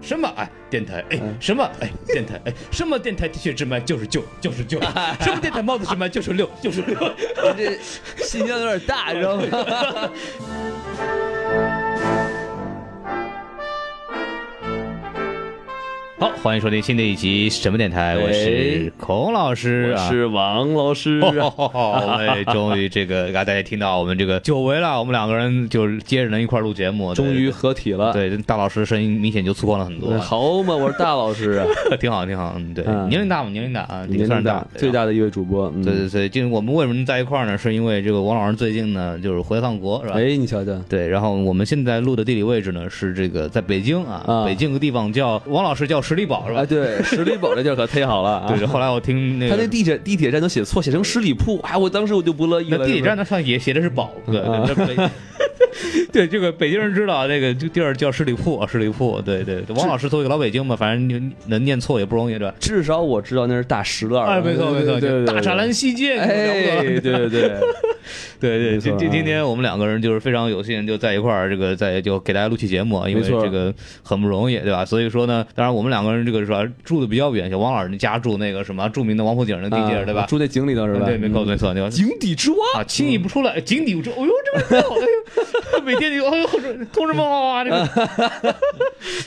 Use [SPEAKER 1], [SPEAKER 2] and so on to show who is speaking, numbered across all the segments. [SPEAKER 1] 什么哎电台哎
[SPEAKER 2] 嗯
[SPEAKER 1] 什么哎电台哎什么电台 T 恤只卖九十九九十 九，什么电台帽子只卖九十六九十六。
[SPEAKER 3] 你这心量有点大，知道吗？
[SPEAKER 1] 好，欢迎收听新的一集什么电台，我是孔老师
[SPEAKER 3] 哎我
[SPEAKER 1] 啊。
[SPEAKER 3] 是王老师
[SPEAKER 1] 哦
[SPEAKER 3] 啊，
[SPEAKER 1] 哦哦哦 哎，终于这个啊，大家听到我们这个久违了，我们两个人就是接着能一块儿录节目，对
[SPEAKER 3] 终于合体了。
[SPEAKER 1] 对大老师的声音明显就粗犷了很多啊
[SPEAKER 3] 嗯，好嘛，我是大老 师啊，
[SPEAKER 1] 挺好挺好，嗯，对，
[SPEAKER 3] 嗯
[SPEAKER 1] 年龄大嘛，年龄大啊，
[SPEAKER 3] 年
[SPEAKER 1] 算是
[SPEAKER 3] 龄大最。
[SPEAKER 1] 对啊
[SPEAKER 3] 大的一位主播。嗯
[SPEAKER 1] 对对对，就是我们为什么在一块儿呢？是因为这个王老师最近呢就是回趟国是吧？
[SPEAKER 3] 哎，你瞧瞧，
[SPEAKER 1] 对，然后我们现在录的地理位置呢是这个在北京啊，
[SPEAKER 3] 啊
[SPEAKER 1] 北京有个地方叫王老师叫十里堡是吧？
[SPEAKER 3] 哎，对，十里堡这地儿可忒好了啊。
[SPEAKER 1] 对，后来我听那
[SPEAKER 3] 他那
[SPEAKER 1] 个。
[SPEAKER 3] 地铁地铁站都写错，写成十里铺，哎，我当时我就不乐意
[SPEAKER 1] 那
[SPEAKER 3] 了。
[SPEAKER 1] 地理
[SPEAKER 3] 是不是
[SPEAKER 1] 站
[SPEAKER 3] 啊
[SPEAKER 1] 那上也写的是堡，对对对北， 对这个北京人知道啊这个这地儿叫十里铺，啊十里铺，对对，对王老师作为一个老北京嘛，反正你能念错也不容易，对吧？
[SPEAKER 3] 至少我知道那是大石栏儿。
[SPEAKER 1] 哎，没错没错，
[SPEAKER 3] 对
[SPEAKER 1] 就
[SPEAKER 3] 对对，
[SPEAKER 1] 大栅栏西街，你们了不得
[SPEAKER 3] 哎，对对对，
[SPEAKER 1] 对对，
[SPEAKER 3] 没
[SPEAKER 1] 今
[SPEAKER 3] 错
[SPEAKER 1] 今
[SPEAKER 3] 啊
[SPEAKER 1] 今天我们两个人就是非常有幸就在一块儿，这个在就给大家录期节目啊，因为
[SPEAKER 3] 没错
[SPEAKER 1] 这个很不容易，对吧？所以说呢，当然我们两个人这个是吧，住的比较远，像王老师家住那个什么著名的王府井那地界儿，
[SPEAKER 3] 啊
[SPEAKER 1] 对吧？
[SPEAKER 3] 住在井里头是吧？
[SPEAKER 1] 对，没错
[SPEAKER 3] 嗯
[SPEAKER 1] 没错，对吧？
[SPEAKER 3] 井底之蛙。
[SPEAKER 1] 啊，轻易不出来，井底不出，哎呦，这个好，哎呦，每天就哎呦，同志们哇，这个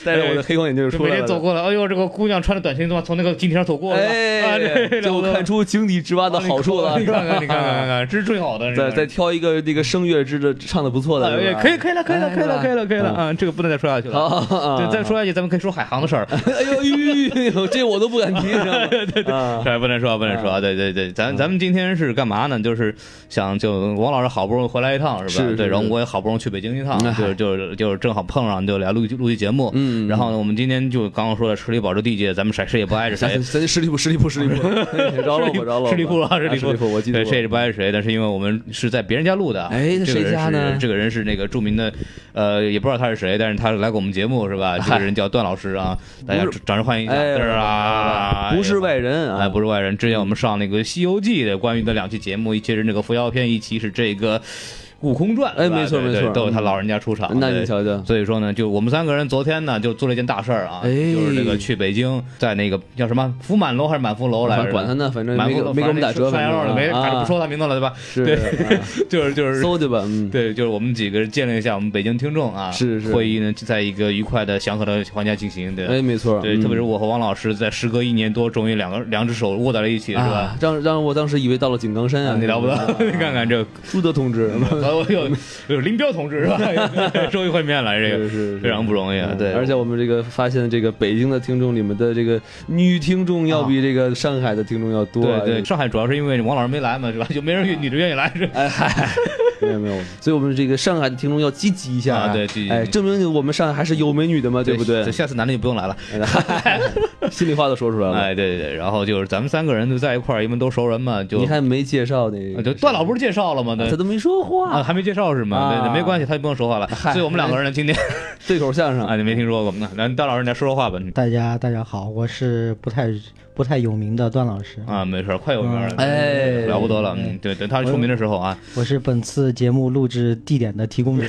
[SPEAKER 3] 戴哎着我的黑框眼镜就
[SPEAKER 1] 哎就
[SPEAKER 3] 出
[SPEAKER 1] 每
[SPEAKER 3] 来
[SPEAKER 1] 天
[SPEAKER 3] 了。
[SPEAKER 1] 走过来，哎呦，这个姑娘穿着短裙从从那个井底上走过，是吧啊
[SPEAKER 3] 哎，
[SPEAKER 1] 这
[SPEAKER 3] 就看出井底之蛙的好处了，
[SPEAKER 1] 啊你
[SPEAKER 3] 是吧
[SPEAKER 1] 看看，你看看，看看，这是最好的，这
[SPEAKER 3] 再再
[SPEAKER 1] 个
[SPEAKER 3] 挑一个这个声乐之的唱的不错的，
[SPEAKER 1] 哎
[SPEAKER 3] 是
[SPEAKER 1] 也
[SPEAKER 3] 吧
[SPEAKER 1] 可以，可以了，可以了，
[SPEAKER 3] 哎
[SPEAKER 1] 可以了，
[SPEAKER 3] 是吧
[SPEAKER 1] 可以了，可以了，
[SPEAKER 3] 嗯
[SPEAKER 1] 啊，这个不能再说下去了。
[SPEAKER 3] 啊，
[SPEAKER 1] 对，再说下去，咱们可以说海航的事 儿。
[SPEAKER 3] 哎呦，哎呦，哎呦这我都不敢提，你知 道吗？对对啊，
[SPEAKER 1] 哎，不能说，不能说。对对对，咱
[SPEAKER 3] 嗯
[SPEAKER 1] 咱们今天是干嘛呢？就是想就王老师好不容易回来一趟，是吧？
[SPEAKER 3] 是是
[SPEAKER 1] 对，然后
[SPEAKER 3] 是
[SPEAKER 1] 我也好不容易去北京一趟
[SPEAKER 3] 嗯，
[SPEAKER 1] 就是就是就是正好碰上，就来录录一节目。
[SPEAKER 3] 嗯
[SPEAKER 1] 然后呢，我们今天就刚刚说了十里堡这地界，咱们谁谁也不挨着谁
[SPEAKER 3] 咱。咱十里铺，十里铺，十里铺， 饶哎了我，饶了哎我，
[SPEAKER 1] 十里铺啊，十
[SPEAKER 3] 十
[SPEAKER 1] 里铺，
[SPEAKER 3] 我记得
[SPEAKER 1] 对，谁也不挨着谁，但是因为我们是在别人家录的，
[SPEAKER 3] 哎那
[SPEAKER 1] 这个人
[SPEAKER 3] 谁家呢
[SPEAKER 1] 是这个人是那个著名的，呃，也不知道他是谁，但是他来过我们节目是吧？这个人叫段老师啊，大家
[SPEAKER 3] 不是
[SPEAKER 1] 掌声欢迎一下，
[SPEAKER 3] 哎
[SPEAKER 1] 嘚儿啊，
[SPEAKER 3] 不是外人
[SPEAKER 1] 哎，
[SPEAKER 3] 啊，
[SPEAKER 1] 不是外人。之前我们上那个《西游记》的关于的两期节目，一期是那个《伏妖篇》，一期是这个《悟空传》
[SPEAKER 3] 哎
[SPEAKER 1] 是吧。
[SPEAKER 3] 没错
[SPEAKER 1] 对对
[SPEAKER 3] 没错嗯
[SPEAKER 1] 都有他老人家出场。
[SPEAKER 3] 那
[SPEAKER 1] 对
[SPEAKER 3] 你瞧瞧，
[SPEAKER 1] 所以说呢，就我们三个人昨天呢，就做了一件大事儿啊，
[SPEAKER 3] 哎
[SPEAKER 1] 就是这个去北京，在那个叫什么福满楼还是满福楼来着？
[SPEAKER 3] 啊管他呢，反正
[SPEAKER 1] 满
[SPEAKER 3] 没
[SPEAKER 1] 福
[SPEAKER 3] 给
[SPEAKER 1] 楼
[SPEAKER 3] 没给我们打折，
[SPEAKER 1] 反
[SPEAKER 3] 反
[SPEAKER 1] 正
[SPEAKER 3] 正
[SPEAKER 1] 上没，反正
[SPEAKER 3] 啊
[SPEAKER 1] 不，说他名字了，对吧？
[SPEAKER 3] 是
[SPEAKER 1] 对
[SPEAKER 3] 啊
[SPEAKER 1] 就是 就是
[SPEAKER 3] 搜去吧，嗯，
[SPEAKER 1] 对，就是我们几个人见了一下我们北京听众啊，
[SPEAKER 3] 是是
[SPEAKER 1] 会议呢，在一个愉快的、祥和的环境下进行，对。
[SPEAKER 3] 哎，没错，
[SPEAKER 1] 对，
[SPEAKER 3] 嗯
[SPEAKER 1] 特别是我和王老师在时隔一年多，终于两个两只手握在了一起，是吧？嗯
[SPEAKER 3] 啊？让让我当时以为到了井冈山啊，
[SPEAKER 1] 你了不得， 你看 看这，
[SPEAKER 3] 朱德 同志，
[SPEAKER 1] 我有有林彪同志是吧？ 终于会面了，这
[SPEAKER 3] 是
[SPEAKER 1] 个
[SPEAKER 3] 是
[SPEAKER 1] 哎非常不容易啊。
[SPEAKER 3] 嗯
[SPEAKER 1] 对，
[SPEAKER 3] 而且我们这个发现，这个北京的听众里面的这个女听众要比这个上海的听众要多啊。
[SPEAKER 1] 对对，上海主要是因为王老师没来嘛，是吧？就没人愿女的愿意来是吧？
[SPEAKER 3] 哎嗨，没有没有，所以我们这个上海的听众要积极一下
[SPEAKER 1] 啊对积极
[SPEAKER 3] 哎，证明我们上海还是有美女的嘛，对不对？
[SPEAKER 1] 下次男的就不用来了。
[SPEAKER 3] 心里话都说出来了，
[SPEAKER 1] 哎，对对对，然后就是咱们三个人就在一块儿，因为都熟人嘛，就
[SPEAKER 3] 你还没介绍那
[SPEAKER 1] 啊
[SPEAKER 3] 个，
[SPEAKER 1] 就段老不是介绍了吗？对
[SPEAKER 3] 他都没说
[SPEAKER 1] 啊，
[SPEAKER 3] 话，
[SPEAKER 1] 还没介绍是吗？对对，
[SPEAKER 3] 啊
[SPEAKER 1] 没关系，他就不用说话了。
[SPEAKER 3] 嗨哎
[SPEAKER 1] 所以我们两个人今天
[SPEAKER 3] 对口相声
[SPEAKER 1] 啊，你没听说过吗？那段老师，你来说说话吧。
[SPEAKER 3] 嗯
[SPEAKER 1] 你
[SPEAKER 2] 大家大家好，我是不太不太有名的段老师，
[SPEAKER 1] 啊，没事儿，快有名儿了，
[SPEAKER 3] 哎
[SPEAKER 1] 了不得了。嗯，对，等他出名的时候啊，
[SPEAKER 2] 我是本次节目录制地点的提供 者。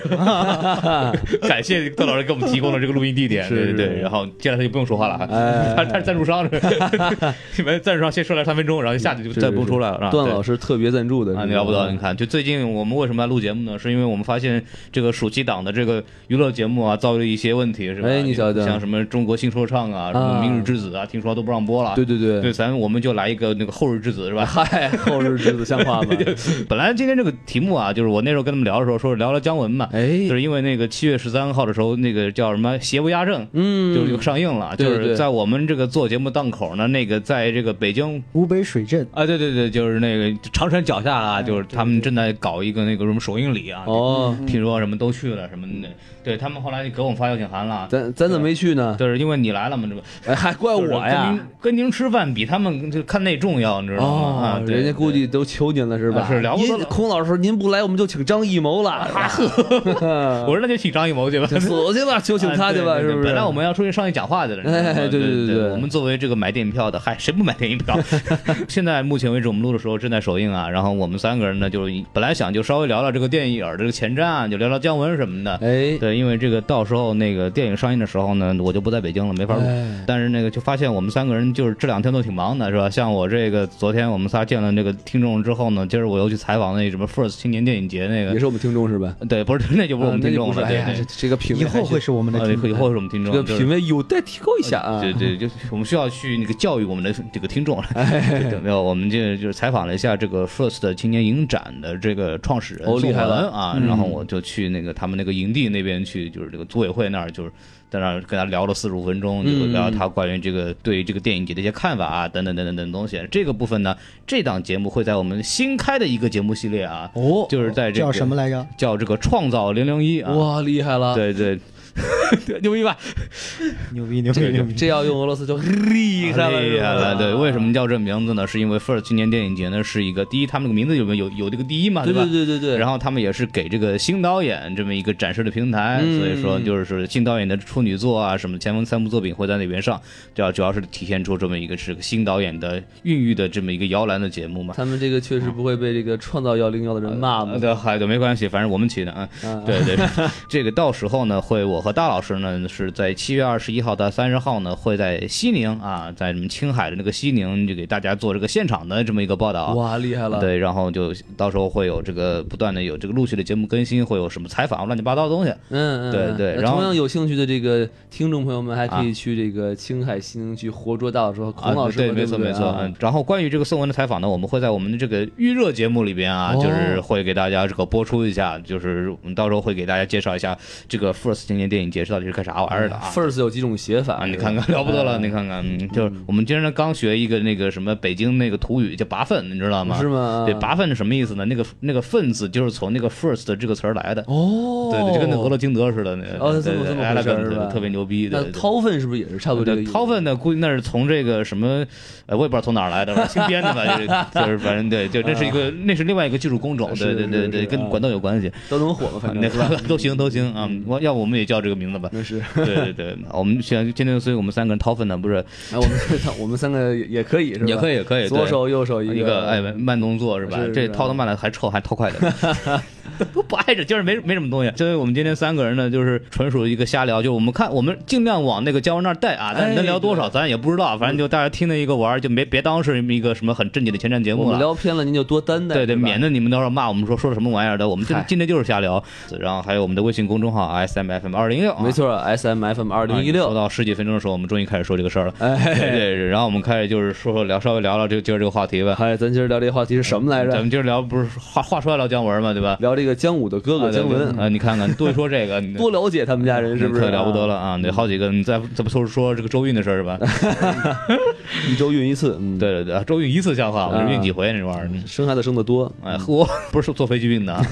[SPEAKER 1] 感谢段老师给我们提供了这个录音地点，对
[SPEAKER 3] 是
[SPEAKER 1] 对
[SPEAKER 3] 是
[SPEAKER 1] 对，然后接下来就不用说话了啊，
[SPEAKER 3] 哎
[SPEAKER 1] 他他是赞助商，是吧 你们赞助商先说来三分钟，然后就下去就是再不出来了，是吧
[SPEAKER 3] 段
[SPEAKER 1] 对
[SPEAKER 3] 老师特别赞助的
[SPEAKER 1] 啊，你了不得！你
[SPEAKER 3] 看。
[SPEAKER 1] 看，就最近我们为什么来录节目呢？是因为我们发现这个暑期档的这个娱乐节目啊，遭遇了一些问题，是吧？
[SPEAKER 3] 哎你瞧瞧
[SPEAKER 1] 像什么中国新说唱啊，什么
[SPEAKER 3] 啊
[SPEAKER 1] 明日之子啊，听说都不让播了。
[SPEAKER 3] 对对对
[SPEAKER 1] 对，咱我们就来一个那个后日之子，是吧？
[SPEAKER 3] 嗨，后日之子像话 吗？
[SPEAKER 1] 本来今天这个题目啊，就是我那时候跟他们聊的时候，说是聊聊姜文嘛，
[SPEAKER 3] 哎
[SPEAKER 1] 就，是因为那个七月十三号的时候，那个叫什么《邪不压正》。
[SPEAKER 3] 嗯，
[SPEAKER 1] 就就上映了，
[SPEAKER 3] 对
[SPEAKER 1] 就是
[SPEAKER 3] 对
[SPEAKER 1] 在我们这个做节目档口呢，那个在这个北京
[SPEAKER 2] 湖北水镇，
[SPEAKER 1] 啊，对对对，就是那个长城脚下啊，就是他们正在搞一个那个什么首映礼啊，
[SPEAKER 3] 哦，
[SPEAKER 1] 听说什么都去了什么的，对他们后来就给我们发邀请函了，
[SPEAKER 3] 咱咱怎么没去呢？
[SPEAKER 1] 就是因为你来了嘛，这不
[SPEAKER 3] 哎，还怪我
[SPEAKER 1] 就是跟
[SPEAKER 3] 呀
[SPEAKER 1] 您！跟您吃知万比他们就看内重要，你知道吗？啊
[SPEAKER 3] 哦，，
[SPEAKER 1] 对
[SPEAKER 3] 人家估计都求您了是吧？
[SPEAKER 1] 啊是了不得
[SPEAKER 3] 您孔老师，您不来我们就请张艺谋了。
[SPEAKER 1] 我说那就请张艺谋 去吧，
[SPEAKER 3] 就死去吧，就请他去吧，
[SPEAKER 1] 啊对对
[SPEAKER 3] 是
[SPEAKER 1] 对
[SPEAKER 3] 不是？
[SPEAKER 1] 本来我们要出去上去讲话去了，你知道吗
[SPEAKER 3] 哎对
[SPEAKER 1] 对
[SPEAKER 3] 对对对
[SPEAKER 1] 我们作为这个买电影票的，嗨，谁 不买电影票？现在目前为止，我们录的时候正在首映啊，然后我们三个人呢，就是本来想就稍微聊聊这个电影儿这个前瞻啊，就聊聊姜文什么的。
[SPEAKER 3] 哎，
[SPEAKER 1] 对，因为这个到时候那个电影上映的时候呢，我就不在北京了，没法录。
[SPEAKER 3] 哎
[SPEAKER 1] 但是那个就发现我们三个人就是这两天都挺忙的，是吧？像我这个昨天我们仨见了那个听众之后呢，今儿我又去采访那什么 First 青年电影节那
[SPEAKER 3] 也
[SPEAKER 1] 个，
[SPEAKER 3] 是我们听众是吧？
[SPEAKER 1] 对，不是， 那就不是我们
[SPEAKER 3] 啊那
[SPEAKER 1] 听
[SPEAKER 3] 就
[SPEAKER 1] 众
[SPEAKER 3] 不是
[SPEAKER 1] 了，
[SPEAKER 3] 哎
[SPEAKER 1] 对
[SPEAKER 3] 呀，
[SPEAKER 1] 对
[SPEAKER 3] 这。这个品味
[SPEAKER 2] 以后会是我们的
[SPEAKER 1] 呃，
[SPEAKER 2] 听
[SPEAKER 1] 以
[SPEAKER 2] 众
[SPEAKER 1] 后是我们听
[SPEAKER 3] 这
[SPEAKER 1] 众，
[SPEAKER 3] 个
[SPEAKER 1] 就是
[SPEAKER 3] 品味有待提高一下啊。
[SPEAKER 1] 呃对对，就是我们需要去那个教育我们的这个听众了。
[SPEAKER 3] 哎
[SPEAKER 1] 对对没有，我们就就是采访了一下这个 First 的青年影展的这个创始人
[SPEAKER 3] 哦厉害
[SPEAKER 1] 宋
[SPEAKER 3] 了嗯
[SPEAKER 1] 文啊，然后我就去那个他们那个营地那边去，就是这个组委会那儿，就是在那儿跟他聊了四十五分钟，就
[SPEAKER 3] 嗯
[SPEAKER 1] 聊他关于这个对于这个电影节的一些看法啊，等等等等等东西。这个部分呢，这档节目会在我们新开的一个节目系列啊，
[SPEAKER 2] 哦，
[SPEAKER 1] 就是在这个
[SPEAKER 2] 叫什么来着？
[SPEAKER 1] 叫这个创造零零一啊，
[SPEAKER 3] 哇，厉害了！
[SPEAKER 1] 对对， 牛逼吧？
[SPEAKER 2] 牛逼牛逼牛逼！
[SPEAKER 3] 这要用俄罗斯就厉 害了，
[SPEAKER 1] 啊厉害了！哎对，为什
[SPEAKER 3] 么？
[SPEAKER 1] 么叫这名字呢？是因为 First 青年电影节呢是一个第一，他们这个名字有没有有有这个第一嘛，
[SPEAKER 3] 对
[SPEAKER 1] 吧
[SPEAKER 3] 对？对对对。
[SPEAKER 1] 然后他们也是给这个新导演这么一个展示的平台，
[SPEAKER 3] 嗯
[SPEAKER 1] 所以说就是新导演的处女作啊，什么前锋三部作品会在那边上，主要主要是体现出这么一个是个新导演的孕育的这么一个摇篮的节目嘛。
[SPEAKER 3] 他们这个确实不会被这个创造幺零幺的人骂
[SPEAKER 1] 啊
[SPEAKER 3] 吗？
[SPEAKER 1] 对，还对，没关系，反正我们起的啊。
[SPEAKER 3] 啊
[SPEAKER 1] 对对， 这个到时候呢，会我和大老师呢是在七月二十一号到三十号呢，会在西宁啊，在你们青海的那个西宁，就给大家做这个现场的这么一个报道。
[SPEAKER 3] 哇，厉害了！
[SPEAKER 1] 啊对，然后就到时候会有这个不断的有这个陆续的节目更新，会有什么采访乱七八糟的东西。
[SPEAKER 3] 嗯，嗯，
[SPEAKER 1] 对
[SPEAKER 3] 嗯
[SPEAKER 1] 对
[SPEAKER 3] 那
[SPEAKER 1] 然后啊
[SPEAKER 3] 同样有兴趣的这个听众朋友们，还可以去这个青海西宁区活捉大老师和孔老师嘛，
[SPEAKER 1] 啊、对，没
[SPEAKER 3] 不
[SPEAKER 1] 错没错、
[SPEAKER 3] 啊
[SPEAKER 1] 嗯然后关于这个宋文的采访呢，我们会在我们的这个预热节目里边啊，
[SPEAKER 3] 哦
[SPEAKER 1] 就是会给大家这个播出一下，就是我们到时候会给大家介绍一下这个 First 青年电影节到底是干啥玩意儿的啊。
[SPEAKER 3] First 有几种写法
[SPEAKER 1] 啊，你看看了不得了，你看看，嗯，就是我们今天刚学一个那个什么北京那个土语叫“拔粪”，你知道吗？
[SPEAKER 3] 是吗？啊
[SPEAKER 1] 对，拔粪是什么意思呢？那个那个“粪”字就是从那个 “first” 这个词儿来的，
[SPEAKER 3] 哦，
[SPEAKER 1] 对对，就跟那俄罗金德似的，那
[SPEAKER 3] 哦
[SPEAKER 1] 对
[SPEAKER 3] 这么
[SPEAKER 1] 对
[SPEAKER 3] 这么
[SPEAKER 1] 埃拉
[SPEAKER 3] 回事
[SPEAKER 1] 根
[SPEAKER 3] 儿是吧
[SPEAKER 1] 对特别牛逼，对
[SPEAKER 3] 哦那
[SPEAKER 1] 对对。
[SPEAKER 3] 掏粪是不是也是差不多这个意思？
[SPEAKER 1] 掏粪呢，估计那是从这个什么，呃，我也不知道从哪儿来的，反正新编的吧，就是就是反正对，就那是一个，那是另外一个技术工种，对
[SPEAKER 3] 啊是
[SPEAKER 1] 对对
[SPEAKER 3] 是
[SPEAKER 1] 对，
[SPEAKER 3] 是
[SPEAKER 1] 跟管道有关系，
[SPEAKER 3] 都能火吧，反
[SPEAKER 1] 啊那
[SPEAKER 3] 正是吧？嗯
[SPEAKER 1] 个都行都行啊，我要不我们也叫这个名字吧，
[SPEAKER 3] 那是，
[SPEAKER 1] 对对对，我们现在今天所以我们三个人掏粪呢，不是
[SPEAKER 3] 哎，我们我们三 个也也可以是吧？
[SPEAKER 1] 也可以，也可以，
[SPEAKER 3] 左
[SPEAKER 1] 对
[SPEAKER 3] 手右手
[SPEAKER 1] 一
[SPEAKER 3] 个，
[SPEAKER 1] 个哎，慢动作是吧？
[SPEAKER 3] 是
[SPEAKER 1] 这
[SPEAKER 3] 是
[SPEAKER 1] 掏的慢了还臭，还掏快 的，都不挨着，就是没没什么东西。所以我们今天三个人呢，就是纯属一个瞎聊，就我们看我们尽量往那个姜文那儿带啊，但是
[SPEAKER 3] 哎
[SPEAKER 1] 能聊多少
[SPEAKER 3] 对
[SPEAKER 1] 咱也不知
[SPEAKER 3] 嗯
[SPEAKER 1] 道，反正就大家听了一个玩儿，就没别当是一个什么很正经的前瞻节
[SPEAKER 3] 我
[SPEAKER 1] 目
[SPEAKER 3] 们
[SPEAKER 1] 了。
[SPEAKER 3] 聊偏了您就多担待，
[SPEAKER 1] 对对，
[SPEAKER 3] 吧
[SPEAKER 1] 免得你们到时候骂我们说说的什么玩意儿的，我们今
[SPEAKER 3] 嗨
[SPEAKER 1] 今天就是瞎聊。然后还有我们的微信公众号 S M F M 二零六，
[SPEAKER 3] 没错，S M F M 二零
[SPEAKER 1] 啊
[SPEAKER 3] 一
[SPEAKER 1] 啊你说
[SPEAKER 3] 六，
[SPEAKER 1] 到十几分钟的时候，我们终于开始说这个事儿了。
[SPEAKER 3] 哎
[SPEAKER 1] 对对，然后我们开始就是说说聊，稍微聊聊这个今儿这个话题吧。
[SPEAKER 3] 嗨，咱今儿聊这话题是什么来
[SPEAKER 1] 咱
[SPEAKER 3] 着？
[SPEAKER 1] 们今儿聊不是话话说要聊姜文嘛，对吧？
[SPEAKER 3] 聊这个姜武的哥哥姜文，
[SPEAKER 1] 啊，你看看多一说这 个，你
[SPEAKER 3] 多了解他们家人是不
[SPEAKER 1] 嗯
[SPEAKER 3] 是？
[SPEAKER 1] 可了不得了，啊！那好几个，你再再不说说这个周韵的事儿是 吧？
[SPEAKER 3] 一周运一次，嗯，，
[SPEAKER 1] 对对对，周韵一次像
[SPEAKER 3] 啊
[SPEAKER 1] 话，我是运几回那玩意儿。
[SPEAKER 3] 生孩子生的多。
[SPEAKER 1] 哎，我 不是坐飞机运 的啊！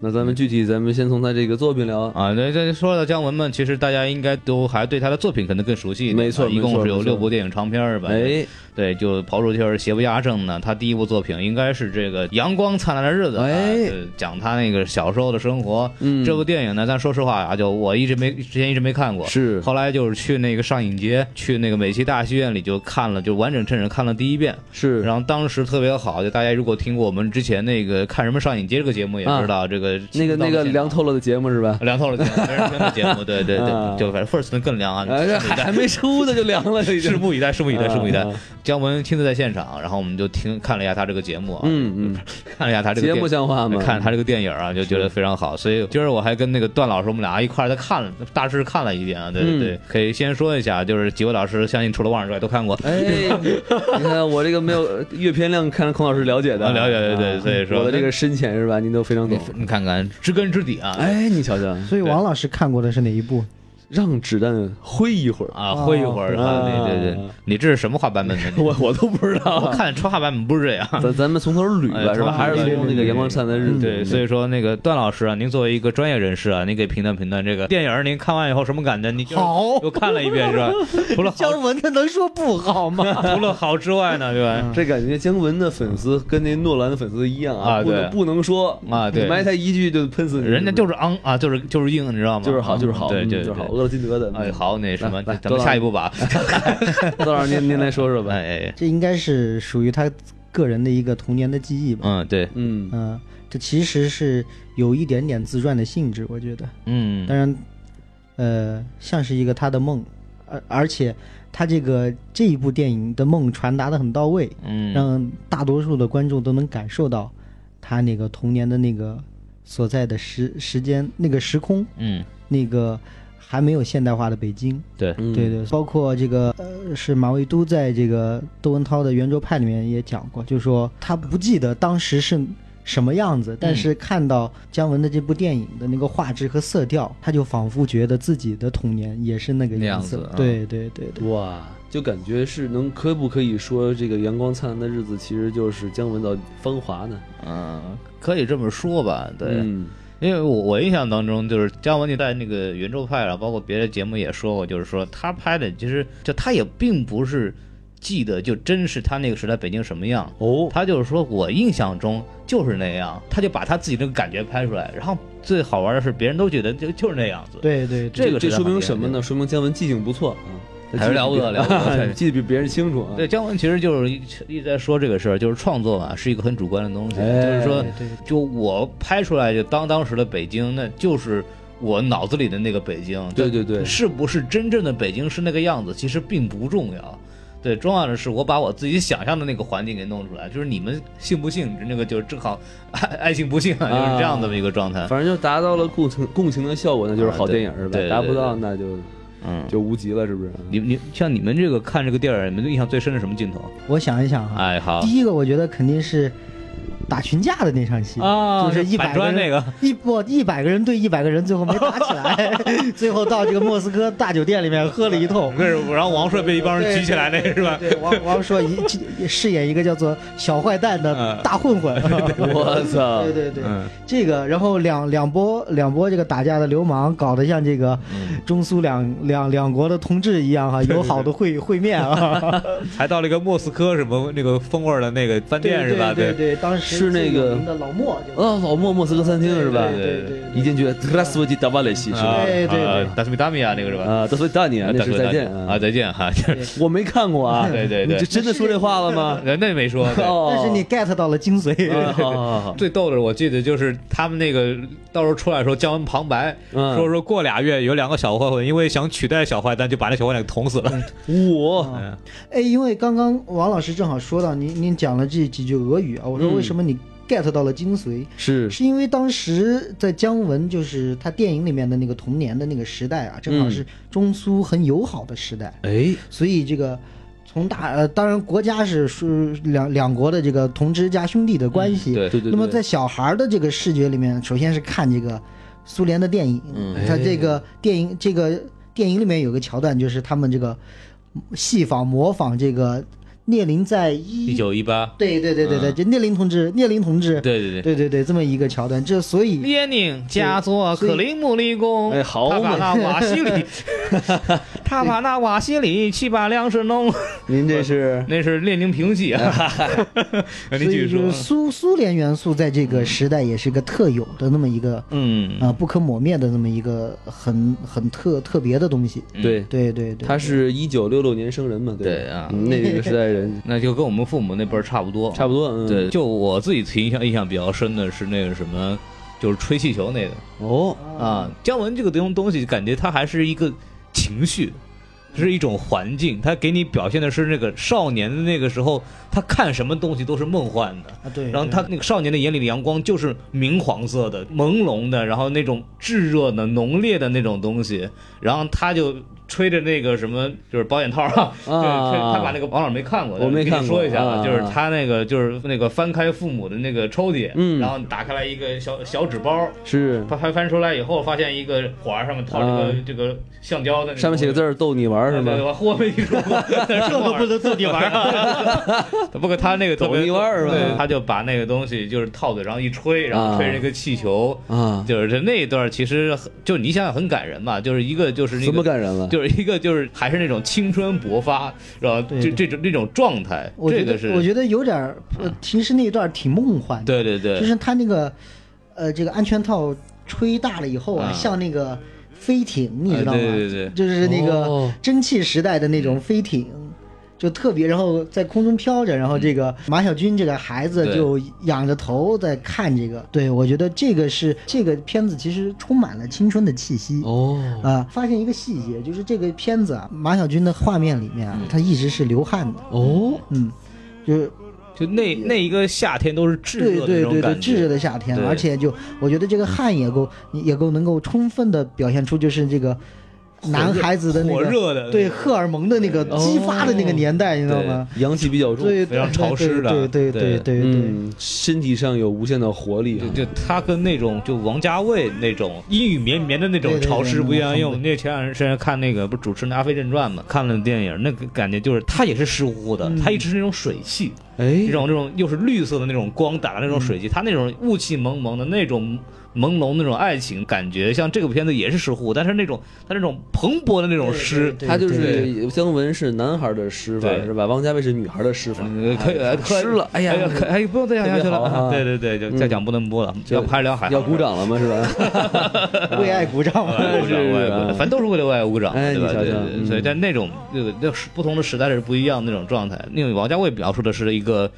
[SPEAKER 3] 那咱们具体，咱们先从他这个作品聊。
[SPEAKER 1] 啊，那这说到姜文嘛，其实大家应该都还对他的作品可能更熟悉一点。
[SPEAKER 3] 没错
[SPEAKER 1] 啊一
[SPEAKER 3] 没
[SPEAKER 1] 共
[SPEAKER 3] 错
[SPEAKER 1] 是有
[SPEAKER 3] 没错
[SPEAKER 1] 六部电影长片儿吧？，
[SPEAKER 3] 哎，
[SPEAKER 1] 对，就刨出就是邪不压正呢，他第一部作品应该是这个《阳光灿烂的日子》啊，
[SPEAKER 3] 哎
[SPEAKER 1] 对讲他那个小时候的生活。
[SPEAKER 3] 嗯
[SPEAKER 1] 这部电影呢，咱说实话啊，就我一直没之前一直没看过，
[SPEAKER 3] 是
[SPEAKER 1] 后来就是去那个上影节，去那个美琪大戏院里就看了，就完整趁着看了第一遍。
[SPEAKER 3] 是
[SPEAKER 1] 然后当时特别好，就大家如果听过我们之前那个看什么上影节这个节目，也知道、这个
[SPEAKER 3] 啊那个那个凉透了的节目 是吧？
[SPEAKER 1] 啊凉透了节目，没人听的节目，对对对，
[SPEAKER 3] 啊
[SPEAKER 1] 就反正 first 更凉啊，
[SPEAKER 3] 哎，这还还没出呢就凉了，这已
[SPEAKER 1] 拭
[SPEAKER 3] 经。
[SPEAKER 1] 目以待，拭目以待，拭目以待
[SPEAKER 3] 啊。
[SPEAKER 1] 姜文亲自在现场，然后我们就听看了一下他这个节目啊，
[SPEAKER 3] 嗯
[SPEAKER 1] 看了一下他
[SPEAKER 3] 嗯，
[SPEAKER 1] 这个
[SPEAKER 3] 节
[SPEAKER 1] 电
[SPEAKER 3] 目像话吗？
[SPEAKER 1] 看他这个电影啊，就觉得非常好。所以今儿我还跟那个段老师，我们俩一块儿在看了，大致看了一遍啊。对
[SPEAKER 3] 嗯
[SPEAKER 1] 对对，可以先说一下，就是几位老师，相信除了汪老师之外都看过。
[SPEAKER 3] 哎， 你看我这个没有呃阅片量，看来孔老师了解的啊，
[SPEAKER 1] 啊了解对对
[SPEAKER 3] 啊
[SPEAKER 1] 所以说
[SPEAKER 3] 我的这个深浅是吧？您都非常懂。
[SPEAKER 1] 你看看知根知底啊。
[SPEAKER 3] 哎，你瞧瞧，
[SPEAKER 2] 所以王老师看过的是哪一部？
[SPEAKER 3] 让子弹挥一会儿。
[SPEAKER 1] 啊，挥一会儿啊，
[SPEAKER 3] 啊
[SPEAKER 1] 对对对，你这是什么话版本 的？你
[SPEAKER 3] 我我都不知道，
[SPEAKER 1] 我看川话版本不是这样。
[SPEAKER 3] 咱咱们从头捋
[SPEAKER 1] 哎
[SPEAKER 3] 吧，是吧？
[SPEAKER 1] 从头捋
[SPEAKER 3] 还是从那个阳光灿烂的日子
[SPEAKER 1] 对，所以说那个段老师啊，您作为一个专业人士啊，您给评断评断这个电影儿，您看完以后什么感觉？你就是
[SPEAKER 2] 好
[SPEAKER 1] 又看了一遍是吧？除了好
[SPEAKER 2] 姜文他能说不好吗？
[SPEAKER 1] 除了好之外呢，对吧？
[SPEAKER 3] 这感觉姜文的粉丝跟那诺兰的粉丝一样
[SPEAKER 1] 嗯啊
[SPEAKER 3] 不
[SPEAKER 1] 对
[SPEAKER 3] 能不能说
[SPEAKER 1] 啊对
[SPEAKER 3] 埋汰一句就喷死你，
[SPEAKER 1] 人家就是昂啊，就是就是硬，你知道吗？
[SPEAKER 3] 就是好就是好，
[SPEAKER 1] 对
[SPEAKER 3] 嗯
[SPEAKER 1] 对
[SPEAKER 3] 就是好，
[SPEAKER 1] 对。
[SPEAKER 3] 俄罗基德的。嗯
[SPEAKER 1] 哎，好，那什么，
[SPEAKER 3] 来来
[SPEAKER 1] 咱们下一步吧。
[SPEAKER 3] 段老师您您来说说
[SPEAKER 1] 哎
[SPEAKER 3] 吧。
[SPEAKER 1] 哎，
[SPEAKER 2] 这应该是属于他个人的一个童年的记忆吧。
[SPEAKER 1] 嗯，对，
[SPEAKER 3] 嗯
[SPEAKER 2] 嗯，这其实是有一点点自传的性质，我觉得。
[SPEAKER 1] 嗯
[SPEAKER 2] 当然，呃，像是一个他的梦，而而且他这个这一部电影的梦传达的很到位，
[SPEAKER 1] 嗯
[SPEAKER 2] 让大多数的观众都能感受到他那个童年的那个所在的时时间、那个时空、
[SPEAKER 1] 嗯，
[SPEAKER 2] 那个还没有现代化的北京。
[SPEAKER 1] 对，
[SPEAKER 3] 嗯
[SPEAKER 2] 对对，包括这个呃，是马未都在这个窦文涛的《圆桌派》里面也讲过，就说他不记得当时是什么样
[SPEAKER 1] 嗯
[SPEAKER 2] 子，但是看到姜文的这部电影的那个画质和色调，他就仿佛觉得自己的童年也是那个
[SPEAKER 1] 那样
[SPEAKER 2] 样
[SPEAKER 1] 子啊
[SPEAKER 2] 对对对对，
[SPEAKER 3] 哇，就感觉是能可不可以说这个阳光灿烂的日子其实就是姜文的芳华呢？
[SPEAKER 1] 嗯，可以这么说吧，对。
[SPEAKER 3] 嗯
[SPEAKER 1] 因为我我印象当中，就是姜文你在那个圆桌派了，啊包括别的节目也说过，就是说他拍的其实就他也并不是记得就真是他那个时代北京什么样，
[SPEAKER 3] 哦，
[SPEAKER 1] 他就是说我印象中就是那样，他就把他自己那个感觉拍出来，然后最好玩的是别人都觉得就就是那样子，
[SPEAKER 2] 对对对
[SPEAKER 1] 这个
[SPEAKER 3] 这
[SPEAKER 1] 是
[SPEAKER 3] 说
[SPEAKER 1] 很厉
[SPEAKER 3] 明
[SPEAKER 1] 害
[SPEAKER 3] 什么
[SPEAKER 1] 的
[SPEAKER 3] 呢？说明姜文记性不错啊，他
[SPEAKER 1] 还是
[SPEAKER 3] 记得
[SPEAKER 1] 了
[SPEAKER 3] 比
[SPEAKER 1] 不得了不得对
[SPEAKER 3] 记得比别人清楚啊。
[SPEAKER 1] 对，姜文其实就是一一直在说这个事儿，就是创作嘛，是一个很主观的东西，
[SPEAKER 3] 哎
[SPEAKER 1] 就是说
[SPEAKER 2] 对，对对
[SPEAKER 1] 就我拍出来就当当时的北京，那就是我脑子里的那个北京，
[SPEAKER 3] 对对对
[SPEAKER 1] 是不是真正的北京是那个样子，其实并不重要。对，重要的是我把我自己想象的那个环境给弄出来，就是你们信不信，那个就是正好 爱爱信不信啊，就是这样的一个状态。
[SPEAKER 3] 反正就达到了共情共情的效果，那就是好电影是
[SPEAKER 1] 啊
[SPEAKER 3] 吧
[SPEAKER 1] 对对？
[SPEAKER 3] 达不到那就
[SPEAKER 1] 嗯，
[SPEAKER 3] 就无极了，是不是？
[SPEAKER 1] 你你像你们这个看这个电影，你们印象最深的什么镜头？
[SPEAKER 2] 我想一想哈，
[SPEAKER 1] 哎，好
[SPEAKER 2] 第一个我觉得肯定是打群架的那场戏
[SPEAKER 1] 啊，
[SPEAKER 2] 就是一
[SPEAKER 1] 板
[SPEAKER 2] 百
[SPEAKER 1] 砖那个，
[SPEAKER 2] 一不一百个人对一百个人，最后没打 起来，最后到这个莫斯科大酒店里面喝了一通。
[SPEAKER 1] 那是然后王帅被一帮人举起来那个是吧？
[SPEAKER 2] 对，王 王朔一饰演一个叫做小坏蛋的
[SPEAKER 1] 啊
[SPEAKER 2] 大混混。
[SPEAKER 3] 我操
[SPEAKER 2] 对！对对，
[SPEAKER 1] 嗯
[SPEAKER 2] 这个，然后两两波两波这个打架的流氓，搞得像这个
[SPEAKER 1] 嗯
[SPEAKER 2] 中苏两两两国的同志一样哈、友好的会会面啊。
[SPEAKER 1] 还到了一个莫斯科什么那个风味儿的那个 饭店是吧？
[SPEAKER 2] 对对，当时
[SPEAKER 3] 是那
[SPEAKER 2] 最有
[SPEAKER 3] 个
[SPEAKER 2] 名的老莫就
[SPEAKER 3] 啊，老莫莫斯科餐厅是吧
[SPEAKER 2] 对？对对对
[SPEAKER 3] 一进去，德拉斯维基达瓦雷西是吧？
[SPEAKER 1] 啊，
[SPEAKER 2] 对对对
[SPEAKER 1] 啊达斯米达米亚那个是吧？
[SPEAKER 3] 啊，德斯维达尼啊，那
[SPEAKER 1] 大
[SPEAKER 3] 是
[SPEAKER 1] 哥
[SPEAKER 3] 再见
[SPEAKER 1] 啊，！再见哈。 就是
[SPEAKER 3] 我没看过啊，
[SPEAKER 1] 对对对
[SPEAKER 3] 你这真的说这话了吗？
[SPEAKER 1] 那那没说。 对
[SPEAKER 3] 哦，
[SPEAKER 2] 但是你 get 到了精髓。
[SPEAKER 3] 啊好 好好，
[SPEAKER 1] 最逗的，我记得就是他们那个到时候出来的时候，姜文旁白
[SPEAKER 3] 嗯
[SPEAKER 1] 说说过俩月有两个小坏混，因为想取代小坏蛋，就把那小坏蛋给捅死了。
[SPEAKER 3] 我
[SPEAKER 1] 嗯
[SPEAKER 2] 哎，因为刚刚王老师正好说到您，您讲了这几句俄语啊，我说
[SPEAKER 3] 嗯
[SPEAKER 2] 为什么你 get 到了精髓？
[SPEAKER 3] 是
[SPEAKER 2] 是因为当时在姜文就是他电影里面的那个童年的那个时代啊，
[SPEAKER 3] 嗯
[SPEAKER 2] 正好是中苏很友好的时代，
[SPEAKER 3] 哎，
[SPEAKER 2] 所以这个从大呃，当然国家是是两两国的这个同志加兄弟的关系。啊
[SPEAKER 1] 对
[SPEAKER 3] 对对对，
[SPEAKER 2] 那么在小孩儿的这个视觉里面，首先是看这个苏联的电影，
[SPEAKER 1] 嗯
[SPEAKER 2] 他这个电影这个电影里面有个桥段，就是他们这个戏仿模仿这个列宁在
[SPEAKER 1] 一
[SPEAKER 2] 一
[SPEAKER 1] 九一八，
[SPEAKER 2] 对对对对对，就列宁同志，列宁同志，
[SPEAKER 1] 对对对。
[SPEAKER 2] 对对对，这么一个桥段，这 所以
[SPEAKER 1] 列宁加佐
[SPEAKER 2] 所以
[SPEAKER 1] 克林姆林宫，
[SPEAKER 3] 哎好
[SPEAKER 1] 他把
[SPEAKER 3] 嘛
[SPEAKER 1] 那瓦西 里，他把那瓦西里去把粮食弄，
[SPEAKER 3] 您这是
[SPEAKER 1] 那是列宁评戏啊。 那你继
[SPEAKER 2] 所以
[SPEAKER 1] 续
[SPEAKER 2] 就是
[SPEAKER 1] 说，
[SPEAKER 2] 苏苏联元素在这个时代也是个特有的那么一个
[SPEAKER 1] 嗯，
[SPEAKER 2] 啊、不可磨灭的那么一个很很特特别的东西。
[SPEAKER 3] 对，
[SPEAKER 2] 对对对，
[SPEAKER 3] 他是一九六六年生人嘛，吧
[SPEAKER 1] 嗯对啊
[SPEAKER 3] 嗯那个时 代人
[SPEAKER 1] 那就跟我们父母那辈儿差不多，
[SPEAKER 3] 差不多，嗯，
[SPEAKER 1] 对，就我自己印象印象比较深的是那个什么，就是吹气球那个
[SPEAKER 3] 哦，
[SPEAKER 1] 啊。姜文这个东东西，感觉它还是一个情绪，是一种环境，它给你表现的是那个少年的那个时候，他看什么东西都是梦幻的。
[SPEAKER 2] 啊对，
[SPEAKER 1] 然后他那个少年的眼里的阳光就是明黄色的、朦胧的，然后那种炙热的、浓烈的那种东西，然后他就吹着那个什么，就是保险套啊，
[SPEAKER 3] 啊
[SPEAKER 1] 对，吹他把那个王老师没看过，
[SPEAKER 3] 我没看
[SPEAKER 1] 跟你
[SPEAKER 3] 过
[SPEAKER 1] 说一下
[SPEAKER 3] 啊
[SPEAKER 1] 就是他那个就是那个翻开父母的那个抽屉，
[SPEAKER 3] 嗯
[SPEAKER 1] 然后打开来一个小小纸包，
[SPEAKER 3] 是
[SPEAKER 1] 翻翻翻出来以后，发现一个环儿上面套这个、
[SPEAKER 3] 啊
[SPEAKER 1] 这个橡胶的那个东西，啊
[SPEAKER 3] 上面写个字儿逗你玩儿是
[SPEAKER 1] 对
[SPEAKER 3] 吗？
[SPEAKER 1] 我我没听 说过，这都不能自己玩啊。不过他那个特别
[SPEAKER 3] 走一弯儿是吧
[SPEAKER 1] 对他就把那个东西就是套嘴上一吹，然
[SPEAKER 2] 啊
[SPEAKER 1] 后吹那个气球，
[SPEAKER 3] 啊，
[SPEAKER 1] 就是那一段其实很就你想想很感人嘛，就是一个就是那
[SPEAKER 3] 这么
[SPEAKER 1] 个。
[SPEAKER 3] 感人
[SPEAKER 2] 啊
[SPEAKER 3] 了，
[SPEAKER 1] 就是一个就是还是那种青春勃发，然后
[SPEAKER 2] 对
[SPEAKER 1] 这
[SPEAKER 2] 对
[SPEAKER 1] 这种这种状态，
[SPEAKER 2] 我
[SPEAKER 1] 这
[SPEAKER 2] 觉得
[SPEAKER 1] 个是
[SPEAKER 2] 我觉得有点儿，呃，其实那一段挺梦幻的，
[SPEAKER 1] 对对对，
[SPEAKER 2] 就是他那个，呃，这个安全套吹大了以后啊，
[SPEAKER 1] 啊
[SPEAKER 2] 像那个飞艇，你知道吗？
[SPEAKER 1] 啊对对对
[SPEAKER 2] 就是那个
[SPEAKER 3] 哦
[SPEAKER 2] 蒸汽时代的那种飞艇。就特别，然后在空中飘着，然后这个马小军这个孩子
[SPEAKER 1] 嗯对
[SPEAKER 2] 就仰着头在看这个。对，我觉得这个是这个片子其实充满了青春的气息。
[SPEAKER 3] 哦，
[SPEAKER 2] 啊、发现一个细节，就是这个片子啊，马小军的画面里面啊，
[SPEAKER 1] 嗯
[SPEAKER 2] 他一直是流汗的，
[SPEAKER 3] 哦，
[SPEAKER 2] 嗯，就是
[SPEAKER 1] 就那那一个夏天都是炙热
[SPEAKER 2] 对
[SPEAKER 1] 的那
[SPEAKER 2] 对
[SPEAKER 1] 种
[SPEAKER 2] 对
[SPEAKER 1] 感觉，
[SPEAKER 2] 对，炙热的夏天，
[SPEAKER 1] 对
[SPEAKER 2] 而且就我觉得这个汗也够也够能够充分的表现出就是这个男孩子的那
[SPEAKER 1] 火
[SPEAKER 2] 个
[SPEAKER 1] 热的那
[SPEAKER 2] 对
[SPEAKER 1] 种
[SPEAKER 2] 荷尔蒙的那个
[SPEAKER 3] 对
[SPEAKER 2] 激发的那个年代，你知道
[SPEAKER 1] 嗯
[SPEAKER 2] 吗？
[SPEAKER 3] 阳气比较重，
[SPEAKER 2] 对，
[SPEAKER 1] 非常潮湿的
[SPEAKER 2] 对对对对对对对
[SPEAKER 3] 嗯，身体上有无限的活力啊，
[SPEAKER 1] 就就他跟那种就王家卫那种阴雨绵绵的那种
[SPEAKER 2] 对对对
[SPEAKER 1] 潮湿不一样，
[SPEAKER 2] 那种
[SPEAKER 1] 因为我们那前两天是看那个不是主持那《阿飞正传》嘛，看了电影，那个感觉就是他也是湿乎乎的，
[SPEAKER 2] 嗯
[SPEAKER 1] 他一直是那种水汽，
[SPEAKER 3] 哎
[SPEAKER 1] 这，种这种又是绿色的那种光打的那种水汽，他那种雾气蒙蒙的那种朦胧那种爱情感觉，像这个片子也是湿乎，但是那种他那种蓬勃的那种湿。
[SPEAKER 2] 对
[SPEAKER 3] 他就
[SPEAKER 1] 对
[SPEAKER 3] 是姜文是男孩的施法
[SPEAKER 1] 对
[SPEAKER 3] 是吧？王家卫是女孩的施法，
[SPEAKER 1] 嗯可以，可以
[SPEAKER 3] 湿了哎呀
[SPEAKER 1] 可哎，不用再讲下去
[SPEAKER 3] 特别好
[SPEAKER 1] 了。
[SPEAKER 3] 啊
[SPEAKER 1] 对对对，就
[SPEAKER 3] 嗯
[SPEAKER 1] 再讲不能播了，要不还是聊海
[SPEAKER 3] 要
[SPEAKER 1] 航
[SPEAKER 3] 鼓掌了吗？是吧？
[SPEAKER 2] 为爱鼓掌嘛。
[SPEAKER 1] 为爱鼓掌，为爱鼓掌，反正都是为了为爱鼓掌，
[SPEAKER 3] 哎
[SPEAKER 1] 啊对吧？
[SPEAKER 3] 你瞧
[SPEAKER 1] 对
[SPEAKER 3] 瞧
[SPEAKER 1] 对
[SPEAKER 3] 嗯
[SPEAKER 1] 对，所以但那种那个那是不同的时代是不一样的那种状态。那种王家卫描述的是一个。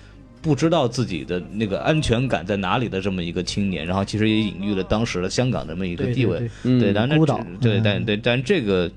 [SPEAKER 1] 不知道自己的那个安全感在哪里的这么一个青年，然后其实也隐喻了当时的香港这么一个
[SPEAKER 2] 对对
[SPEAKER 1] 地位
[SPEAKER 2] 对。
[SPEAKER 3] 嗯
[SPEAKER 1] 对，但是
[SPEAKER 2] 孤岛
[SPEAKER 1] 对，
[SPEAKER 2] 嗯
[SPEAKER 1] 但对，但这个，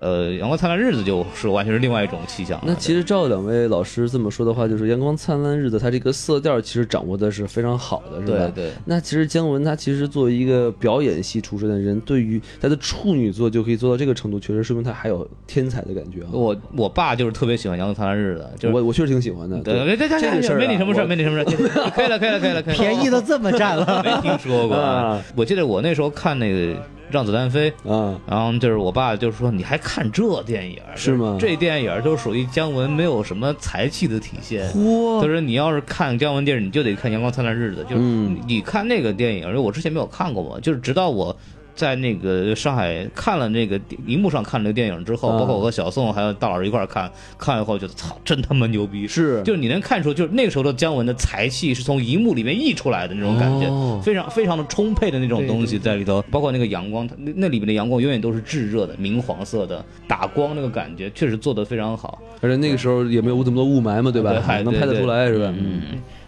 [SPEAKER 1] 呃，阳光灿烂日子就是完全是另外一种气象了。
[SPEAKER 3] 那其实照两位老师这么说的话，就是《阳光灿烂日子》，它这个色调其实掌握的是非常好的，是
[SPEAKER 1] 对
[SPEAKER 3] 吧？
[SPEAKER 1] 对，
[SPEAKER 3] 那其实姜文他其实作为一个表演系出身的人，对于他的处女作就可以做到这个程度，确实说明他还有天才的感觉啊！
[SPEAKER 1] 我我爸就是特别喜欢阳光灿烂日子，就是
[SPEAKER 3] 我我确实挺喜欢的，
[SPEAKER 1] 对对对
[SPEAKER 3] 这个事
[SPEAKER 1] 对，
[SPEAKER 3] 儿啊
[SPEAKER 1] 没你什么事儿，
[SPEAKER 3] 我
[SPEAKER 1] 没你什么事 儿，可以了可以了可以了可以了，
[SPEAKER 2] 便宜都这么 占了，
[SPEAKER 1] 没听说过。
[SPEAKER 3] 啊
[SPEAKER 1] 我记得我那时候看那个《让子弹飞》，
[SPEAKER 3] 啊，
[SPEAKER 1] 然后就是我爸就说：“你还看这电影儿
[SPEAKER 3] 是吗
[SPEAKER 1] 这电影儿就属于姜文没有什么才气的体现。”他
[SPEAKER 3] 嚯，
[SPEAKER 1] 说：“你要是看姜文电影，你就得看《阳光灿烂日子》。就是
[SPEAKER 3] 嗯
[SPEAKER 1] 你看那个电影，因为我之前没有看过嘛，就是直到我在那个上海看了那个荧幕上看了那个电影之后，
[SPEAKER 3] 啊
[SPEAKER 1] 包括我和小宋还有大老师一块儿看，看了以后觉得操，真他妈牛逼！
[SPEAKER 3] 是
[SPEAKER 1] 就是你能看出，就是那个时候的姜文的才气是从荧幕里面溢出来的那种感觉，
[SPEAKER 3] 哦
[SPEAKER 1] 非常非常的充沛的那种东西在里头，包括那个阳光，它那那里面的阳光永远都是炙热的、明黄色的，打光那个感觉确实做得非常好，
[SPEAKER 3] 而且那个时候也没有这么多雾霾嘛，对吧？
[SPEAKER 1] 对还
[SPEAKER 3] 能
[SPEAKER 1] 对
[SPEAKER 3] 拍得
[SPEAKER 1] 对
[SPEAKER 3] 出来是吧？
[SPEAKER 1] 嗯，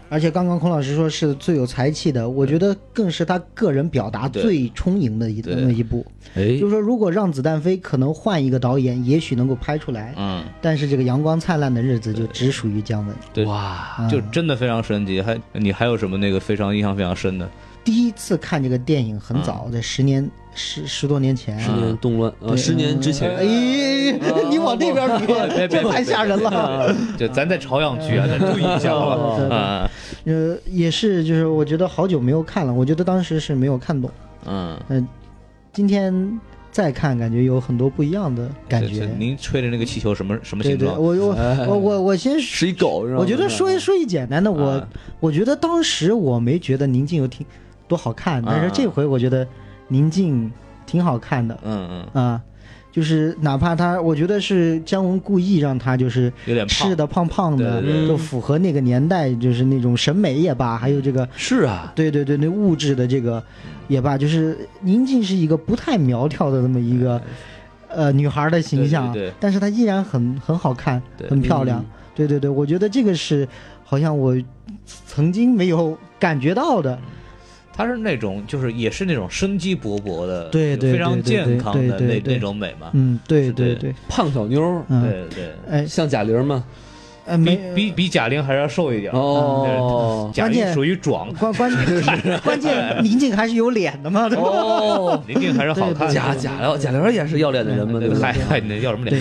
[SPEAKER 2] 而且刚刚孔老师说是最有才气的，我觉得更是他个人表达
[SPEAKER 1] 对
[SPEAKER 2] 最充盈的一
[SPEAKER 1] 对
[SPEAKER 2] 那么一部。
[SPEAKER 3] 哎
[SPEAKER 2] 就是说，如果让子弹飞，可能换一个导演，也许能够拍出来。
[SPEAKER 1] 嗯，
[SPEAKER 2] 但是这个阳光灿烂的日子就只属于姜文。
[SPEAKER 1] 对
[SPEAKER 3] 哇，
[SPEAKER 2] 嗯
[SPEAKER 1] 就真的非常神奇。还你还有什么那个非常印象非常深的？
[SPEAKER 2] 第一次看这个电影很早，在十年十十多年前。
[SPEAKER 3] 嗯十年动乱啊，
[SPEAKER 2] 对
[SPEAKER 3] 十年之前
[SPEAKER 2] 哎，你往那边
[SPEAKER 3] 哦
[SPEAKER 2] 比，这 太吓人了。
[SPEAKER 1] 就咱在朝阳区啊，
[SPEAKER 2] 嗯
[SPEAKER 1] 咱注意一下 好
[SPEAKER 2] 对
[SPEAKER 1] 吧？
[SPEAKER 2] 对对
[SPEAKER 1] 啊，
[SPEAKER 2] 呃，也是，就是我觉得好久没有看了，我觉得当时是没有看懂。
[SPEAKER 1] 嗯。
[SPEAKER 2] 今天再看，感觉有很多不一样的感
[SPEAKER 1] 就
[SPEAKER 2] 觉
[SPEAKER 1] 就。您吹的那个气球什么什么
[SPEAKER 2] 对
[SPEAKER 1] 形
[SPEAKER 2] 对，
[SPEAKER 1] 状？
[SPEAKER 2] 我我我我我先
[SPEAKER 3] 是一狗，是吧嗯
[SPEAKER 2] 我觉得说一说一简单的，我、
[SPEAKER 3] 啊
[SPEAKER 2] 我觉得当时我没觉得宁静有挺多好看，但
[SPEAKER 1] 啊
[SPEAKER 2] 是这回我觉得宁静挺好看的
[SPEAKER 1] 嗯嗯，
[SPEAKER 2] 啊，就是哪怕他，我觉得是姜文故意让他就是
[SPEAKER 1] 有点胖
[SPEAKER 2] 吃。的胖胖的，
[SPEAKER 1] 对
[SPEAKER 3] 对对
[SPEAKER 2] 就符合那个年代，就是那种审美也罢，还有这个。
[SPEAKER 3] 是啊，
[SPEAKER 2] 对对对，那物质的这个
[SPEAKER 1] 嗯
[SPEAKER 2] 也罢，就是宁静是一个不太苗条的这么一个呃女孩的形象，
[SPEAKER 1] 哎对对对
[SPEAKER 2] 但是她依然很很好看，
[SPEAKER 1] 对
[SPEAKER 2] 很漂亮。
[SPEAKER 3] 嗯
[SPEAKER 2] 对对对，我觉得这个是好像我曾经没有感觉到的，
[SPEAKER 1] 它是那种就是也是那种生机勃勃的，
[SPEAKER 2] 对对
[SPEAKER 1] 非常健康的
[SPEAKER 2] 对对
[SPEAKER 1] 那
[SPEAKER 2] 对对
[SPEAKER 1] 那种美嘛。
[SPEAKER 2] 嗯，对
[SPEAKER 1] 是
[SPEAKER 2] 对
[SPEAKER 1] 对
[SPEAKER 2] 对，
[SPEAKER 3] 胖小妞儿，
[SPEAKER 2] 嗯，
[SPEAKER 1] 对对，
[SPEAKER 2] 哎，
[SPEAKER 3] 像贾玲嘛，
[SPEAKER 2] 呃，
[SPEAKER 1] 比
[SPEAKER 2] 没
[SPEAKER 1] 比比贾玲还是要瘦一点。
[SPEAKER 3] 哦
[SPEAKER 1] 贾
[SPEAKER 2] 关
[SPEAKER 1] 玲
[SPEAKER 2] 键
[SPEAKER 1] 属于壮，
[SPEAKER 2] 关关键关键宁静还是有脸的嘛，对 吧？
[SPEAKER 3] 哦，
[SPEAKER 1] 林静还是好看的。
[SPEAKER 3] 贾贾玲贾玲也是要脸的人嘛，
[SPEAKER 1] 对
[SPEAKER 3] 嗯对不
[SPEAKER 1] 嗨
[SPEAKER 3] 对？
[SPEAKER 1] 嗨，你要什么
[SPEAKER 2] 对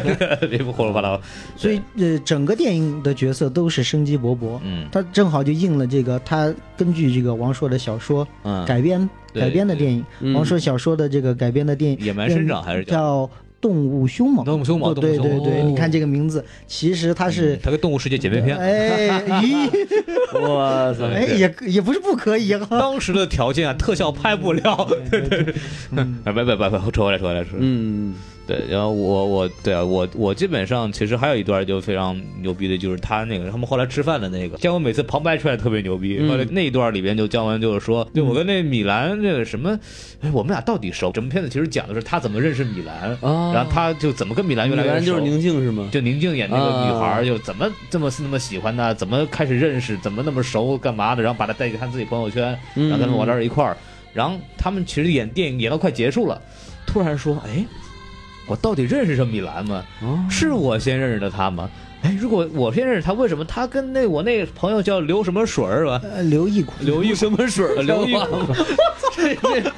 [SPEAKER 1] 脸？ 别胡说八道。
[SPEAKER 2] 所以呃，整个电影的角色都是生机勃勃。
[SPEAKER 1] 嗯
[SPEAKER 2] 他正好就应了这个，他根据这个王朔的小说
[SPEAKER 1] 嗯，
[SPEAKER 2] 改编
[SPEAKER 1] 对
[SPEAKER 2] 改编的电影，
[SPEAKER 3] 嗯
[SPEAKER 2] 王朔小说的这个改编的电影
[SPEAKER 1] 野蛮生长还是叫
[SPEAKER 2] 嗯叫《动物凶猛》。
[SPEAKER 1] 动物凶猛，动物
[SPEAKER 2] 对
[SPEAKER 1] 凶
[SPEAKER 2] 对
[SPEAKER 1] 猛。
[SPEAKER 2] 对，
[SPEAKER 3] 哦
[SPEAKER 2] 你看这个名字，其实它是
[SPEAKER 1] 嗯它跟《动物世界》姐妹篇。
[SPEAKER 2] 哎 咦
[SPEAKER 3] 哇塞，
[SPEAKER 2] 哎也也不是不可以 哈。
[SPEAKER 1] 当时的条件啊，特效拍不了。
[SPEAKER 2] 对对对， 嗯
[SPEAKER 1] 啊，别别别别，扯回来扯回来扯。
[SPEAKER 3] 嗯
[SPEAKER 1] 对，然后我我对啊，我我基本上其实还有一段就非常牛逼的，就是他那个他们后来吃饭的那个姜文，每次旁白出来特别牛逼。
[SPEAKER 3] 嗯
[SPEAKER 1] 后来那一段里边就姜文就是说，对我跟那米兰那个什么，哎，我们俩到底熟？整部片子其实讲的是他怎么认识米兰，
[SPEAKER 3] 啊，
[SPEAKER 1] 然后他就怎么跟米兰越来
[SPEAKER 3] 原来
[SPEAKER 1] 越
[SPEAKER 3] 就是
[SPEAKER 1] 熟。
[SPEAKER 3] 宁静是吗？
[SPEAKER 1] 就宁静演那个女孩
[SPEAKER 3] 啊
[SPEAKER 1] 儿，就怎么这么那么喜欢她，怎么开始认识，怎么那么熟，干嘛的，然后把她带去看自己朋友圈，然后跟我这儿一块儿，然后他们其实演电影演到快结束了，突然说，哎，我到底认识这米兰吗？
[SPEAKER 3] 哦
[SPEAKER 1] 是我先认识的他吗？哎，如果我先认识他，为什么他跟那我那个朋友叫刘什么水儿吧？
[SPEAKER 2] 呃刘毅苦
[SPEAKER 1] 刘一什么水 儿？刘一，
[SPEAKER 3] 这这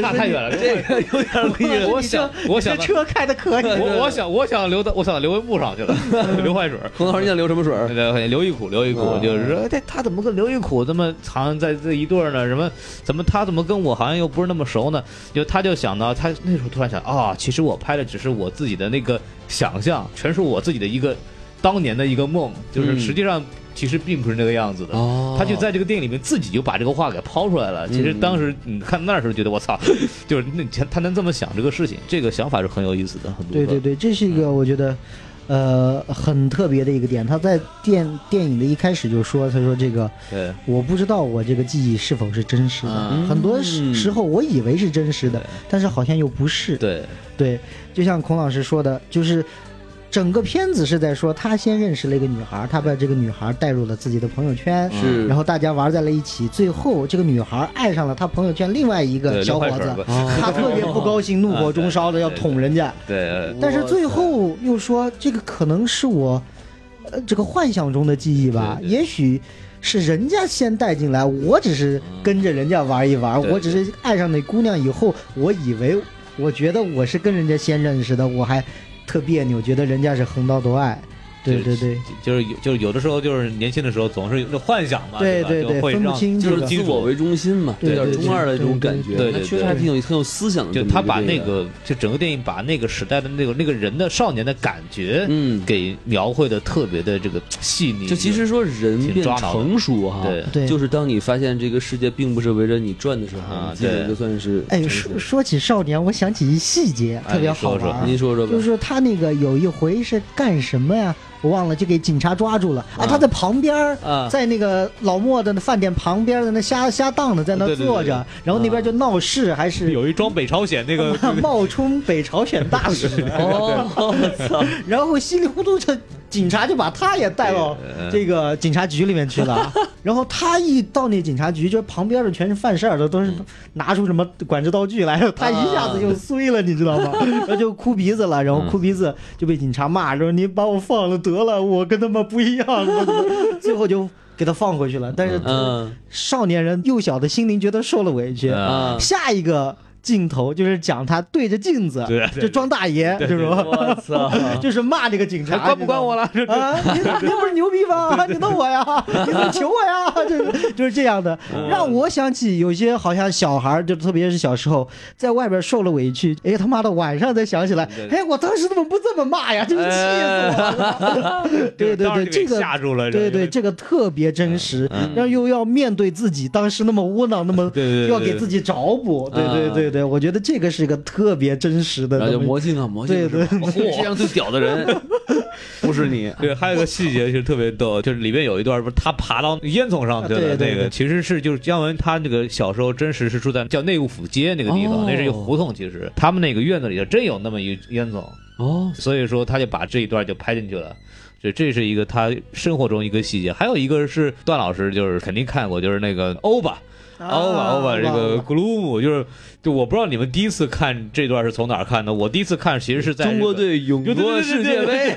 [SPEAKER 1] 差太远了。这个
[SPEAKER 3] 有点厉害，
[SPEAKER 1] 我想，我想
[SPEAKER 2] 这车开的可以，
[SPEAKER 1] 我我想我想留到我想刘文步上去了， 刘坏水儿。
[SPEAKER 3] 冯老师你想流什么水儿？
[SPEAKER 1] 对对，刘玉苦，刘玉苦
[SPEAKER 3] 啊
[SPEAKER 1] 就是说，哎，他怎么跟刘玉苦这么好像在这一对儿呢？什么，怎么他怎么跟我好像又不是那么熟呢？就他就想到，他那时候突然想啊，其实我拍的只是我自己的那个想象，全是我自己的一个当年的一个梦，就是
[SPEAKER 3] 嗯
[SPEAKER 1] 实际上其实并不是那个样子的。
[SPEAKER 3] 哦
[SPEAKER 1] 他就在这个电影里面自己就把这个话给抛出来了。
[SPEAKER 2] 嗯
[SPEAKER 1] 其实当时你看那时候觉得我操， 就是那他能这么想这个事情，这个想法是很有意思的，很独
[SPEAKER 2] 对
[SPEAKER 1] 特
[SPEAKER 2] 对对，这是一个我觉得，呃，很特别的一个点。他在电电影的一开始就说，他说这个
[SPEAKER 1] 对
[SPEAKER 2] 我不知道我这个记忆是否是真实的，
[SPEAKER 1] 嗯
[SPEAKER 2] 很多时时候我以为是真实的
[SPEAKER 1] 对，
[SPEAKER 2] 但是好像又不是。
[SPEAKER 1] 对
[SPEAKER 2] 对，就像孔老师说的，就是。整个片子是在说，他先认识了一个女孩，他把这个女孩带入了自己的朋友圈，
[SPEAKER 3] 是
[SPEAKER 2] 然后大家玩在了一起。最后，这个女孩爱上了他朋友圈另外一个
[SPEAKER 1] 对，
[SPEAKER 2] 小
[SPEAKER 1] 刘
[SPEAKER 2] 伙
[SPEAKER 1] 坏水
[SPEAKER 2] 子啊
[SPEAKER 1] 吧，
[SPEAKER 3] 哦
[SPEAKER 2] 他特别不高兴，怒火中烧的要捅人家。
[SPEAKER 1] 对。呃
[SPEAKER 2] 但是最后又说这个可能是我，呃，这个幻想中的记忆吧，
[SPEAKER 1] 对对
[SPEAKER 2] 也许是人家先带进来，我只是跟着人家玩一玩，
[SPEAKER 1] 对
[SPEAKER 2] 我只是爱上那姑娘以后，我以为我觉得我是跟人家先认识的，我还特别扭，觉得人家是横刀夺爱。对对对，
[SPEAKER 1] 就是有就是有的时候就是年轻的时候总是有那幻想嘛，
[SPEAKER 2] 对
[SPEAKER 1] 啊吧？
[SPEAKER 2] 对对
[SPEAKER 1] 就会
[SPEAKER 2] 分不
[SPEAKER 1] 让
[SPEAKER 2] 清
[SPEAKER 3] 就是
[SPEAKER 2] 这个
[SPEAKER 3] 自我为中心嘛，有
[SPEAKER 2] 对
[SPEAKER 3] 点
[SPEAKER 2] 对对
[SPEAKER 3] 中二的这种感觉，
[SPEAKER 1] 对对
[SPEAKER 3] 他
[SPEAKER 1] 对
[SPEAKER 3] 确实还挺有挺有思想的这
[SPEAKER 1] 就
[SPEAKER 3] 么一
[SPEAKER 1] 他
[SPEAKER 3] 电影。
[SPEAKER 1] 把那个就整个电影把那个时代的那个那个人的少年的感觉，
[SPEAKER 3] 嗯
[SPEAKER 1] 给描绘的特别的这个细腻。
[SPEAKER 3] 就其实说人变成熟哈，
[SPEAKER 1] 对
[SPEAKER 2] 对
[SPEAKER 3] 就是当你发现这个世界并不是围着你转的时
[SPEAKER 1] 啊
[SPEAKER 3] 候，你基本
[SPEAKER 1] 对
[SPEAKER 3] 就算是
[SPEAKER 2] 哎，
[SPEAKER 3] 成
[SPEAKER 2] 说
[SPEAKER 3] 熟
[SPEAKER 2] 说起少年，我想起一细节
[SPEAKER 1] 哎
[SPEAKER 2] 特
[SPEAKER 1] 你
[SPEAKER 2] 别好
[SPEAKER 1] 说说
[SPEAKER 2] 玩儿，
[SPEAKER 3] 您说说吧，
[SPEAKER 2] 就是他那个有一回是干什么呀？我忘了，就给警察抓住了。啊，他在旁边儿
[SPEAKER 3] 啊
[SPEAKER 2] 在那个老莫的那饭店旁边的那瞎瞎荡的，在那
[SPEAKER 1] 啊对对对
[SPEAKER 2] 坐着，然后那边
[SPEAKER 3] 啊
[SPEAKER 2] 就闹事，还是
[SPEAKER 1] 有一桩北朝鲜那个
[SPEAKER 2] 冒充北朝鲜大使，
[SPEAKER 3] 哦，我操，
[SPEAKER 2] 然后稀里糊涂就警察就把他也带到
[SPEAKER 1] 嗯
[SPEAKER 2] 这个警察局里面 去了。啊然后他一到那警察局，就旁边的全是犯事儿的，都
[SPEAKER 1] 嗯
[SPEAKER 2] 是拿出什么管制刀具来，他一下子就碎了，你知 道吗？然后就哭鼻子了，然后哭鼻子就被警察骂，说你把我放了得了，我跟他们不一样。 最后就给他放回去了。但是
[SPEAKER 3] 嗯
[SPEAKER 2] 少年人幼小的心灵觉得受了委屈，
[SPEAKER 1] 嗯
[SPEAKER 3] 啊，
[SPEAKER 2] 下一个镜头就是讲他对着镜子
[SPEAKER 1] 对，对
[SPEAKER 2] 就装大爷，就是说。
[SPEAKER 3] 我操，
[SPEAKER 2] 就是骂这个警察，
[SPEAKER 1] 关不关我了？
[SPEAKER 2] 你知道吗？啊，你你不是牛逼吗？你弄 我呀，你怎么求我呀？就是就是这样的，
[SPEAKER 1] 嗯
[SPEAKER 2] 让我想起有些好像小孩儿，就特别是小时候在外边受了委屈，哎他妈的晚上才想起来，哎我当时怎么不这么骂呀？真是气死我 了！ 对对
[SPEAKER 1] 当时
[SPEAKER 2] 对，
[SPEAKER 1] 就
[SPEAKER 2] 这
[SPEAKER 1] 给
[SPEAKER 2] 个
[SPEAKER 1] 吓住了，
[SPEAKER 2] 对
[SPEAKER 1] 这
[SPEAKER 2] 对，
[SPEAKER 1] 个
[SPEAKER 2] 这个特别真实，
[SPEAKER 1] 嗯
[SPEAKER 2] 然后又要面对自己当时那么窝囊，那 么
[SPEAKER 1] 对对对
[SPEAKER 2] 又要给自己找补，对对
[SPEAKER 4] 嗯
[SPEAKER 2] 对对，我觉得这个是一个特别真实的
[SPEAKER 3] 然
[SPEAKER 2] 那
[SPEAKER 3] 后
[SPEAKER 2] 么一
[SPEAKER 3] 就
[SPEAKER 2] 个，
[SPEAKER 3] 魔镜啊，魔镜是吧，
[SPEAKER 2] 对
[SPEAKER 3] 我 世界上最屌的人不是你，
[SPEAKER 1] 对，还有一个细节是特别逗，就是里面有一段不是他爬到烟囱上去
[SPEAKER 2] 啊对
[SPEAKER 1] 了，
[SPEAKER 2] 对
[SPEAKER 1] 那
[SPEAKER 2] 对
[SPEAKER 1] 个其实是就是姜文他那个小时候真实是住在叫内务府街那个地
[SPEAKER 3] 哦
[SPEAKER 1] 方，那是一个胡同，其实他们那个院子里头真有那么一烟囱，
[SPEAKER 3] 哦，
[SPEAKER 1] 所以说他就把这一段就拍进去了。这这是一个他生活中一个细节，还有一个是段老师就是肯定看过，就是那个欧巴。
[SPEAKER 4] 欧巴欧巴这
[SPEAKER 2] 啊欧
[SPEAKER 4] 个
[SPEAKER 2] 巴
[SPEAKER 4] 咕噜姆，就是就我不知道你们第一次看这段是从哪儿看的，我第一次看其实是在
[SPEAKER 3] 中国
[SPEAKER 4] 这个。
[SPEAKER 3] 队勇
[SPEAKER 4] 有对
[SPEAKER 3] 夺
[SPEAKER 4] 对对
[SPEAKER 3] 世界杯，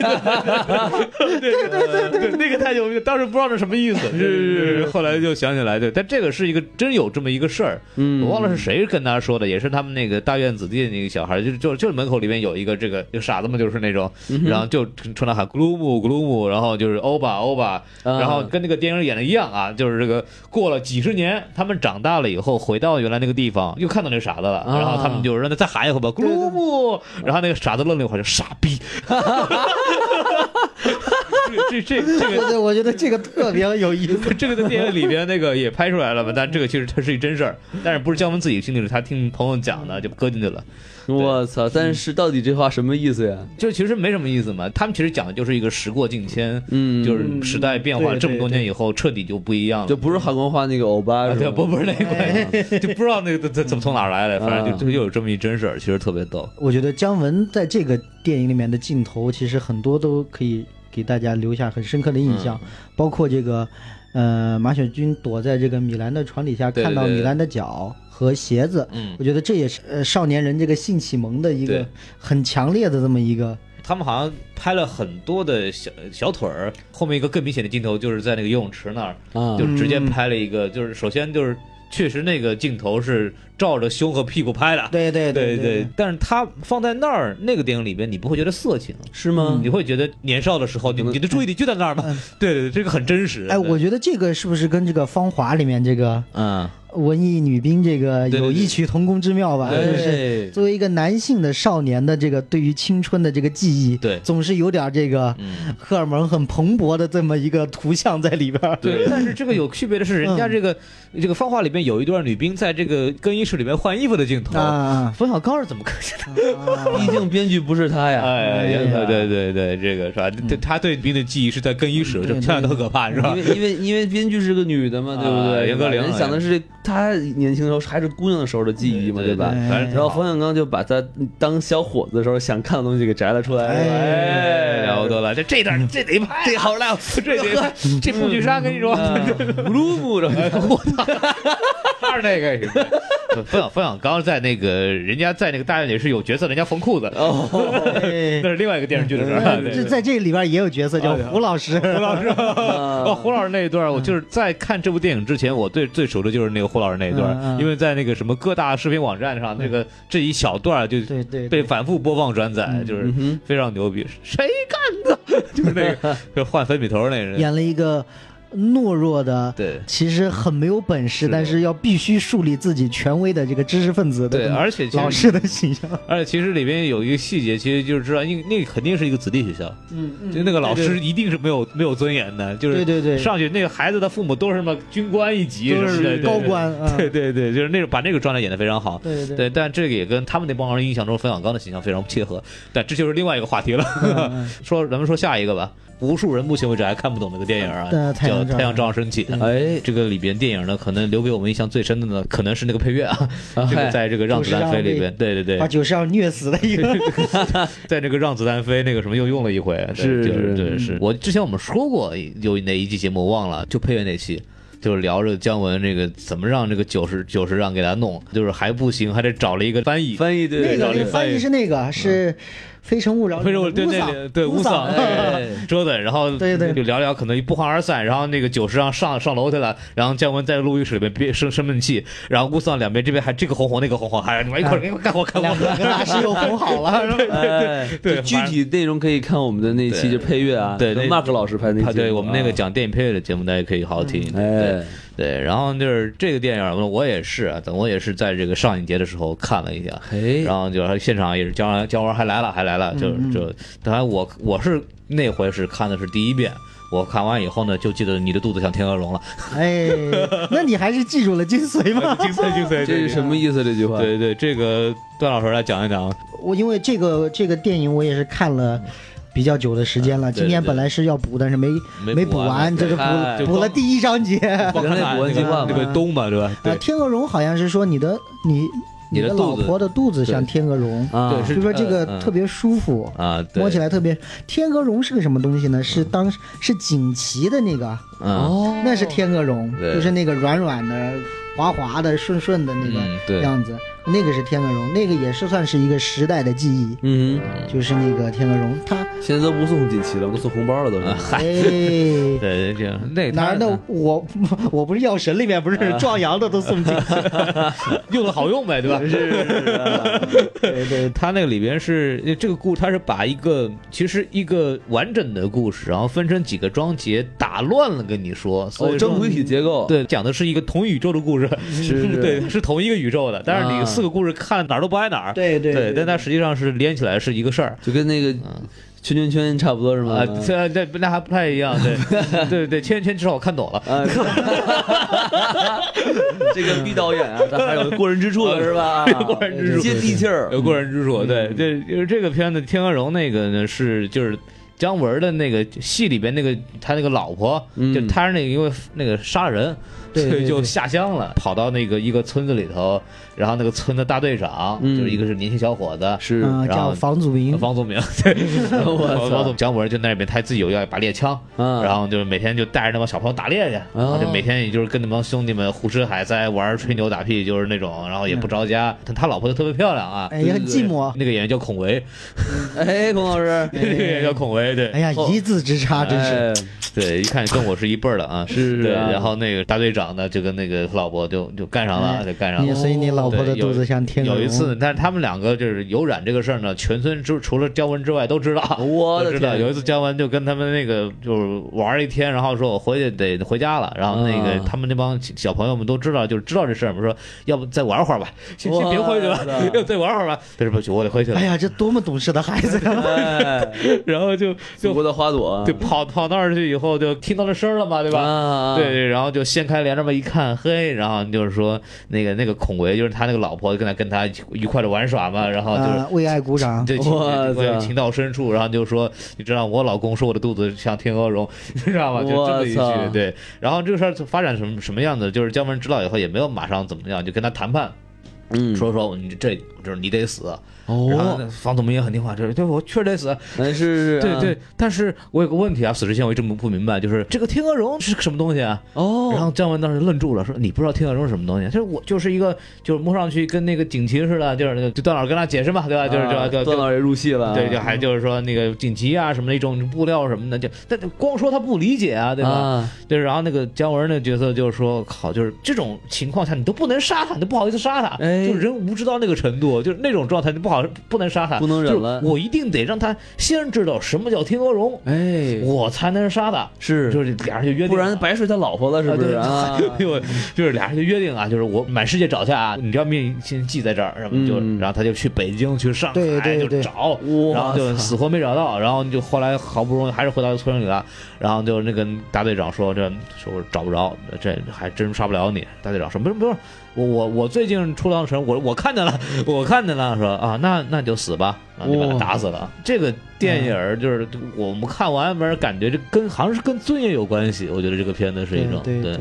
[SPEAKER 4] 对对对对，那个太牛逼了，当时不知道这什么意思，是是是，后来就想起来，对，但这个是一个真有这么一个事儿，
[SPEAKER 3] 嗯
[SPEAKER 4] 我忘了是谁跟他说的，也是他们那个大院子弟的那个小孩，就就就门口里面有一个这个这个傻子嘛，就是那种，然后就冲他喊咕噜姆咕噜姆，然后就是哦欧巴欧巴，
[SPEAKER 3] 啊
[SPEAKER 4] 然后跟那个电影演的一样啊，就是这个过了几十年，他们长大了以后回到原来那个地方，又看到那个傻子了，
[SPEAKER 3] 啊
[SPEAKER 4] 然后他们就让他再喊一回吧，咕噜姆，然后那个傻子愣了一会儿就傻逼，这这这这
[SPEAKER 2] 对
[SPEAKER 4] 个。
[SPEAKER 2] 对，我觉得这个特别有意思。
[SPEAKER 4] 这个在电影里边那个也拍出来了嘛，但这个其实它是一真事儿，但是不是姜文自己经历了，他听朋友讲的就搁进去了。
[SPEAKER 3] 我操！但是到底这话什么意思呀？
[SPEAKER 4] 就其实没什么意思嘛。他们其实讲的就是一个时过境迁，
[SPEAKER 3] 嗯
[SPEAKER 4] 就是时代 变化
[SPEAKER 2] 对
[SPEAKER 4] 这么多年以后，彻底就不一样了。
[SPEAKER 3] 就不是韩国话那个欧巴，
[SPEAKER 4] 啊，
[SPEAKER 3] 是
[SPEAKER 4] 对，
[SPEAKER 3] 吧
[SPEAKER 4] 不不是那一
[SPEAKER 2] 哎
[SPEAKER 4] 块，就不知道那个怎怎么从哪儿来的，反
[SPEAKER 2] 嗯
[SPEAKER 4] 正就就又有这么一真事儿，其实特别逗。
[SPEAKER 2] 我觉得姜文在这个电影里面的镜头，其实很多都可以给大家留下很深刻的印象，
[SPEAKER 4] 嗯
[SPEAKER 2] 包括这个，呃，马雪军躲在这个米兰的床底下，
[SPEAKER 4] 对对
[SPEAKER 2] 看到
[SPEAKER 4] 对
[SPEAKER 2] 米兰的脚和鞋子，
[SPEAKER 4] 嗯，
[SPEAKER 2] 我觉得这也是呃少年人这个性启蒙的一个
[SPEAKER 4] 对
[SPEAKER 2] 很强烈的这么一个，
[SPEAKER 4] 他们好像拍了很多的小小腿儿，后面一个更明显的镜头就是在那个游泳池那儿，
[SPEAKER 3] 啊，
[SPEAKER 4] 就直接
[SPEAKER 2] 嗯
[SPEAKER 4] 拍了一个，就是首先就是确实那个镜头是照着胸和屁股拍的，
[SPEAKER 2] 对对
[SPEAKER 4] 对
[SPEAKER 2] 对，
[SPEAKER 4] 但是他放在那儿那个电影里边，你不会觉得色情。
[SPEAKER 3] 是
[SPEAKER 2] 嗯
[SPEAKER 3] 吗
[SPEAKER 4] 你？会觉得年少的时候，你你的注意力就在那儿吗？对对对，这个很真实。
[SPEAKER 2] 哎，
[SPEAKER 4] 对
[SPEAKER 2] 我觉得这个是不是跟这个《芳华》里面这个
[SPEAKER 4] 嗯，
[SPEAKER 2] 文艺女兵这个
[SPEAKER 4] 对对
[SPEAKER 2] 有
[SPEAKER 4] 对
[SPEAKER 2] 异曲同工之妙吧？
[SPEAKER 4] 对
[SPEAKER 2] 哎就是
[SPEAKER 3] 对，
[SPEAKER 2] 作为一个男性的少年的这个对于青春的这个记忆，
[SPEAKER 4] 对
[SPEAKER 2] 总是有点这个
[SPEAKER 4] 嗯
[SPEAKER 2] 荷尔蒙很蓬勃的这么一个图像在里边儿。
[SPEAKER 4] 对，但是这个有区别的是，人家
[SPEAKER 2] 嗯
[SPEAKER 4] 这个这个《芳华》里面有一段女兵在这个更衣室里面换衣服的镜头，
[SPEAKER 2] 啊，
[SPEAKER 4] 冯小刚是怎么看见的？
[SPEAKER 3] 毕竟编剧不是他呀，
[SPEAKER 4] 哎
[SPEAKER 2] 呀
[SPEAKER 4] 呀，嗯对对对，这个是吧？对，他对女兵的记忆是在更衣室，这
[SPEAKER 2] 对
[SPEAKER 4] 想想都可怕，是吧
[SPEAKER 3] 因？为因为因为编剧是个女的嘛，对不
[SPEAKER 4] 啊
[SPEAKER 3] 对？
[SPEAKER 4] 严歌苓
[SPEAKER 3] 人想的是她年轻的时候还是姑娘的时候的记忆嘛，
[SPEAKER 4] 对
[SPEAKER 3] 吧？
[SPEAKER 2] 对
[SPEAKER 4] 反正
[SPEAKER 3] 然后冯小刚就把他当小伙子的时候想看的东西给摘了出来，
[SPEAKER 2] 哎
[SPEAKER 4] 哎，聊多了，这这段这得拍，啊这好了，这得拍，这布剧杀跟你说，
[SPEAKER 3] 咕噜咕
[SPEAKER 4] 哎
[SPEAKER 3] 噜，
[SPEAKER 4] 他是那个什么？冯小冯小刚在那个人家在那个大院里是有角色，人家缝裤子，
[SPEAKER 3] 哦，
[SPEAKER 2] 哎
[SPEAKER 4] 那是另外一个电视剧的事儿。对
[SPEAKER 2] 这在这里边也有角色叫
[SPEAKER 4] 哎呀
[SPEAKER 2] 胡老 师，
[SPEAKER 4] 胡老师，哦，胡老师那一段，我
[SPEAKER 2] 嗯
[SPEAKER 4] 就是在看这部电影之前，我最最熟的就是那个胡老师那一段
[SPEAKER 2] 嗯，嗯
[SPEAKER 4] 因为在那个什么各大视频网站上，那个这一小段儿就
[SPEAKER 2] 对对
[SPEAKER 4] 被
[SPEAKER 2] 对，
[SPEAKER 4] 反复播放转载，
[SPEAKER 2] 嗯
[SPEAKER 4] 就是
[SPEAKER 3] 嗯哼，
[SPEAKER 4] 非常牛逼。谁干的？ 就是那个， 就是换粉笔头那人。
[SPEAKER 2] 演了一个懦弱的。
[SPEAKER 4] 对
[SPEAKER 2] 其实很没有本
[SPEAKER 4] 是
[SPEAKER 2] 事，
[SPEAKER 4] 的
[SPEAKER 2] 但是要必须树立自己权威的这个知识分子的
[SPEAKER 4] 对，
[SPEAKER 2] 这么
[SPEAKER 4] 而且其
[SPEAKER 2] 嗯老
[SPEAKER 4] 实
[SPEAKER 2] 师的形象。
[SPEAKER 4] 而且其实里边有一个细节，其实就是知道，因为那个肯定是一个子弟学校，
[SPEAKER 2] 嗯嗯
[SPEAKER 4] 就那个老师一定是没有没有尊严的，就
[SPEAKER 2] 对
[SPEAKER 4] 是
[SPEAKER 2] 对对，
[SPEAKER 4] 上去那个孩子的父母都是什么军官一级什
[SPEAKER 2] 都
[SPEAKER 4] 么的，
[SPEAKER 2] 是
[SPEAKER 4] 对
[SPEAKER 2] 高。官啊，
[SPEAKER 4] 对对对对，就是那种把那个状态演得非常好。
[SPEAKER 2] 对对
[SPEAKER 4] 对，但这个也跟他们那帮人印象中冯小刚的形象非常切合，但这就是另外一个话题了。
[SPEAKER 2] 嗯
[SPEAKER 4] 说咱们说下一个吧，无数人目前为止还看不懂这个电影啊，
[SPEAKER 2] 对太
[SPEAKER 4] 叫
[SPEAKER 2] 阳
[SPEAKER 4] 《
[SPEAKER 2] 照
[SPEAKER 4] 太阳照常升
[SPEAKER 1] 嗯
[SPEAKER 4] 起》。
[SPEAKER 3] 哎，
[SPEAKER 4] 这个里边电影呢，可能留给我们印象最深的呢，可能是那个配乐啊，
[SPEAKER 3] 啊
[SPEAKER 4] 这个
[SPEAKER 3] 嗨
[SPEAKER 4] 在这个《让子弹飞》里边，对对对
[SPEAKER 2] 把，九十要虐死的一个，
[SPEAKER 4] 在这个《让子弹飞》那个什么又用了一回，啊对
[SPEAKER 3] 是
[SPEAKER 4] 就是
[SPEAKER 3] 是
[SPEAKER 4] 对是我之前我们说过有哪一期节目我忘了，就配乐那期。就是聊着姜文这个怎么让这个九十九十让给他弄，就是还不行，还得找了一个翻译，
[SPEAKER 3] 翻译
[SPEAKER 2] 那
[SPEAKER 3] 对，
[SPEAKER 2] 个那个
[SPEAKER 4] 对
[SPEAKER 2] 翻译是那个是《非诚勿扰》
[SPEAKER 4] 非诚勿
[SPEAKER 2] 里面的
[SPEAKER 4] 对
[SPEAKER 2] 乌
[SPEAKER 4] 那
[SPEAKER 2] 桑
[SPEAKER 4] 里对乌桑
[SPEAKER 3] 哎
[SPEAKER 4] 折腾，然后
[SPEAKER 2] 对对
[SPEAKER 4] 就聊聊，可能不欢而散。然后那个九十让上上楼去了，然后姜文在录音室里面憋生生闷气，然后乌桑两边这边还这个红红那个红红，还你们一
[SPEAKER 1] 哎
[SPEAKER 4] 块儿一块儿干活干
[SPEAKER 2] 两
[SPEAKER 4] 活。
[SPEAKER 2] 个大师又哄好 了，是吧
[SPEAKER 3] 哎，
[SPEAKER 4] 对
[SPEAKER 3] 就具体内容可以看我们的那期
[SPEAKER 4] 对
[SPEAKER 3] 就配乐啊，
[SPEAKER 4] 对
[SPEAKER 3] 跟
[SPEAKER 4] 那
[SPEAKER 3] Mark 老师拍那期节目
[SPEAKER 4] 啊，
[SPEAKER 3] 啊，
[SPEAKER 4] 对我们那个讲电影配乐的节目，大家可以好好听一听。对
[SPEAKER 3] 哎，
[SPEAKER 4] 对，然后就是这个电影，我也是啊，等我也是在这个上影节的时候看了一下，
[SPEAKER 3] 嘿
[SPEAKER 4] 然，后就是现场也是姜文姜文还来了，还来了，就
[SPEAKER 2] 嗯嗯嗯
[SPEAKER 4] 就当然我我是那回是看的是第一遍，我看完以后呢，就记得你的肚子像天鹅绒了，
[SPEAKER 2] 哎，那你还是记住了精 髓吗？
[SPEAKER 4] 哎精髓精髓
[SPEAKER 3] 这是什么意思？这句话，
[SPEAKER 4] 对对，这个段老师来讲一讲，
[SPEAKER 2] 我因为这个这个电影我也是看了。比较久的时间了，
[SPEAKER 4] 啊对
[SPEAKER 2] 今天
[SPEAKER 4] 对
[SPEAKER 2] 本来是要补，但是没
[SPEAKER 4] 没
[SPEAKER 2] 没
[SPEAKER 4] 补
[SPEAKER 2] 补
[SPEAKER 4] 完
[SPEAKER 2] 完，这
[SPEAKER 4] 对
[SPEAKER 2] 个
[SPEAKER 3] 哎
[SPEAKER 2] 补补了第一章 节。啊，
[SPEAKER 4] 光看那
[SPEAKER 3] 人类国际化
[SPEAKER 4] 那
[SPEAKER 3] 嘛
[SPEAKER 4] 个东嘛，对吧？对
[SPEAKER 2] 天鹅绒好像是说你的你
[SPEAKER 4] 你的
[SPEAKER 2] 的
[SPEAKER 4] 肚
[SPEAKER 2] 老
[SPEAKER 4] 子
[SPEAKER 2] 婆的肚子像
[SPEAKER 4] 对
[SPEAKER 2] 天鹅绒，
[SPEAKER 3] 啊，
[SPEAKER 4] 对是
[SPEAKER 2] 就说这个
[SPEAKER 4] 嗯嗯
[SPEAKER 2] 特别舒服。
[SPEAKER 4] 啊，对
[SPEAKER 2] 摸起来特别。天鹅绒是个什么东西呢？是当是锦旗的那个，
[SPEAKER 4] 嗯
[SPEAKER 3] 哦，
[SPEAKER 2] 那是天鹅绒，
[SPEAKER 4] 对
[SPEAKER 2] 就是那个软软的，滑滑的、顺顺的那
[SPEAKER 1] 嗯
[SPEAKER 2] 个
[SPEAKER 3] 对，
[SPEAKER 2] 样子，那个是天鹅绒，那个也是算是一个时代的记忆，
[SPEAKER 3] 嗯，
[SPEAKER 2] 就是那个天鹅绒，它
[SPEAKER 3] 现在都不送锦旗了，都送红包了，都
[SPEAKER 4] 啊
[SPEAKER 3] 是。
[SPEAKER 2] 哎。
[SPEAKER 1] 对，这样那
[SPEAKER 2] 哪儿
[SPEAKER 1] 他啊
[SPEAKER 2] 的我我不是药神里面不是壮阳的都送 进去，
[SPEAKER 1] 用的好用呗，对吧？
[SPEAKER 3] 是是
[SPEAKER 2] 对对
[SPEAKER 1] 他那个里边是这个故，他是把一个其实一个完整的故事，然后分成几个章节打乱了跟你说，所
[SPEAKER 3] 哦，
[SPEAKER 1] 以说、
[SPEAKER 3] 正轨体结构，
[SPEAKER 1] 对讲的是一个同宇宙的故事，
[SPEAKER 3] 是 是
[SPEAKER 1] 对，是同一个宇宙的，但是
[SPEAKER 3] 啊
[SPEAKER 1] 你四个故事看哪儿都不挨哪儿，
[SPEAKER 2] 对对对
[SPEAKER 1] 但它实际上是连起来是一个事儿。
[SPEAKER 3] 就跟那个
[SPEAKER 4] 啊
[SPEAKER 3] 圈圈圈差不多是吗？
[SPEAKER 4] 呃
[SPEAKER 3] 嗯
[SPEAKER 1] 啊，这这那还不太一样， 对对对，千与千寻至少我看懂了，
[SPEAKER 3] 啊， 这个毕导演啊，他还有过人之处的是吧？啊
[SPEAKER 1] 有 过人之处
[SPEAKER 3] 接地气儿，
[SPEAKER 1] 有过人之处。对，
[SPEAKER 4] 嗯
[SPEAKER 1] 这就是这个片子《天鹅绒》那个呢是就是姜文的那个戏里边那个他那个老婆，
[SPEAKER 3] 嗯
[SPEAKER 1] 就他是那个因为那个杀人，
[SPEAKER 2] 对对
[SPEAKER 1] 所以就
[SPEAKER 2] 对
[SPEAKER 1] 下乡了，跑到那个一个村子里头，然后那个村的大队长、
[SPEAKER 3] 嗯
[SPEAKER 1] 就是一个是年轻小伙子。
[SPEAKER 3] 是
[SPEAKER 2] 啊，
[SPEAKER 1] 然后
[SPEAKER 2] 叫房祖名，
[SPEAKER 1] 王宗明，对，
[SPEAKER 3] 我操
[SPEAKER 1] 王宗姜文就那边，他自己有要一把猎枪，
[SPEAKER 3] 啊，
[SPEAKER 1] 然后就是每天就带着那帮小朋友打猎去，然后就每天也就是跟那帮兄弟们胡吃海塞、玩儿吹牛打屁，就是那种，然后也不着家。但他老婆就特别漂亮啊，
[SPEAKER 2] 哎呀，很寂寞，
[SPEAKER 1] 那个演员叫孔维，
[SPEAKER 3] 哎，孔老师，
[SPEAKER 1] 那个演 员叫孔维，
[SPEAKER 2] 哎
[SPEAKER 1] 对
[SPEAKER 2] 呀，一字之差真是，
[SPEAKER 3] 哎
[SPEAKER 1] 对，一看跟我是一辈儿的啊，
[SPEAKER 3] 是
[SPEAKER 1] 对。
[SPEAKER 3] 啊
[SPEAKER 1] 然后那个大队长呢，就跟那个老婆就就干上了，就干上
[SPEAKER 2] 你
[SPEAKER 1] 了。
[SPEAKER 2] 所以你老婆
[SPEAKER 1] 对
[SPEAKER 2] 的
[SPEAKER 1] 哦有
[SPEAKER 2] 肚子像天鹅
[SPEAKER 1] 有
[SPEAKER 2] 绒。
[SPEAKER 1] 一次，
[SPEAKER 3] 嗯
[SPEAKER 1] 但是他们两个就是有染这个事儿呢，全村之除了姜文之外都知道。
[SPEAKER 3] 我
[SPEAKER 1] 都
[SPEAKER 3] 的
[SPEAKER 1] 知道
[SPEAKER 3] 天，
[SPEAKER 1] 有一次姜文就跟他们那个就是玩儿一天，然后说我回去得回家了，然后那个
[SPEAKER 3] 啊
[SPEAKER 1] 他们那帮小朋友们都知道，就是知道这事儿嘛，说要不再玩会儿吧，先先别回去
[SPEAKER 3] 哇
[SPEAKER 1] 了
[SPEAKER 3] 塞，
[SPEAKER 1] 要再玩会儿吧。但是不行，我得回去了
[SPEAKER 2] 哎。呀，这多么懂事的孩子呀！
[SPEAKER 3] 哎，
[SPEAKER 1] 然后就
[SPEAKER 3] 祖
[SPEAKER 1] 就
[SPEAKER 3] 国的花朵，啊
[SPEAKER 1] 就跑跑那儿去以后就听到那声儿了嘛，对吧？
[SPEAKER 3] 吧
[SPEAKER 1] 对，对，然后就掀开帘这么一看，嘿，然后就是说那个那个孔维就是他那个老婆跟他跟他愉快的玩耍嘛，然后哦就是
[SPEAKER 2] 啊，为爱鼓掌。
[SPEAKER 1] 这情
[SPEAKER 3] 哇塞
[SPEAKER 1] 对情到深处，然后就说，你知道我老公说我的肚子像天鹅绒， 你知道吗？就这么一
[SPEAKER 3] 我操
[SPEAKER 1] 句，对。然后这个事儿发展什么什么样子，就是姜文知道以后也没有马上怎么样，就跟他谈判，
[SPEAKER 3] 嗯，
[SPEAKER 1] 说说你这就是你得死。然后
[SPEAKER 3] 哦，
[SPEAKER 1] 那房祖名也很听话，就是对我确实得死，
[SPEAKER 3] 哎是，是
[SPEAKER 1] 对，
[SPEAKER 3] 啊
[SPEAKER 1] 对。但是我有个问题啊，死之前我一直不不明白，就是这个天鹅绒是什么东西啊？
[SPEAKER 3] 哦，
[SPEAKER 1] 然后姜文当时愣住了，说：“你不知道天鹅绒是什么东西？”啊就是我就是一个就是摸上去跟那个锦旗似的，就是那个就段老师跟他解释嘛，对吧？就是
[SPEAKER 3] 啊
[SPEAKER 1] 就就
[SPEAKER 3] 段老师也入戏了，啊
[SPEAKER 1] 对，就还就是说那个锦旗啊什么的一种布料什么的，就但但光说他不理解啊，对吧？
[SPEAKER 3] 啊，
[SPEAKER 1] 对，然后那个姜文那个角色就是说，靠，就是这种情况下你都不能杀他，你都不好意思杀他，
[SPEAKER 3] 哎
[SPEAKER 1] 就是人无知到那个程度，就是那种状态，你不好不能杀他，
[SPEAKER 3] 不能忍了
[SPEAKER 1] 就是我一定得让他先知道什么叫天鹅绒，
[SPEAKER 3] 哎，
[SPEAKER 1] 我才能杀他。
[SPEAKER 3] 是，
[SPEAKER 1] 就是俩人就约定了，
[SPEAKER 3] 不然 白睡他老婆了，是不是啊
[SPEAKER 1] 啊？对因为就是俩人就约定啊，就是我满世界找去啊，你要命先记在这儿，然后就、
[SPEAKER 3] 嗯
[SPEAKER 1] 然后他就去北京、去上海
[SPEAKER 2] 对对对
[SPEAKER 1] 就找
[SPEAKER 3] 哇，
[SPEAKER 1] 然后就
[SPEAKER 3] 操
[SPEAKER 1] 死活没找到，然后就后来好不容易还是回到村里了，然后就那个大队长说这说我找不着，这还真杀不了你。大队长说不是不是，我我我最近出趟城，我我看见了， 我看见了，说啊那那就死吧，然后就把他
[SPEAKER 3] 哇
[SPEAKER 1] 打死了。这个电影
[SPEAKER 2] 嗯
[SPEAKER 1] 儿就是我们看完反正感觉这跟好像是跟尊严有关系，我觉得这个片子是一种
[SPEAKER 2] 对对，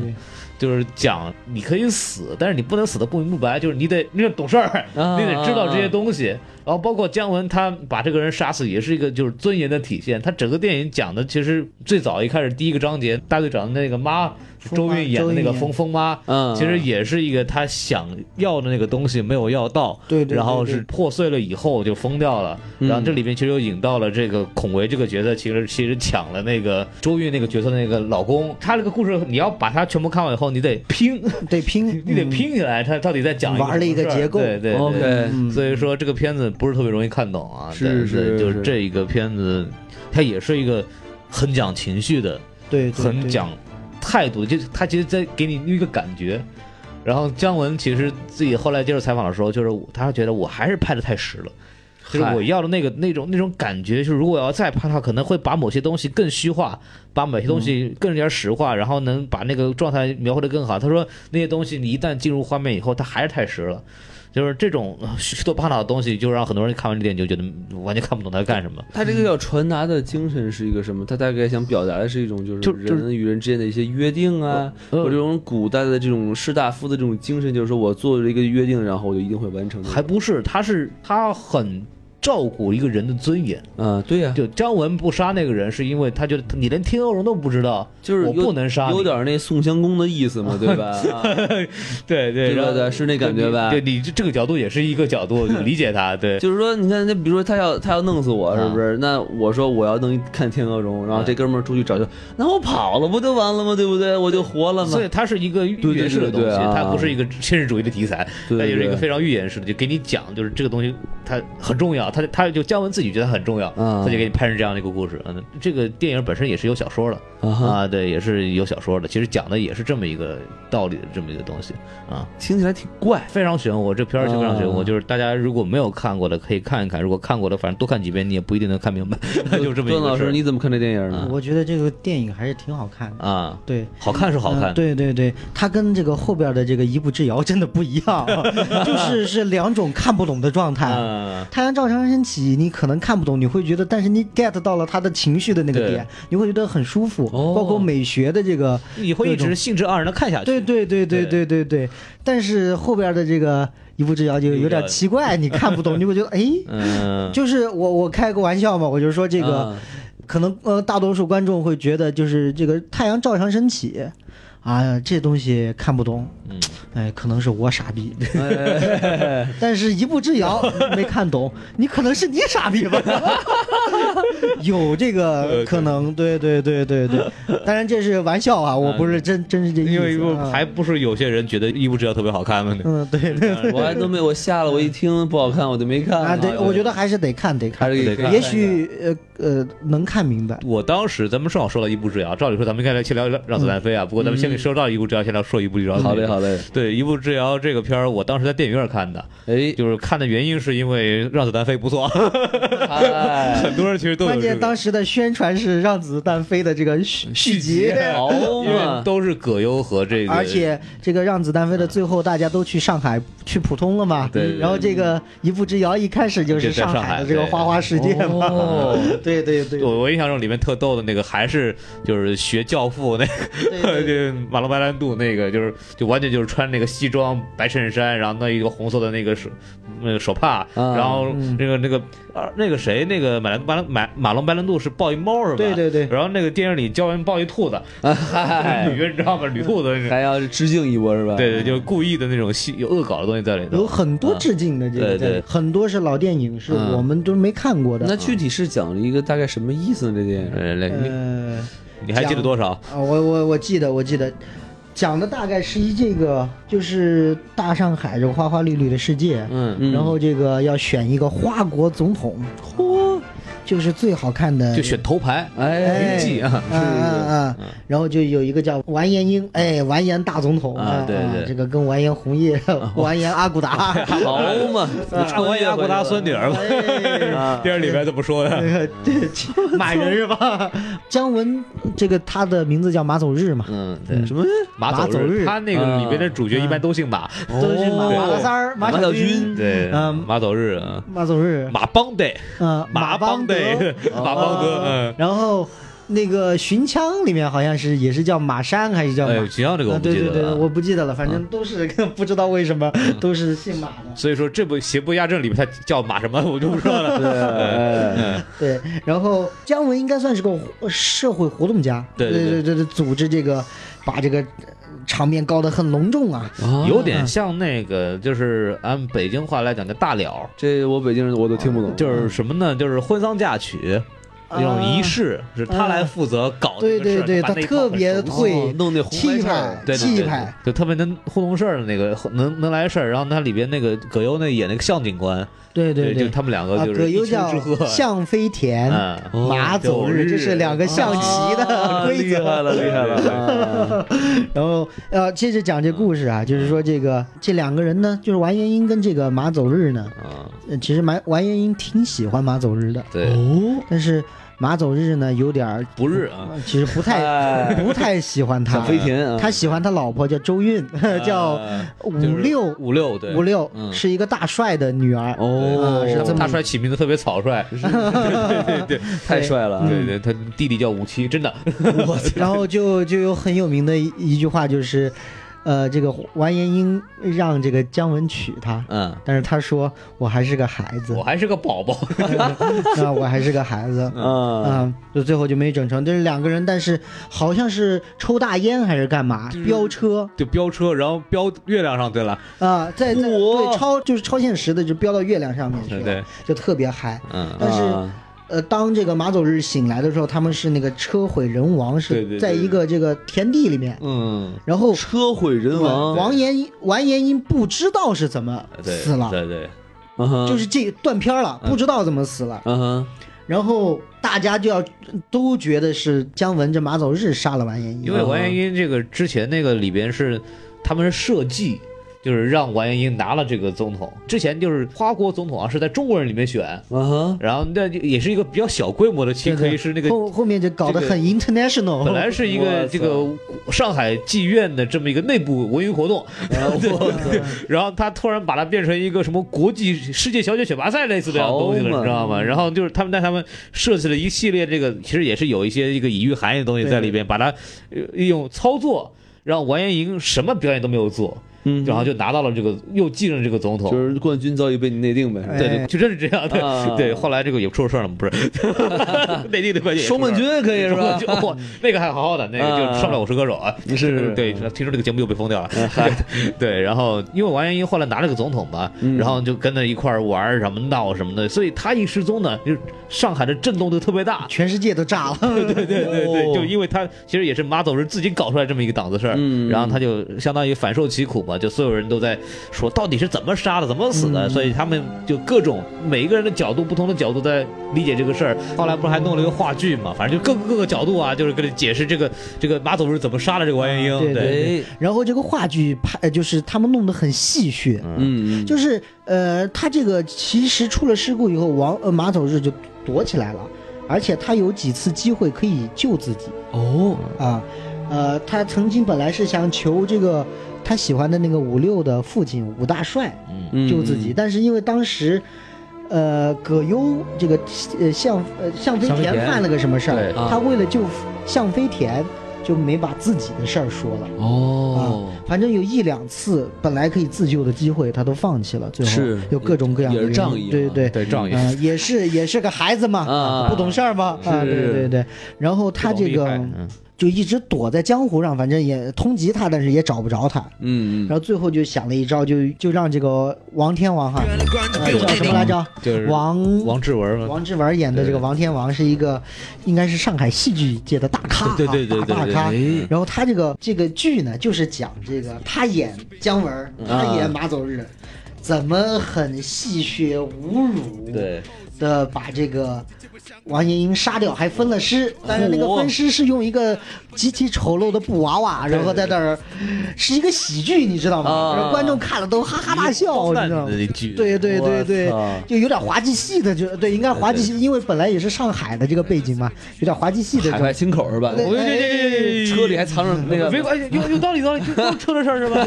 [SPEAKER 1] 就是讲你可以死，但是你不能死的不明不白，就是你得你得懂事儿，
[SPEAKER 3] 啊
[SPEAKER 1] 你得知道这
[SPEAKER 2] 嗯
[SPEAKER 1] 些东西。然后包括姜文他把这个人杀死，也是一个就是尊严的体现。他整个电影讲的其实最早一开始第一个章节，大队长的那个妈
[SPEAKER 2] 疯
[SPEAKER 1] 周
[SPEAKER 2] 妈
[SPEAKER 1] 韵演的那
[SPEAKER 2] 周韵
[SPEAKER 1] 个
[SPEAKER 2] 演
[SPEAKER 1] 疯疯妈，
[SPEAKER 3] 嗯，
[SPEAKER 1] 其实也是一个他想要的那个东西没有要到，
[SPEAKER 2] 对对对
[SPEAKER 1] 然后
[SPEAKER 2] 对
[SPEAKER 1] 是破碎了以后就疯掉了。
[SPEAKER 3] 嗯
[SPEAKER 1] 然后这里面其实又引到了这个孔维这个角色，其实其实抢了那个周韵那个角色的那个老公。他这个故事你要把它全部看完以后，你得拼，
[SPEAKER 2] 得拼，
[SPEAKER 1] 你得
[SPEAKER 2] 嗯。
[SPEAKER 1] 拼起来，他到底在讲
[SPEAKER 2] 玩了一个
[SPEAKER 1] 什么事儿
[SPEAKER 2] 结构
[SPEAKER 1] 对对对
[SPEAKER 3] 哦 OK
[SPEAKER 2] 嗯
[SPEAKER 1] 所以说这个片子不是特别容易看懂啊，
[SPEAKER 3] 是
[SPEAKER 1] 但
[SPEAKER 3] 是
[SPEAKER 1] 就是是这一个片子，它也是一个很讲情绪的，
[SPEAKER 2] 对，对
[SPEAKER 1] 很。讲态度，就是他其实在给你一个感觉。然后姜文其实自己后来接受采访的时候，就是我他觉得我还是拍的太实了，就是
[SPEAKER 3] 嗨
[SPEAKER 1] 我要的那个那种那种感觉，就是如果要再拍的话，可能会把某些东西更虚化，把某些东西更加实化，然后能把那个状态描绘的更好。他说那些东西你一旦进入画面以后，它还是太实了。就是这种呃虚头巴脑的东西，就让很多人看完这电影就觉得嗯完全看不懂他在干什么。
[SPEAKER 3] 他这个要传达的精神是一个什么？他大概想表达的是一种就是
[SPEAKER 1] 就就是
[SPEAKER 3] 人与人之间的一些约定啊，
[SPEAKER 4] 哦
[SPEAKER 1] 呃
[SPEAKER 3] 或者这种古代的这种士大夫的这种精神，就是说我做了一个约定，然后我就一定会完成的。
[SPEAKER 1] 还不是，他是他很
[SPEAKER 4] 照顾一个人的尊严。
[SPEAKER 3] 啊，对呀、
[SPEAKER 4] 就姜文不杀那个人，是因为他觉得他你连天鹅绒都不知道，
[SPEAKER 3] 就是
[SPEAKER 4] 我
[SPEAKER 3] 有
[SPEAKER 4] 不能杀你
[SPEAKER 3] 有点那宋襄公的意思嘛， 对吧？啊
[SPEAKER 4] 对对
[SPEAKER 3] 对吧
[SPEAKER 4] 然后
[SPEAKER 3] 对是那感觉吧嗯
[SPEAKER 4] 对你这这个角度也是一个角度，就理解他。 对，
[SPEAKER 3] 就是说，你看，那比如说他要他要弄死
[SPEAKER 4] 啊
[SPEAKER 3] 我，是不是？那我说我要弄看天鹅绒，然后这哥们儿出去找去，那我跑了不就完了吗？对不对？我就活了吗
[SPEAKER 4] 所？以它是一个预
[SPEAKER 3] 对对
[SPEAKER 4] 言式的
[SPEAKER 3] 对
[SPEAKER 4] 东西，
[SPEAKER 3] 对啊
[SPEAKER 4] 它不是一个现实主义的题材，
[SPEAKER 3] 对
[SPEAKER 4] 它
[SPEAKER 3] 对
[SPEAKER 4] 就是一个
[SPEAKER 3] 对
[SPEAKER 4] 非常预言式的，就给你讲，就是这个东西它很重要，它它就姜文自己觉得很重要，
[SPEAKER 3] 啊
[SPEAKER 4] 他就给你拍成这样的一个故事。嗯，这个电影本身也是有小说的
[SPEAKER 3] 啊
[SPEAKER 2] 嗯
[SPEAKER 3] 哈，
[SPEAKER 4] 啊，对，也是有小说的，其实讲的也是这么一个道理的这么一个东西啊，
[SPEAKER 3] 听起来挺怪。
[SPEAKER 4] 非常玄乎，这片儿就非常玄乎，
[SPEAKER 3] 啊
[SPEAKER 4] 就是大家如果没有看过的可以看一看，如果看过的反正多看几遍你也不一定能看明 白，就这么一
[SPEAKER 3] 段
[SPEAKER 4] 个
[SPEAKER 3] 老
[SPEAKER 4] 事
[SPEAKER 3] 师，
[SPEAKER 4] 儿
[SPEAKER 3] 你怎么看这电影呢？
[SPEAKER 2] 我觉得这个电影还是挺好看的。
[SPEAKER 4] 啊，
[SPEAKER 2] 对，
[SPEAKER 4] 好看是好
[SPEAKER 2] 嗯
[SPEAKER 4] 看，
[SPEAKER 2] 对对对，它跟这个后边的这个一步之遥真的不一样， 就是是两种看不懂的状态。
[SPEAKER 4] 嗯，
[SPEAKER 2] 太阳照常升起，你可能看不懂，你会觉得，但是你 get 到了他的情绪的那个
[SPEAKER 4] 对
[SPEAKER 2] 点，你会觉得很舒服。
[SPEAKER 3] 哦
[SPEAKER 2] 包括美学的这个，
[SPEAKER 4] 你会一
[SPEAKER 2] 各
[SPEAKER 4] 直
[SPEAKER 2] 种
[SPEAKER 4] 兴致盎然的看下去，
[SPEAKER 2] 对对对对对对对。但是后边的这个一步之遥就有点奇怪，你看不懂，你会觉得，哎，
[SPEAKER 4] 嗯。
[SPEAKER 2] 就是我我开个玩笑嘛，我就说这个。
[SPEAKER 3] 啊
[SPEAKER 2] 可能呃，大多数观众会觉得就是这个太阳照常升起，啊，这东西看不懂，
[SPEAKER 4] 嗯，
[SPEAKER 2] 哎，可能是我傻逼，
[SPEAKER 3] 哎
[SPEAKER 2] 但是一步之遥没看懂，你可能是你傻逼吧， 有这个可能，对对对对对，当然这是玩笑啊，我不是真真是这
[SPEAKER 4] 因为
[SPEAKER 2] 意思
[SPEAKER 4] 不
[SPEAKER 2] 啊，
[SPEAKER 4] 还不是有些人觉得《一步之遥》特别好看 吗？
[SPEAKER 2] 嗯对对
[SPEAKER 3] 我还都没，我下了，我一听不好看，我就没看。
[SPEAKER 2] 啊对，我觉
[SPEAKER 3] 得
[SPEAKER 2] 得还是得看得
[SPEAKER 3] 还
[SPEAKER 2] 看，
[SPEAKER 3] 是
[SPEAKER 4] 得
[SPEAKER 3] 可以看
[SPEAKER 4] 看
[SPEAKER 2] 也许呃呃能看明白，
[SPEAKER 4] 我当时咱们正好说到《一步之遥》，照理说咱们应该来先聊《让子弹飞》
[SPEAKER 2] 嗯
[SPEAKER 4] 啊，不过咱们先给说到《一步之遥》，先聊说《一步之遥》。
[SPEAKER 3] 好嘞，好嘞。
[SPEAKER 4] 对，《一步之遥》这个片儿，我当时在电影院看的，
[SPEAKER 3] 哎，
[SPEAKER 4] 就是看的原因是因为《让子弹飞》不错，
[SPEAKER 3] 嗨，
[SPEAKER 4] 很多人其实都有
[SPEAKER 2] 关
[SPEAKER 4] 这
[SPEAKER 2] 键
[SPEAKER 4] 个。
[SPEAKER 2] 当时的宣传是《让子弹飞》的这个续续集。
[SPEAKER 3] 好啊
[SPEAKER 4] 因为
[SPEAKER 3] 嘛，
[SPEAKER 4] 都是葛优和这个，
[SPEAKER 2] 啊而且这个《让子弹飞》的最后，大家都去上海去浦东了嘛。
[SPEAKER 4] 对对对
[SPEAKER 2] 然后这个《一步之遥》一开始就是
[SPEAKER 4] 就在
[SPEAKER 2] 上
[SPEAKER 4] 上
[SPEAKER 2] 海
[SPEAKER 4] 海
[SPEAKER 2] 的这个
[SPEAKER 4] 对
[SPEAKER 2] 花花世界嘛。
[SPEAKER 4] 嗯
[SPEAKER 3] 哦
[SPEAKER 2] 对对对
[SPEAKER 4] 我我印象中里面特逗的那个还是就是学《教父》那
[SPEAKER 2] 对
[SPEAKER 4] 个，
[SPEAKER 2] 对
[SPEAKER 4] 就是马龙白兰度那个，就是就完全就是穿那个西装白衬衫，然后那一个红色的那个手那个手帕，
[SPEAKER 3] 啊
[SPEAKER 4] 然后
[SPEAKER 2] 嗯
[SPEAKER 4] 那个那个啊那个谁那个马兰马兰马马龙白兰度是抱一猫是吧？
[SPEAKER 2] 对对对哎
[SPEAKER 4] 然后那个电影里教人抱一兔子，
[SPEAKER 3] 嗨
[SPEAKER 4] 女的你知
[SPEAKER 2] 嗯
[SPEAKER 4] 道吗？女兔子那种。
[SPEAKER 3] 还要致敬一波是吧？
[SPEAKER 4] 对对，就是故意的那种戏有恶搞的东西在里
[SPEAKER 2] 有
[SPEAKER 4] 头。
[SPEAKER 2] 很多致敬的这
[SPEAKER 4] 对
[SPEAKER 2] 个，
[SPEAKER 4] 对
[SPEAKER 2] 很多是老电影，是
[SPEAKER 3] 嗯
[SPEAKER 2] 我们都没看过的。
[SPEAKER 3] 那具体是讲了一个大概什么意思呢？这电影？
[SPEAKER 4] 呃，来你
[SPEAKER 2] 呃，
[SPEAKER 4] 你还记得多少？
[SPEAKER 2] 啊，我我我记得我记得，讲的大概是一这个就是大上海这个花花绿绿的世界，
[SPEAKER 4] 嗯，
[SPEAKER 3] 嗯
[SPEAKER 2] 然后这个要选一个花国总统，嚯，就是最好看的，
[SPEAKER 4] 就选头牌，
[SPEAKER 3] 哎
[SPEAKER 4] 哎，记啊，
[SPEAKER 2] 啊啊啊！然后就有一个叫完颜英，哎，完颜大总统
[SPEAKER 3] 啊对对哦
[SPEAKER 2] 这个跟完颜红叶、完颜阿骨达，
[SPEAKER 3] 好嘛，
[SPEAKER 4] 阿维阿古达孙女 儿嘛。
[SPEAKER 2] 哎，
[SPEAKER 3] 啊，
[SPEAKER 4] 电影里面怎么说 的？
[SPEAKER 2] 对，马人是吧？姜文这个他的名字叫马走日嘛，
[SPEAKER 4] 嗯，对，
[SPEAKER 3] 什么？
[SPEAKER 4] 马
[SPEAKER 2] 马走日
[SPEAKER 4] 他那个里边的主角一般都姓马。
[SPEAKER 2] 都是马马大三儿、
[SPEAKER 3] 马
[SPEAKER 2] 小
[SPEAKER 3] 小军，
[SPEAKER 4] 对，
[SPEAKER 2] 嗯
[SPEAKER 4] 马走日啊，
[SPEAKER 2] 马走日，
[SPEAKER 4] 马帮队，
[SPEAKER 2] 嗯，马
[SPEAKER 4] 帮
[SPEAKER 2] 德，哦
[SPEAKER 4] 马帮哥，嗯。
[SPEAKER 2] 然后那个寻枪里面好像是也是叫马山还是叫
[SPEAKER 4] 哎，
[SPEAKER 2] 马？
[SPEAKER 4] 形象这个我
[SPEAKER 2] 啊，
[SPEAKER 4] 不
[SPEAKER 2] 对
[SPEAKER 4] 记
[SPEAKER 2] 对
[SPEAKER 4] 得
[SPEAKER 2] 对，
[SPEAKER 4] 了。嗯
[SPEAKER 2] 我不记得了，反正都是不知道为什么 都是姓马的。
[SPEAKER 4] 所以说这部《邪不压正》里面他叫马什么，我就不说 了。嗯
[SPEAKER 3] 哎，
[SPEAKER 2] 对，然后姜文应该算是个活社会活动家，
[SPEAKER 4] 对
[SPEAKER 2] 对
[SPEAKER 4] 对
[SPEAKER 2] 对对组织这个，把这个呃场面搞得很隆重啊，
[SPEAKER 4] 有点像那个，就是按北京话来讲叫大了，
[SPEAKER 3] 这我北京人我都听不懂，
[SPEAKER 4] 就是什么呢？就是婚丧嫁娶
[SPEAKER 2] 啊
[SPEAKER 4] 那种仪式，是他来负责搞这个事儿。
[SPEAKER 2] 对对对
[SPEAKER 4] 把那
[SPEAKER 2] 他
[SPEAKER 4] 套很
[SPEAKER 2] 特别
[SPEAKER 4] 熟悉
[SPEAKER 2] 会
[SPEAKER 3] 哦弄那红白
[SPEAKER 2] 气
[SPEAKER 3] 事
[SPEAKER 2] 派
[SPEAKER 3] 儿，
[SPEAKER 4] 对对
[SPEAKER 2] 气
[SPEAKER 4] 对
[SPEAKER 2] 派，
[SPEAKER 4] 就特别能糊弄事儿的那个，能能来事儿。然后他里边那个葛优那演那个向警官，
[SPEAKER 2] 对
[SPEAKER 4] 就
[SPEAKER 2] 对。
[SPEAKER 4] 他们两个
[SPEAKER 2] 啊，
[SPEAKER 4] 就
[SPEAKER 2] 葛
[SPEAKER 4] 是一
[SPEAKER 2] 优
[SPEAKER 4] 丘
[SPEAKER 2] 叫
[SPEAKER 4] 之貉。
[SPEAKER 2] 向飞田，
[SPEAKER 4] 嗯
[SPEAKER 2] 马走日，这是两个象棋的
[SPEAKER 4] 哦
[SPEAKER 3] 啊
[SPEAKER 2] 规
[SPEAKER 3] 厉害
[SPEAKER 2] 则。
[SPEAKER 3] 了，厉害了，啊
[SPEAKER 2] 然后呃，接着讲这故事
[SPEAKER 4] 嗯
[SPEAKER 2] 啊，就是说这个这两个人呢，就是完颜英跟这个马走日呢，
[SPEAKER 4] 啊，
[SPEAKER 2] 呃其实蛮完颜英挺喜欢马走日的，
[SPEAKER 4] 对，
[SPEAKER 3] 哦，
[SPEAKER 2] 但是马走日呢有点儿
[SPEAKER 4] 不日啊，
[SPEAKER 2] 呃其实不太
[SPEAKER 3] 哎，
[SPEAKER 2] 不太喜欢他
[SPEAKER 3] 小，飞田啊，
[SPEAKER 2] 他喜欢他老婆叫周韵， 哦叫
[SPEAKER 4] 啊
[SPEAKER 2] 五六
[SPEAKER 4] 五六对
[SPEAKER 2] 五六，
[SPEAKER 4] 嗯
[SPEAKER 2] 是一个大帅的女儿。
[SPEAKER 3] 哦，
[SPEAKER 2] 啊是这么
[SPEAKER 4] 大帅起名字特别草率，对 对
[SPEAKER 3] 太帅了，
[SPEAKER 4] 对对，他
[SPEAKER 2] 嗯
[SPEAKER 4] 弟弟叫五七，真的
[SPEAKER 2] 然后就就有很有名的一一句话就是。呃，这个完颜英让这个姜文娶她，
[SPEAKER 3] 嗯
[SPEAKER 2] 但是他说我还是个孩子
[SPEAKER 1] 我，还是个宝宝，
[SPEAKER 2] 那我还是个孩子。
[SPEAKER 3] 啊
[SPEAKER 2] 嗯，就最后就没整成。就是两个人，但是好像是抽大烟还是干嘛，飙车
[SPEAKER 1] 就飙车，然后飙月亮上去了，
[SPEAKER 2] 啊，在那
[SPEAKER 3] 哇
[SPEAKER 2] 对超就是超现实的，就飙到月亮上面去
[SPEAKER 1] 对
[SPEAKER 2] 了，
[SPEAKER 1] 对，
[SPEAKER 2] 就特别嗨。
[SPEAKER 1] 嗯，
[SPEAKER 2] 但是
[SPEAKER 3] 啊
[SPEAKER 2] 呃，当这个马走日醒来的时候，他们是那个车毁人亡，
[SPEAKER 3] 对对对
[SPEAKER 2] 是在一个这个田地里面，
[SPEAKER 1] 嗯，
[SPEAKER 2] 然后
[SPEAKER 3] 车毁人亡，
[SPEAKER 2] 王延英完颜英不知道是怎么
[SPEAKER 1] 对，
[SPEAKER 2] 死了，
[SPEAKER 1] 对对，
[SPEAKER 3] 嗯哼
[SPEAKER 2] 就是这断片了，不知道怎么死了。
[SPEAKER 3] 嗯哼
[SPEAKER 2] 然后大家就要都觉得是姜文这马走日杀了完颜
[SPEAKER 1] 因
[SPEAKER 2] 英，
[SPEAKER 1] 为
[SPEAKER 3] 嗯
[SPEAKER 1] 完颜英这个之前那个里边是他们是设计。就是让完颜英拿了这个总统，之前就是花国总统啊，是在中国人里面选，
[SPEAKER 3] 嗯哼
[SPEAKER 1] 然后那就也是一个比较小规模的，其实可以是那个
[SPEAKER 2] 后后面就搞得很 international，
[SPEAKER 1] 本来是一
[SPEAKER 3] 我
[SPEAKER 1] 个
[SPEAKER 3] 操
[SPEAKER 1] 这个上海妓院的这么一个内部文娱活动，对，然后他突然把它变成一个什么国际世界小姐选拔赛类似的样的东西
[SPEAKER 3] 好
[SPEAKER 1] 了，
[SPEAKER 3] 嘛
[SPEAKER 1] 你知道吗？然后就是他们在他们设计了一系列这个，其实也是有一些这个隐喻含义的东西在里边，把它呃利用操作让完颜莹什么表演都没有做，
[SPEAKER 3] 嗯哼，
[SPEAKER 1] 然后就拿到了这个又继任这个总
[SPEAKER 3] 就
[SPEAKER 1] 统。
[SPEAKER 3] 是冠军早已被你内定呗，
[SPEAKER 2] 哎
[SPEAKER 1] 对对，就真是这样。对、
[SPEAKER 3] 啊
[SPEAKER 1] 对，后来这个也出事儿了嘛，不是？ 内地的关键也出
[SPEAKER 3] 双冠
[SPEAKER 1] 事儿了
[SPEAKER 3] 军也可以是吧？
[SPEAKER 1] 就哇那个还好好的，那个就是上不了我是歌手啊。
[SPEAKER 3] 是是啊
[SPEAKER 1] 对，听说这个节目又被封掉了。 对，然后因为王源英后来拿了个总统嘛，
[SPEAKER 3] 嗯
[SPEAKER 1] 然后就跟着一块儿玩儿什么闹什么的，所以他一失踪呢，就是上海的震动就特别大。
[SPEAKER 2] 全世界都炸 了。
[SPEAKER 1] 对对对
[SPEAKER 3] 哦
[SPEAKER 1] 对，就因为他其实也是马总是自己搞出来这么一个档子事儿，
[SPEAKER 3] 嗯
[SPEAKER 1] 然后他就相当于反受其苦嘛，就所有人都在说到底是怎么杀的，怎么死
[SPEAKER 3] 嗯
[SPEAKER 1] 的，所以他们就各种每一个人的角度不同的角度在理解这个事儿。
[SPEAKER 2] 嗯
[SPEAKER 1] 后来不是还弄了一个话剧嘛，反正就各个各个角度啊，就是跟你解释这个这个马总是怎么杀了这个王元英，
[SPEAKER 2] 啊对
[SPEAKER 1] 对
[SPEAKER 3] 哎，
[SPEAKER 2] 然后这个话剧拍，呃就是他们弄得很戏谑，
[SPEAKER 3] 嗯，嗯
[SPEAKER 2] 就是呃，他这个其实出了事故以后，王呃马走日就躲起来了，而且他有几次机会可以救自己
[SPEAKER 3] 哦，
[SPEAKER 2] 啊，呃，他曾经本来是想求这个他喜欢的那个五六的父亲武大帅
[SPEAKER 1] 嗯，
[SPEAKER 3] 嗯
[SPEAKER 2] 救自己，，但是因为当时。呃，葛优这个呃向呃向飞
[SPEAKER 3] 向飞
[SPEAKER 2] 田
[SPEAKER 3] 田
[SPEAKER 2] 犯了个什么事
[SPEAKER 1] 对
[SPEAKER 2] 儿？
[SPEAKER 3] 啊
[SPEAKER 2] 他为了救向飞田，就没把自己的事儿说了。
[SPEAKER 3] 哦，
[SPEAKER 2] 反正有一两次本来可以自救的机会，他都放弃了。最后
[SPEAKER 3] 是
[SPEAKER 2] 有各种各样的
[SPEAKER 3] 也是
[SPEAKER 2] 原因
[SPEAKER 3] 仗义嘛哎
[SPEAKER 2] 对 对对，
[SPEAKER 1] 对，仗义，
[SPEAKER 2] 啊，也是也是个孩子嘛，
[SPEAKER 3] 啊
[SPEAKER 2] 不懂事儿嘛，啊，
[SPEAKER 3] 是
[SPEAKER 2] 对对对。然后他这
[SPEAKER 1] 种厉害
[SPEAKER 2] 个
[SPEAKER 1] 嗯
[SPEAKER 2] 就一直躲在江湖上，反正也通缉他，但是也找不着他。
[SPEAKER 3] 嗯
[SPEAKER 2] 然后最后就想了一招，就就让这个王天王哈，呃叫什么来着？
[SPEAKER 1] 就是
[SPEAKER 2] 王
[SPEAKER 1] 王志文嘛，
[SPEAKER 2] 王志文演的这个王天王是一个，应该是上海戏剧界的大咖啊，
[SPEAKER 1] 对对对对
[SPEAKER 2] 大
[SPEAKER 1] 对
[SPEAKER 2] 大咖
[SPEAKER 3] 哎。
[SPEAKER 2] 然后他这个这个剧呢，就是讲这个他演姜文，他
[SPEAKER 1] 啊
[SPEAKER 2] 演马走日，怎么很戏谑侮辱
[SPEAKER 1] 对，
[SPEAKER 2] 的把这个王银英杀掉，还分了尸，但是那个分尸是用一个极其丑陋的布娃娃，然后在那儿是一个喜剧，你知道吗？
[SPEAKER 3] 啊
[SPEAKER 2] 然后观众看了都哈哈大笑，你知道吗？
[SPEAKER 1] 那剧，
[SPEAKER 2] 对对对对
[SPEAKER 3] 我操，
[SPEAKER 2] 就有点滑稽戏的，就对，应该滑稽戏，因为本来也是上海的这个背景嘛，有点滑稽戏
[SPEAKER 3] 海
[SPEAKER 2] 的这种
[SPEAKER 3] 外新口是吧？
[SPEAKER 2] 对
[SPEAKER 1] 我就这这这这哎
[SPEAKER 3] 车里还藏着那个，
[SPEAKER 1] 没关系，有有道理道理，就都车的事儿是 吧？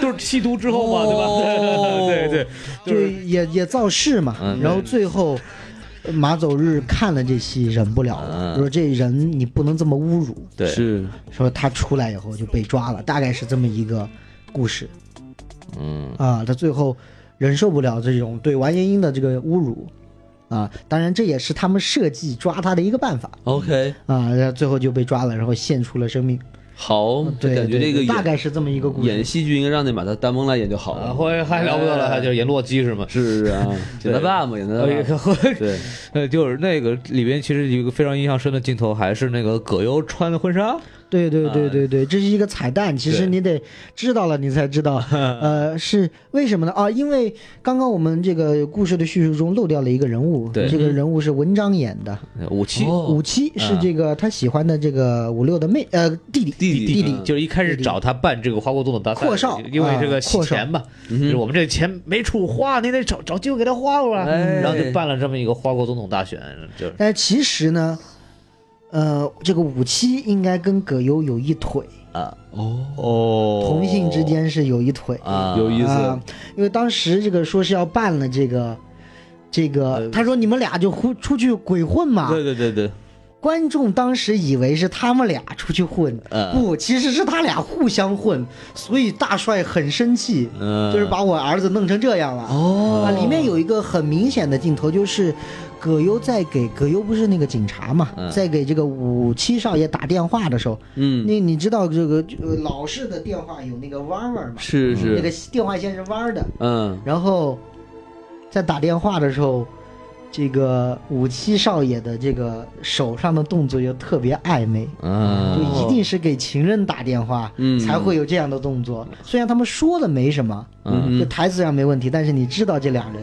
[SPEAKER 1] 都是吸毒之后嘛，
[SPEAKER 3] 哦
[SPEAKER 1] 对吧？对对，就
[SPEAKER 2] 就是也也造势嘛。
[SPEAKER 1] 嗯对
[SPEAKER 2] 然后最后，呃马走日看了这戏忍不了
[SPEAKER 1] 嗯
[SPEAKER 2] 了，说这人你不能这么侮辱。
[SPEAKER 1] 对
[SPEAKER 3] 是，
[SPEAKER 2] 说他出来以后就被抓了，大概是这么一个故事
[SPEAKER 1] 嗯，
[SPEAKER 2] 啊。他最后忍受不了这种对完颜英的这个侮辱啊，当然这也是他们设计抓他的一个办法
[SPEAKER 3] OK，
[SPEAKER 2] 啊。然后最后就被抓了，然后献出了生命。
[SPEAKER 3] 好，
[SPEAKER 2] 嗯对，
[SPEAKER 3] 就感觉
[SPEAKER 2] 对
[SPEAKER 3] 这个
[SPEAKER 2] 对大
[SPEAKER 3] 演
[SPEAKER 2] 概是这么一个故
[SPEAKER 3] 演
[SPEAKER 2] 事。
[SPEAKER 3] 戏剧应该让那把他丹蒙来演就好
[SPEAKER 1] 啊，
[SPEAKER 3] 了，
[SPEAKER 1] 后来还聊不到了，还就是演洛基是吗？
[SPEAKER 3] 是不是 啊？演他爸嘛，演他
[SPEAKER 1] 呃，
[SPEAKER 3] 爸，
[SPEAKER 1] 后
[SPEAKER 3] 对，
[SPEAKER 1] 呃，就是那个里边其实有一个非常印象深的镜头，还是那个葛优穿的婚纱，
[SPEAKER 2] 对对对
[SPEAKER 3] 啊
[SPEAKER 2] 对对，这是一个彩蛋，其实
[SPEAKER 1] 对
[SPEAKER 2] 你得知道了你才知道，呃，是为什么呢？啊，因为刚刚我们这个故事的叙述中漏掉了一个人物，
[SPEAKER 1] 对
[SPEAKER 2] 这个人物是文章演的，
[SPEAKER 4] 嗯
[SPEAKER 1] 武器
[SPEAKER 3] 哦
[SPEAKER 2] 五七是这个他喜欢的这个五六的妹呃弟 弟
[SPEAKER 3] 弟弟
[SPEAKER 2] 弟
[SPEAKER 3] 嗯
[SPEAKER 1] 就是一开始找他办这个花国总统大赛，
[SPEAKER 2] 阔少
[SPEAKER 1] 因为这个
[SPEAKER 2] 啊阔少
[SPEAKER 1] 钱嘛，就是我们这钱没处花，你得找找机会给他花过来，
[SPEAKER 3] 哎
[SPEAKER 1] 然后就办了这么一个花国总统大选，就是
[SPEAKER 2] 但其实呢，呃，这个五七应该跟葛优有一腿，
[SPEAKER 1] 啊
[SPEAKER 3] 哦，
[SPEAKER 1] 哦
[SPEAKER 2] 同性之间是有一腿
[SPEAKER 1] 啊
[SPEAKER 3] 嗯有意思
[SPEAKER 2] 啊，因为当时这个说是要办
[SPEAKER 3] 呃
[SPEAKER 2] 了这个。这个，他说你们俩就出出去鬼混嘛，
[SPEAKER 1] 对对对对，
[SPEAKER 2] 观众当时以为是他们俩出去混，
[SPEAKER 3] 嗯
[SPEAKER 2] 不，其实是他俩互相混，所以大帅很生气，
[SPEAKER 3] 嗯
[SPEAKER 2] 就是把我儿子弄成这样了。
[SPEAKER 3] 哦
[SPEAKER 2] 啊，里面有一个很明显的镜头，就是葛优在给葛优不是那个警察嘛，
[SPEAKER 3] 嗯
[SPEAKER 2] 在给这个五七少爷打电话的时候，
[SPEAKER 3] 嗯，
[SPEAKER 2] 那你知道这个就呃老式的电话有那个弯弯嘛，
[SPEAKER 3] 是
[SPEAKER 2] 那个
[SPEAKER 3] 是，
[SPEAKER 2] 电话线是弯的，
[SPEAKER 3] 嗯
[SPEAKER 2] 然后在打电话的时候，这个五七少爷的这个手上的动作又特别暧昧，
[SPEAKER 3] 啊
[SPEAKER 2] 就一定是给情人打电话、
[SPEAKER 3] 嗯
[SPEAKER 2] 才会有这样的动作。虽然他们说的没什么，
[SPEAKER 3] 嗯
[SPEAKER 2] 就台词上没问题，但是你知道这俩人。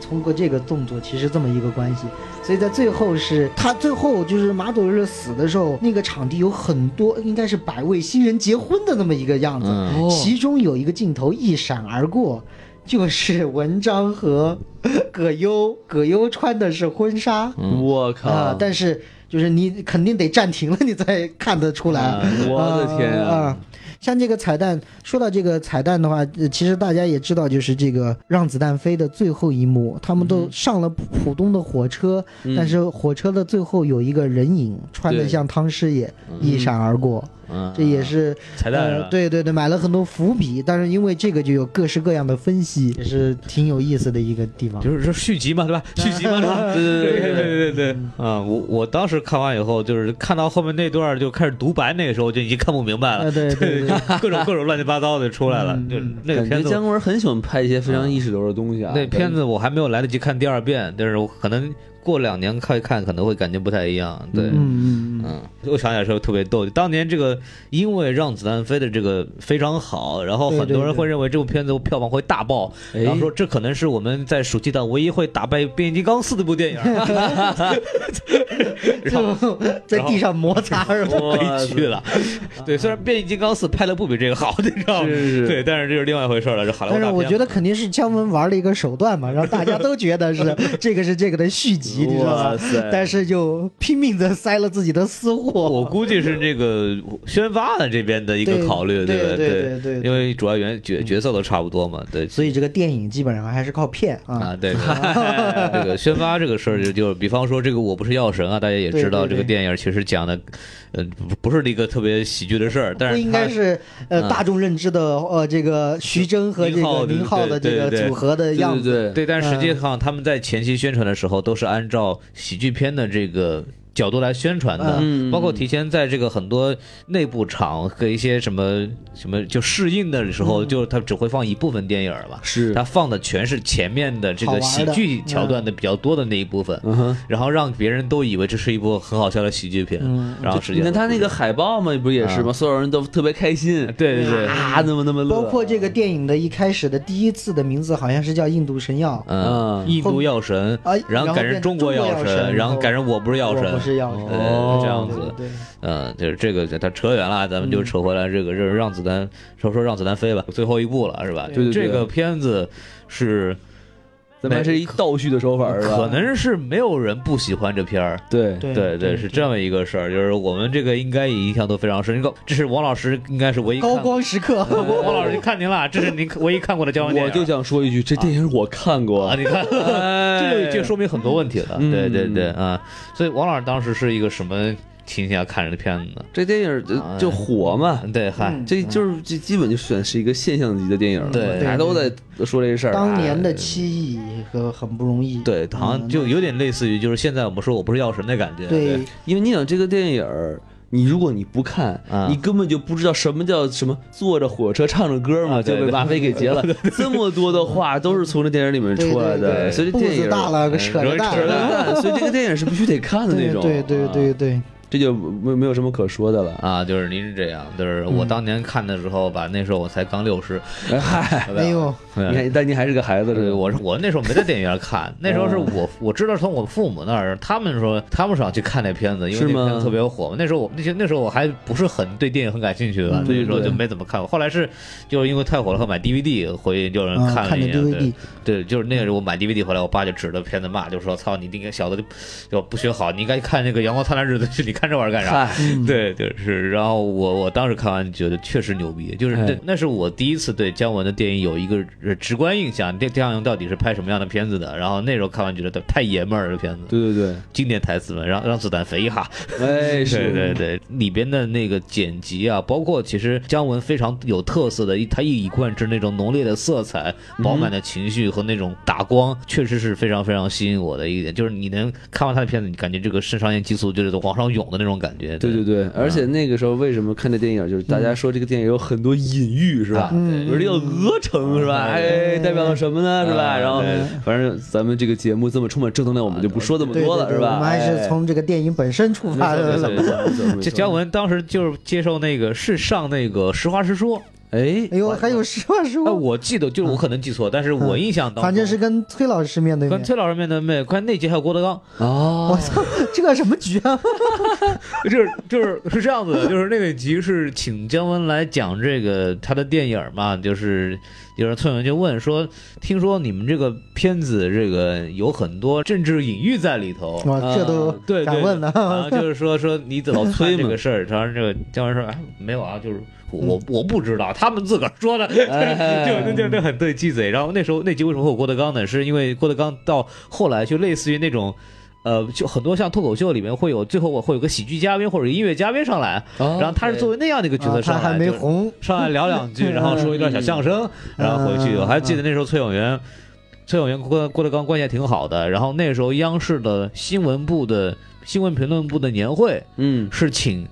[SPEAKER 2] 通过这个动作，其实这么一个关系，所以在最后是他最后就是马佐日死的时候，那个场地有很多，应该是百位新人结婚的那么一个样子，
[SPEAKER 4] 嗯
[SPEAKER 3] 哦
[SPEAKER 2] 其中有一个镜头一闪而过，就是文章和 葛优，葛优穿的是婚纱
[SPEAKER 3] 我
[SPEAKER 2] 啊、
[SPEAKER 3] 靠，
[SPEAKER 2] 但是就是你肯定得暂停了，你才看得出来。
[SPEAKER 3] 啊我的天
[SPEAKER 2] 啊！
[SPEAKER 3] 啊
[SPEAKER 2] 啊，像这个彩蛋，说到这个彩蛋的话，呃其实大家也知道，就是这个《让子弹飞》的最后一幕，他们都上了浦东的火车，但是火车的最后有一个人影穿的
[SPEAKER 3] 嗯对
[SPEAKER 2] 像汤师爷一闪而过，
[SPEAKER 3] 嗯
[SPEAKER 2] 这也是
[SPEAKER 4] 彩蛋是吧
[SPEAKER 2] 呃。对对对，买了很多伏笔，但是因为这个就有各式各样的分析，也是挺有意思的一个地方。
[SPEAKER 4] 就是说续集嘛，对吧？续集 嘛，对吧？
[SPEAKER 3] 对对对
[SPEAKER 4] 对对对对啊！我我当时看完以后，就是看到后面那段就开始独白，那个时候就已经看不明白了，
[SPEAKER 2] 啊对 对对
[SPEAKER 4] 各种各种乱七八糟的出来了。
[SPEAKER 2] 嗯
[SPEAKER 4] 就
[SPEAKER 2] 嗯
[SPEAKER 4] 那个
[SPEAKER 3] 感觉
[SPEAKER 4] 片子
[SPEAKER 3] 姜
[SPEAKER 4] 我，
[SPEAKER 3] 文很喜欢拍一些非常意识流的东西啊。
[SPEAKER 4] 那片
[SPEAKER 3] 对，
[SPEAKER 4] 子我还没有来得及看第二遍，但是我可能过两年看一看，可能会感觉不太一样。对，
[SPEAKER 2] 嗯嗯嗯，
[SPEAKER 4] 嗯，我想起来时候特别逗，当年这个因为《让子弹飞》的这个非常好，然后
[SPEAKER 2] 对
[SPEAKER 4] 很多
[SPEAKER 2] 对
[SPEAKER 4] 人
[SPEAKER 2] 对
[SPEAKER 4] 会认为这部片子票房会大爆，
[SPEAKER 3] 哎
[SPEAKER 4] 然后说这可能是我们在暑期档唯一会打败《变形金刚四》的一部电影。
[SPEAKER 2] 嗯就在地上摩擦是吧？
[SPEAKER 4] 我悲剧了，对，虽然《变形金刚四》拍的不比这个好，你知道吗？
[SPEAKER 3] 是是
[SPEAKER 4] 对，但是这是另外一回事了，这好莱坞
[SPEAKER 2] 但
[SPEAKER 4] 大片嘛。
[SPEAKER 2] 是我觉得肯定是姜文玩了一个手段嘛，让大家都觉得 是这个是这个的续集，你知道
[SPEAKER 3] 哇
[SPEAKER 2] 吗
[SPEAKER 3] 塞？
[SPEAKER 2] 但是就拼命的塞了自己的私
[SPEAKER 4] 我
[SPEAKER 2] 货。
[SPEAKER 4] 估计是这个宣发的这边的一个
[SPEAKER 2] 对
[SPEAKER 4] 考虑，
[SPEAKER 2] 对
[SPEAKER 4] 吧？
[SPEAKER 2] 对
[SPEAKER 4] 对
[SPEAKER 2] 对对对
[SPEAKER 4] 因为主要原角角色都差不多嘛，对。
[SPEAKER 2] 所以这个电影基本上还是靠骗啊。
[SPEAKER 4] 啊，对， 这个宣发这个事儿就就，比方说这个我不是药神啊，大家也知道
[SPEAKER 2] 对对对
[SPEAKER 4] 这个电影其实讲的，呃，不不是一个特别喜剧的事儿，但
[SPEAKER 2] 不
[SPEAKER 4] 是
[SPEAKER 2] 应该
[SPEAKER 4] 它
[SPEAKER 2] 是
[SPEAKER 4] 嗯
[SPEAKER 2] 呃大众认知的呃这个徐峥和这
[SPEAKER 4] 宁浩
[SPEAKER 2] 个
[SPEAKER 4] 的
[SPEAKER 2] 宁浩的
[SPEAKER 4] 对
[SPEAKER 2] 这
[SPEAKER 4] 对
[SPEAKER 2] 个
[SPEAKER 4] 对
[SPEAKER 2] 组合的
[SPEAKER 3] 对
[SPEAKER 2] 样
[SPEAKER 3] 对对，
[SPEAKER 2] 子，
[SPEAKER 4] 对，但实际
[SPEAKER 2] 嗯
[SPEAKER 4] 上他们在前期宣传的时候，都是按照喜剧片的这个角度来宣传的，
[SPEAKER 3] 嗯
[SPEAKER 4] 包括提前在这个很多内部场和一些什么什么就试映的时
[SPEAKER 2] 嗯
[SPEAKER 4] 候，就他只会放一部分电影儿吧，
[SPEAKER 3] 是
[SPEAKER 4] 他放的全是前面的这
[SPEAKER 2] 好
[SPEAKER 4] 个
[SPEAKER 2] 玩
[SPEAKER 4] 喜
[SPEAKER 2] 的
[SPEAKER 4] 剧
[SPEAKER 2] 嗯
[SPEAKER 4] 桥段的比较多的那一部分，
[SPEAKER 3] 嗯哼。
[SPEAKER 4] 然后让别人都以为这是一部很好笑的喜剧片，然后实际
[SPEAKER 3] 你
[SPEAKER 4] 上
[SPEAKER 3] 看他那
[SPEAKER 4] 不
[SPEAKER 3] 个
[SPEAKER 4] 是。
[SPEAKER 3] 海报嘛，不是也是吗？所有人都特别开心，
[SPEAKER 4] 对对对
[SPEAKER 3] 啊，那么那么乐，
[SPEAKER 2] 包括这个电影的一开始的第一次的名字好像是叫《印度神药》，
[SPEAKER 4] 嗯，印度药神
[SPEAKER 2] 啊，
[SPEAKER 4] 然后
[SPEAKER 2] 然后
[SPEAKER 4] 改成
[SPEAKER 2] 变
[SPEAKER 4] 中国
[SPEAKER 2] 中国
[SPEAKER 4] 药
[SPEAKER 2] 药神
[SPEAKER 4] 然后
[SPEAKER 2] 然后
[SPEAKER 4] 改成我不是药
[SPEAKER 2] 我
[SPEAKER 4] 神，
[SPEAKER 2] 不是药神，
[SPEAKER 4] 呃，这样
[SPEAKER 2] 对
[SPEAKER 4] 子，
[SPEAKER 2] 对对
[SPEAKER 4] 嗯，就是这个，它扯远了，啊咱们就扯回来这个，就是让子弹说说让子弹飞吧，最后一步了是吧？
[SPEAKER 3] 对对对
[SPEAKER 4] 这个片子是
[SPEAKER 3] 咱们还是一倒叙的手法，是吧
[SPEAKER 4] 可能是没有人不喜欢这片儿。
[SPEAKER 3] 对
[SPEAKER 2] 对
[SPEAKER 4] 对对，是这么一个事儿，就是我们这个应该也印象都非常深。这个这是王老师应该是唯一看
[SPEAKER 2] 高光时刻，
[SPEAKER 4] 王老师看您了，啊这是您唯一看过的交响电
[SPEAKER 3] 我
[SPEAKER 4] 影。
[SPEAKER 3] 就想说一句，这电影我看过
[SPEAKER 4] 啊，，你看， 这就这说明很多问题了。
[SPEAKER 3] 哎嗯
[SPEAKER 4] 对对对啊，所以王老师当时是一个什么情形下看着的片子呢？
[SPEAKER 3] 这电影就就火嘛，
[SPEAKER 4] 对，嗨，
[SPEAKER 2] 嗯
[SPEAKER 3] 这就是这基本就选是一个现象级的电影了，
[SPEAKER 4] 对
[SPEAKER 3] 大家都在说这事儿。
[SPEAKER 2] 当年
[SPEAKER 3] 哎
[SPEAKER 2] 的七亿和很不容易，
[SPEAKER 4] 对，好像就有点类似于就是现在我们说我不是药神的感觉。
[SPEAKER 2] 对，
[SPEAKER 3] 因为你想这个电影儿，你如果你不看，
[SPEAKER 4] 啊
[SPEAKER 3] 你根本就不知道什么叫什么坐着火车唱着歌嘛，
[SPEAKER 4] 啊
[SPEAKER 3] 就
[SPEAKER 4] 对
[SPEAKER 3] 被马飞给劫了。这么多的话都是从这电影里面出来
[SPEAKER 2] 对对
[SPEAKER 3] 的，
[SPEAKER 4] 对
[SPEAKER 3] 所以这
[SPEAKER 2] 步
[SPEAKER 3] 电
[SPEAKER 2] 子
[SPEAKER 3] 影
[SPEAKER 2] 大了，扯着
[SPEAKER 4] 嗯扯着
[SPEAKER 2] 蛋，
[SPEAKER 3] 蛋，所以这个电影是必须得看的那
[SPEAKER 2] 对
[SPEAKER 3] 种。
[SPEAKER 2] 对对对
[SPEAKER 3] 啊，
[SPEAKER 4] 嗯
[SPEAKER 2] 对，
[SPEAKER 3] 这就没没有什么可说的了。
[SPEAKER 4] 啊，就是您是这样，就是我
[SPEAKER 3] 嗯
[SPEAKER 4] 当年看的时候吧，那时候我才刚六十，
[SPEAKER 3] 哎嗨，
[SPEAKER 2] 没有，
[SPEAKER 3] 你看，但你还是个孩子，
[SPEAKER 4] 对，
[SPEAKER 3] 这
[SPEAKER 4] 我是我那时候没在电影院看，那时候
[SPEAKER 3] 哦
[SPEAKER 4] 是我我知道从我父母那儿，他们说他们想去看那片子，因为
[SPEAKER 3] 是吗
[SPEAKER 4] 那片子特别火嘛。那时候我那些那时候我还不是很对电影很感兴趣的，
[SPEAKER 2] 嗯
[SPEAKER 4] 所以说
[SPEAKER 3] 对
[SPEAKER 4] 就没怎么看过。后来是就是因为太火了，后买 DVD 回去有人嗯
[SPEAKER 2] 啊
[SPEAKER 4] 看了
[SPEAKER 2] 看
[SPEAKER 4] 一
[SPEAKER 2] 的
[SPEAKER 4] 眼，对
[SPEAKER 2] DVD
[SPEAKER 4] 对，就是那个时候我买 DVD 回来，我爸就指着片子骂，就说：“操，你那个小子就就不学好，你应该看那个《阳光灿烂日子》去，你看看这玩意儿干啥？
[SPEAKER 3] 嗨，
[SPEAKER 4] 对，就是，然后我我当时看完觉得确实牛逼，就是
[SPEAKER 3] 哎
[SPEAKER 4] 那那是我第一次对姜文的电影有一个呃直观印象，这姜文到底是拍什么样的片子的？然后那时候看完觉得太爷们儿了，这片子，
[SPEAKER 3] 对对
[SPEAKER 4] 经典台词嘛，让让子弹飞一下，
[SPEAKER 3] 对，哎，
[SPEAKER 4] 对
[SPEAKER 3] 是，
[SPEAKER 4] 对对，里边的那个剪辑啊，包括其实姜文非常有特色的，他一以贯之那种浓烈的色彩、饱满的情绪和那种打光，确实是非常非常吸引我的一点。就是你能看完他的片子，你感觉这个肾上腺激素就是往上涌的那种感觉。
[SPEAKER 3] 对对啊对，而且那个时候为什么看这电影，就是大家说这个电影有很多隐喻，是吧？
[SPEAKER 2] 嗯
[SPEAKER 3] 比如这个鹅城，是吧？哎，代表了什么呢？是
[SPEAKER 4] 嗯
[SPEAKER 3] 吧？然后
[SPEAKER 4] 对
[SPEAKER 3] 反正咱们这个节目这么充满正能量，我们就不说这么
[SPEAKER 2] 对
[SPEAKER 3] 多
[SPEAKER 2] 对
[SPEAKER 3] 了，
[SPEAKER 2] 对，
[SPEAKER 3] 是
[SPEAKER 2] 我
[SPEAKER 3] 吧？
[SPEAKER 2] 们还
[SPEAKER 4] 哎
[SPEAKER 2] 是从这个电影本身出发
[SPEAKER 3] 哎
[SPEAKER 2] 的。
[SPEAKER 3] 没错没错没错没错
[SPEAKER 4] 这姜文当时就是接受那个是上那个实话实说，
[SPEAKER 3] 哎
[SPEAKER 2] 哎呦，还有实话实
[SPEAKER 4] 哎，
[SPEAKER 2] 说，
[SPEAKER 4] 我记得就是我可能记错，但是
[SPEAKER 3] 嗯
[SPEAKER 4] 我印象当中，
[SPEAKER 2] 反正是跟崔老师面对
[SPEAKER 4] 跟
[SPEAKER 2] 面。
[SPEAKER 4] 崔老师面对面，关键那集还有郭德纲，
[SPEAKER 3] 哦
[SPEAKER 2] 我操，这个什么局啊？
[SPEAKER 4] 就是就是是这样子的，就是那个集是请姜文来讲这个他的电影嘛，就是有人村友就问说，听说你们这个片子这个有很多政治隐喻在里头，
[SPEAKER 2] 哇，这都
[SPEAKER 3] 啊
[SPEAKER 4] 对
[SPEAKER 2] 敢
[SPEAKER 4] 对，
[SPEAKER 2] 问呢
[SPEAKER 4] 然后就是说说你怎么
[SPEAKER 3] 老
[SPEAKER 4] 看
[SPEAKER 3] 崔
[SPEAKER 4] 这
[SPEAKER 3] 嘛
[SPEAKER 4] 个事儿，然后这个姜文说哎没有啊，就是我我不知道，他们自个儿说的，
[SPEAKER 3] 哎
[SPEAKER 4] 就就就很对鸡贼。然后那时候那集为什么会有郭德纲呢？是因为郭德纲到后来就类似于那种。呃，就很多像脱口秀里面会有，最后我会有个喜剧嘉宾或者音乐嘉宾上来，
[SPEAKER 3] 哦
[SPEAKER 4] 然后他是作为那样的一个角色
[SPEAKER 2] 啊
[SPEAKER 4] 上
[SPEAKER 2] 他
[SPEAKER 4] 来，
[SPEAKER 2] 还没
[SPEAKER 4] 就是
[SPEAKER 2] 红，
[SPEAKER 4] 上来聊两 句，然后说一段小相声，然后回去。
[SPEAKER 2] 嗯
[SPEAKER 4] 我还记得那时候崔永元，崔永元跟郭郭德纲关系还挺好的。然后那时候央视的新闻部的新闻评论部的年会
[SPEAKER 3] 嗯，
[SPEAKER 4] 是请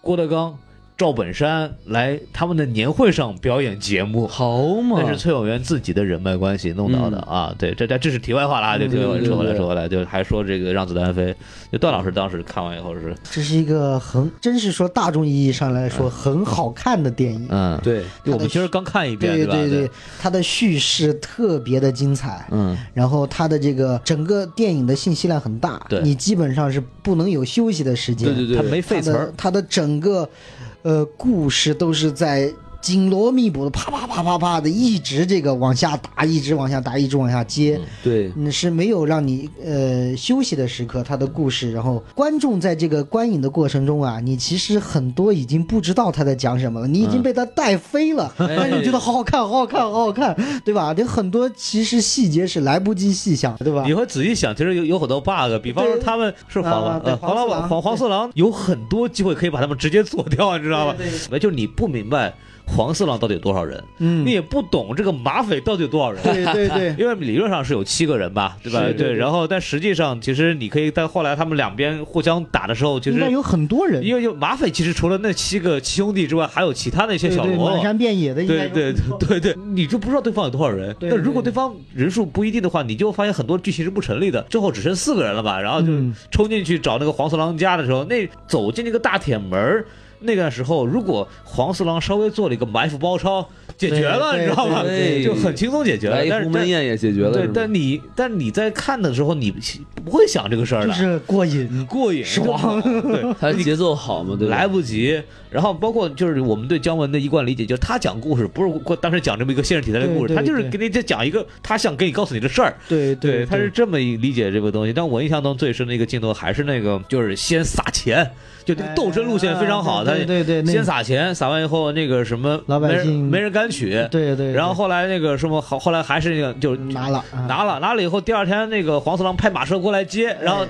[SPEAKER 4] 郭德纲、赵本山来他们的年会上表演节目。
[SPEAKER 3] 好嘛，
[SPEAKER 4] 那是崔永元自己的人脉关系弄到的啊，对，这这这是题外话啦，就
[SPEAKER 2] 嗯
[SPEAKER 4] 就
[SPEAKER 3] 嗯对对
[SPEAKER 4] 说回来
[SPEAKER 3] 对
[SPEAKER 4] 说回来，就还说这个让子弹飞，就段老师当时看完以后是，
[SPEAKER 2] 这是一个很，真是说大众意义上来说很好看的电影。
[SPEAKER 4] 嗯，
[SPEAKER 3] 对，
[SPEAKER 4] 就我们今儿刚看一遍，
[SPEAKER 2] 对
[SPEAKER 4] 吧？
[SPEAKER 2] 对
[SPEAKER 4] 对，，
[SPEAKER 2] 它的叙事特别的精彩，
[SPEAKER 4] 嗯，
[SPEAKER 2] 然后它的这个整个电影的信息量很大
[SPEAKER 4] 对，
[SPEAKER 2] 你基本上是不能有休息的时间。
[SPEAKER 3] 对对对，
[SPEAKER 4] 他没废
[SPEAKER 2] 它
[SPEAKER 4] 词儿
[SPEAKER 2] 的，它的整个呃故事都是在紧锣密鼓的啪啪啪啪啪的一直这个往下打，一直往下打，一直往下接。
[SPEAKER 3] 对，
[SPEAKER 2] 嗯，是没有让你呃休息的时刻，它的故事，然后观众在这个观影的过程中啊，你其实很多已经不知道他在讲什么了，
[SPEAKER 4] 嗯
[SPEAKER 2] 你已经被他带飞了，
[SPEAKER 4] 哎
[SPEAKER 2] 但是你觉得好好看，好好看，好好看，对吧？有很多其实细节是来不及细想，对吧
[SPEAKER 4] 你？会仔细想，其实有有很多 bug，比方说
[SPEAKER 2] 啊对
[SPEAKER 4] 他们是黄
[SPEAKER 2] 啊
[SPEAKER 4] 老
[SPEAKER 2] 对
[SPEAKER 4] 呃黄老
[SPEAKER 2] 黄四
[SPEAKER 4] 板
[SPEAKER 2] 郎
[SPEAKER 4] 黄黄四郎有很多机会可以把他们直接做掉，你知道吧？
[SPEAKER 2] 对对
[SPEAKER 4] 就是你不明白黄四郎到底有多少人，
[SPEAKER 2] 嗯
[SPEAKER 4] 你，也不懂这个马匪到底有多少人。
[SPEAKER 2] 对 对对，
[SPEAKER 4] 因为理论上是有七个人吧，对吧？
[SPEAKER 2] 是对对
[SPEAKER 4] 然后但实际上，其实你可以在后来他们两边互相打的时候，其
[SPEAKER 2] 应
[SPEAKER 4] 实
[SPEAKER 2] 该有很多人，
[SPEAKER 4] 因为就马匪其实除了那七个七兄弟之外，还有其他那些
[SPEAKER 2] 对
[SPEAKER 4] 小
[SPEAKER 2] 对，
[SPEAKER 4] 喽啰。
[SPEAKER 2] 满山遍野的，应该
[SPEAKER 4] 对
[SPEAKER 2] 有
[SPEAKER 4] 对
[SPEAKER 2] 很多
[SPEAKER 4] 对对，你就不知道对方有多少人。
[SPEAKER 2] 对
[SPEAKER 4] 那如果对
[SPEAKER 2] 对
[SPEAKER 4] 方人数不一定的话，你就发现很多剧情是不成立的。最后只剩四个人了吧？然后就
[SPEAKER 2] 嗯
[SPEAKER 4] 冲进去找那个黄四郎家的时候，那走进那个大铁门儿那个时候，如果黄四郎稍微做了一个埋伏包抄，解决了，
[SPEAKER 2] 对
[SPEAKER 4] 你知道吗？
[SPEAKER 3] 对对
[SPEAKER 4] 就很轻松解决了
[SPEAKER 3] 来。一
[SPEAKER 4] 但
[SPEAKER 3] 鸿门
[SPEAKER 4] 是
[SPEAKER 3] 宴也解决了，
[SPEAKER 4] 但对
[SPEAKER 3] 是吗，
[SPEAKER 4] 但你但你在看的时候，你不会想这个事儿
[SPEAKER 2] 就
[SPEAKER 4] 的，
[SPEAKER 2] 是过瘾，
[SPEAKER 4] 过瘾
[SPEAKER 2] 爽
[SPEAKER 4] 对，
[SPEAKER 3] 他节奏好嘛，对吧？
[SPEAKER 4] 来不及。然后包括就是我们对姜文的一贯理解，就是他讲故事不是过当时讲这么一个现实题材的故事，
[SPEAKER 2] 对对
[SPEAKER 4] 他就是
[SPEAKER 2] 对
[SPEAKER 4] 给你这讲一个他想给你告诉你的事儿。
[SPEAKER 2] 对对，
[SPEAKER 4] 他是这么一理解这个东西。但我印象中最深的一个镜头还是那个，就是先撒钱，就那个斗争路线非常好，
[SPEAKER 2] 哎
[SPEAKER 4] 他
[SPEAKER 2] 对对对，那
[SPEAKER 4] 先撒钱，撒完以后那个什么
[SPEAKER 2] 老百
[SPEAKER 4] 没人
[SPEAKER 2] 姓
[SPEAKER 4] 没人敢取，
[SPEAKER 2] 对对，
[SPEAKER 4] 然后后来那个什么好，后来还是那个就
[SPEAKER 2] 对拿了啊
[SPEAKER 4] 拿了拿了以后，第二天那个黄四郎派马车过来接，然后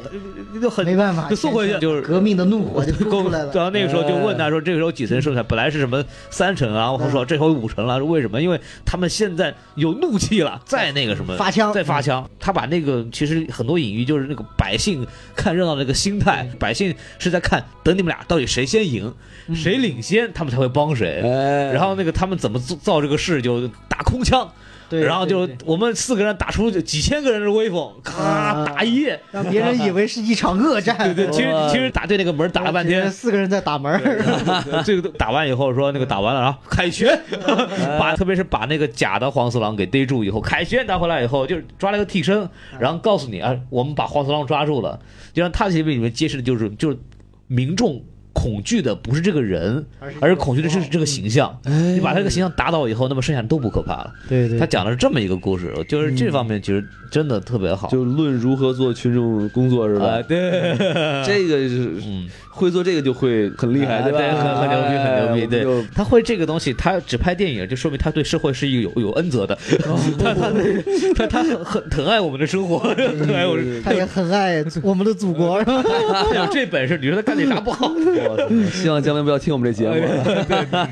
[SPEAKER 4] 呃就很
[SPEAKER 2] 没办法，
[SPEAKER 4] 就送回去
[SPEAKER 2] 先
[SPEAKER 4] 就是
[SPEAKER 2] 革命的怒 火就
[SPEAKER 4] 够
[SPEAKER 2] 冲出来了。哎
[SPEAKER 4] 然后那个时候就问他说：“这个时候几层剩菜？本来是什么三层啊，
[SPEAKER 2] 嗯
[SPEAKER 4] 或者说这回五层了，为什么？因为他们现在有怒气了，再那个什么
[SPEAKER 2] 发枪嗯
[SPEAKER 4] 再发枪。”他把那个其实很多隐喻就是那个百姓看热闹的那个心态，
[SPEAKER 2] 嗯
[SPEAKER 4] 百姓是在看等你们俩到底谁先赢，谁领先，他们才会帮谁。
[SPEAKER 3] 哎，
[SPEAKER 4] 然后那个他们怎么造造这个势，就打空枪，
[SPEAKER 2] 对，
[SPEAKER 4] 然后
[SPEAKER 2] 对
[SPEAKER 4] 就
[SPEAKER 2] 对
[SPEAKER 4] 我们四个人打出几千个人的威风，咔
[SPEAKER 2] 啊
[SPEAKER 4] 打一夜。
[SPEAKER 2] 让别人以为是一场恶 战。
[SPEAKER 4] 对对，其实
[SPEAKER 3] 哇
[SPEAKER 4] 其实打对那个门打了半天，
[SPEAKER 2] 四个人在打门儿，
[SPEAKER 4] 这个打完以后说那个打完了，然后凯旋，把特别是把那个假的黄四郎给逮住以后，凯旋拿回来以后，就是抓了个替身，然后告诉你啊，我们把黄四郎抓住了，就像他这里面揭示的就是就是民众。恐惧的不是这个人，而是恐惧的是这个形象。你把他这个形象打倒以后，那么剩下都不可怕了。
[SPEAKER 2] 对对，
[SPEAKER 4] 他讲的是这么一个故事，我就是这方面其实真的特别好。
[SPEAKER 3] 就论如何做群众工作是吧
[SPEAKER 4] 啊，？对，
[SPEAKER 3] 这个是
[SPEAKER 4] 嗯，
[SPEAKER 3] 会做这个就会很厉害，
[SPEAKER 4] 啊对，
[SPEAKER 3] 吧？
[SPEAKER 4] 很很牛逼，很牛逼。
[SPEAKER 3] 哎我们
[SPEAKER 4] 对
[SPEAKER 3] 就，
[SPEAKER 4] 他会这个东西，他只拍电影，就说明他对社会是一个有有恩泽的。
[SPEAKER 3] 哦
[SPEAKER 4] 他他他他很很疼爱我们的生活，
[SPEAKER 3] 嗯
[SPEAKER 4] 疼爱我们。
[SPEAKER 2] 他也很爱我们的祖国，是吧？
[SPEAKER 4] 他有这本事，你说他干点啥不好？
[SPEAKER 3] 嗯希望将来不要听我们这节目。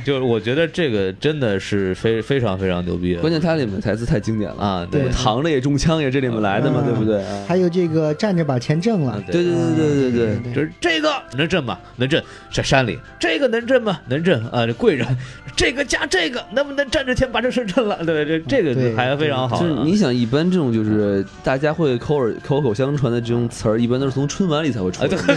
[SPEAKER 4] 就是我觉得这个真的是非非常非常牛逼的。
[SPEAKER 3] 关键它里面台词太经典了啊！
[SPEAKER 4] 啊，
[SPEAKER 2] 对
[SPEAKER 3] 扛着也中枪也这里面来的嘛，
[SPEAKER 2] 嗯
[SPEAKER 3] 对不对？ 啊
[SPEAKER 2] 还有这个站着把钱挣了
[SPEAKER 4] 啊，
[SPEAKER 3] 对对对对对对，
[SPEAKER 4] 就是这个能震吗？能震，在山里这个能震吗？能震啊，这贵人，这个加这个能不能站着钱把这事震了？对，这这
[SPEAKER 2] 对
[SPEAKER 4] 个还非常好
[SPEAKER 3] 嗯就
[SPEAKER 4] 的
[SPEAKER 3] 是
[SPEAKER 4] 啊。
[SPEAKER 3] 你想，一般这种就是大家会口耳口口相传的这种词儿，一般都是从春晚里才会出
[SPEAKER 4] 啊，
[SPEAKER 3] 来
[SPEAKER 4] 对
[SPEAKER 3] 的。
[SPEAKER 2] 对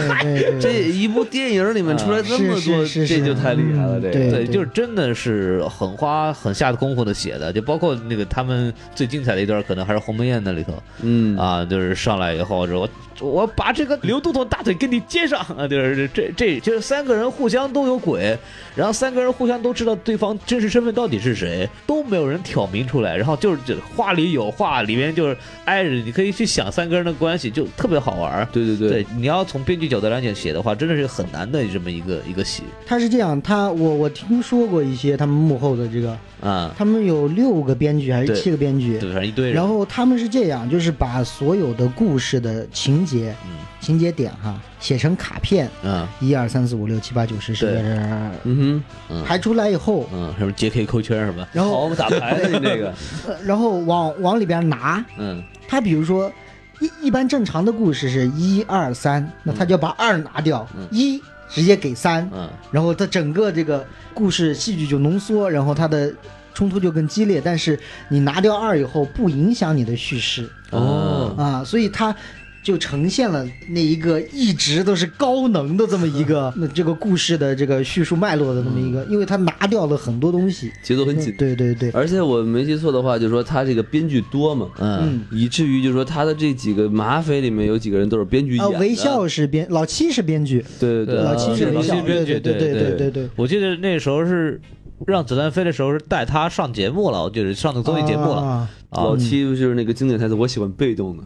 [SPEAKER 2] 对
[SPEAKER 3] 这
[SPEAKER 2] 对，
[SPEAKER 3] 一部电影里面出来这么
[SPEAKER 2] 啊
[SPEAKER 3] 多，
[SPEAKER 2] 是是是
[SPEAKER 3] 这
[SPEAKER 2] 是
[SPEAKER 3] 就太厉害了。
[SPEAKER 2] 嗯
[SPEAKER 3] 这
[SPEAKER 2] 对
[SPEAKER 3] 个
[SPEAKER 4] 对，就是真的是很花很下功夫的写的，就包括那个他们最精彩的一段，可能还是鸿门宴那里头
[SPEAKER 3] 嗯，
[SPEAKER 4] 啊，就是上来以后，我我把这个刘都头大腿给你接上啊，就是这这就是三个人互相都有鬼，然后三个人互相都知道对方真实身份到底是谁，都没有人挑明出来，然后就是这话里有话，里面就是挨着，你可以去想三个人的关系，就特别好玩儿。
[SPEAKER 3] 对对对
[SPEAKER 4] 对，你要从编剧角度来讲写的话，真的是很难的这么一个一个戏
[SPEAKER 2] 他是这样，他我我听说过一些他们幕后的这个，
[SPEAKER 4] 啊，
[SPEAKER 2] 他们有六个编剧还是
[SPEAKER 4] 对
[SPEAKER 2] 七个编剧
[SPEAKER 4] 对，，反正一堆人。
[SPEAKER 2] 然后他们是这样，就是把所有的故事的情节、
[SPEAKER 4] 嗯
[SPEAKER 2] 情节点哈写成卡片，
[SPEAKER 4] 嗯
[SPEAKER 2] 一二三四五六七八九十十一
[SPEAKER 4] 对
[SPEAKER 2] 二二二二
[SPEAKER 3] 嗯
[SPEAKER 4] 嗯
[SPEAKER 2] 排出来以后，
[SPEAKER 4] 嗯，什么 JK 扣圈什么，
[SPEAKER 2] 然
[SPEAKER 3] 哼，好，
[SPEAKER 2] 后
[SPEAKER 3] 我们打
[SPEAKER 4] 哎
[SPEAKER 3] 牌 的你这个，
[SPEAKER 2] 呃然后往往里边拿，
[SPEAKER 4] 嗯
[SPEAKER 2] 他比如说一一般正常的故事是一二三，那他就把二拿掉，一直接给三，
[SPEAKER 4] 嗯
[SPEAKER 2] 然后他整个这个故事戏剧就浓缩，然后他的冲突就更激烈。但是你拿掉二以后，不影响你的叙事
[SPEAKER 3] 哦
[SPEAKER 2] 啊，所以他。就呈现了那一个一直都是高能的这么一个那这个故事的这个叙述脉络的这么一个，因为他拿掉了很多东西，
[SPEAKER 3] 节奏很紧。
[SPEAKER 2] 对对对，
[SPEAKER 3] 而且我没记错的话，就是说他这个编剧多嘛，
[SPEAKER 4] 嗯
[SPEAKER 2] 嗯
[SPEAKER 3] 以至于就是说他的这几个马匪里面有几个人都是编剧
[SPEAKER 2] 啊，
[SPEAKER 3] 演的。
[SPEAKER 2] 韦孝是编，老七是编剧，
[SPEAKER 3] 对对对，
[SPEAKER 2] 老
[SPEAKER 4] 啊
[SPEAKER 2] 七
[SPEAKER 4] 是
[SPEAKER 2] 韦
[SPEAKER 4] 老七
[SPEAKER 2] 孝，
[SPEAKER 4] 编
[SPEAKER 2] 对
[SPEAKER 4] 剧
[SPEAKER 2] 对对
[SPEAKER 4] 对
[SPEAKER 2] 对
[SPEAKER 3] 对
[SPEAKER 2] 对对对，
[SPEAKER 4] 我记得那时候是让子弹飞的时候是带他上节目了，我就是上的综艺节目了。
[SPEAKER 2] 啊
[SPEAKER 4] 啊
[SPEAKER 3] 老七就是那个经典台词，我喜欢被动的，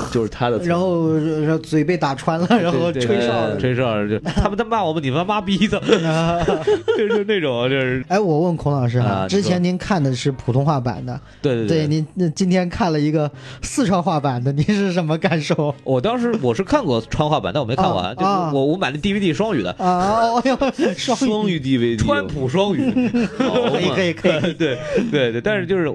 [SPEAKER 3] 就是他的词。
[SPEAKER 2] 然后然后嘴被打穿了，然后
[SPEAKER 3] 对对
[SPEAKER 2] 吹哨
[SPEAKER 3] 对
[SPEAKER 2] 了。
[SPEAKER 4] 吹哨就他们在骂我们，你们妈逼的，就是就那种就是
[SPEAKER 2] 哎，我问孔老师
[SPEAKER 4] 啊
[SPEAKER 2] 哈，
[SPEAKER 4] 你
[SPEAKER 2] 之
[SPEAKER 4] 说
[SPEAKER 2] 前您看的是普通话版的，
[SPEAKER 4] 对对。
[SPEAKER 2] 您那今天看了一个四川话版的，您是什么感受？
[SPEAKER 4] 我当时我是看过川话版，但我没看完，
[SPEAKER 2] 啊
[SPEAKER 4] 就是
[SPEAKER 2] 啊
[SPEAKER 4] 我我买的 DVD 双语的，
[SPEAKER 2] 啊，哎呦，双
[SPEAKER 3] 双语 DVD，
[SPEAKER 4] 川普双语，
[SPEAKER 2] 可以可以可以，
[SPEAKER 4] 对对对，但是就是。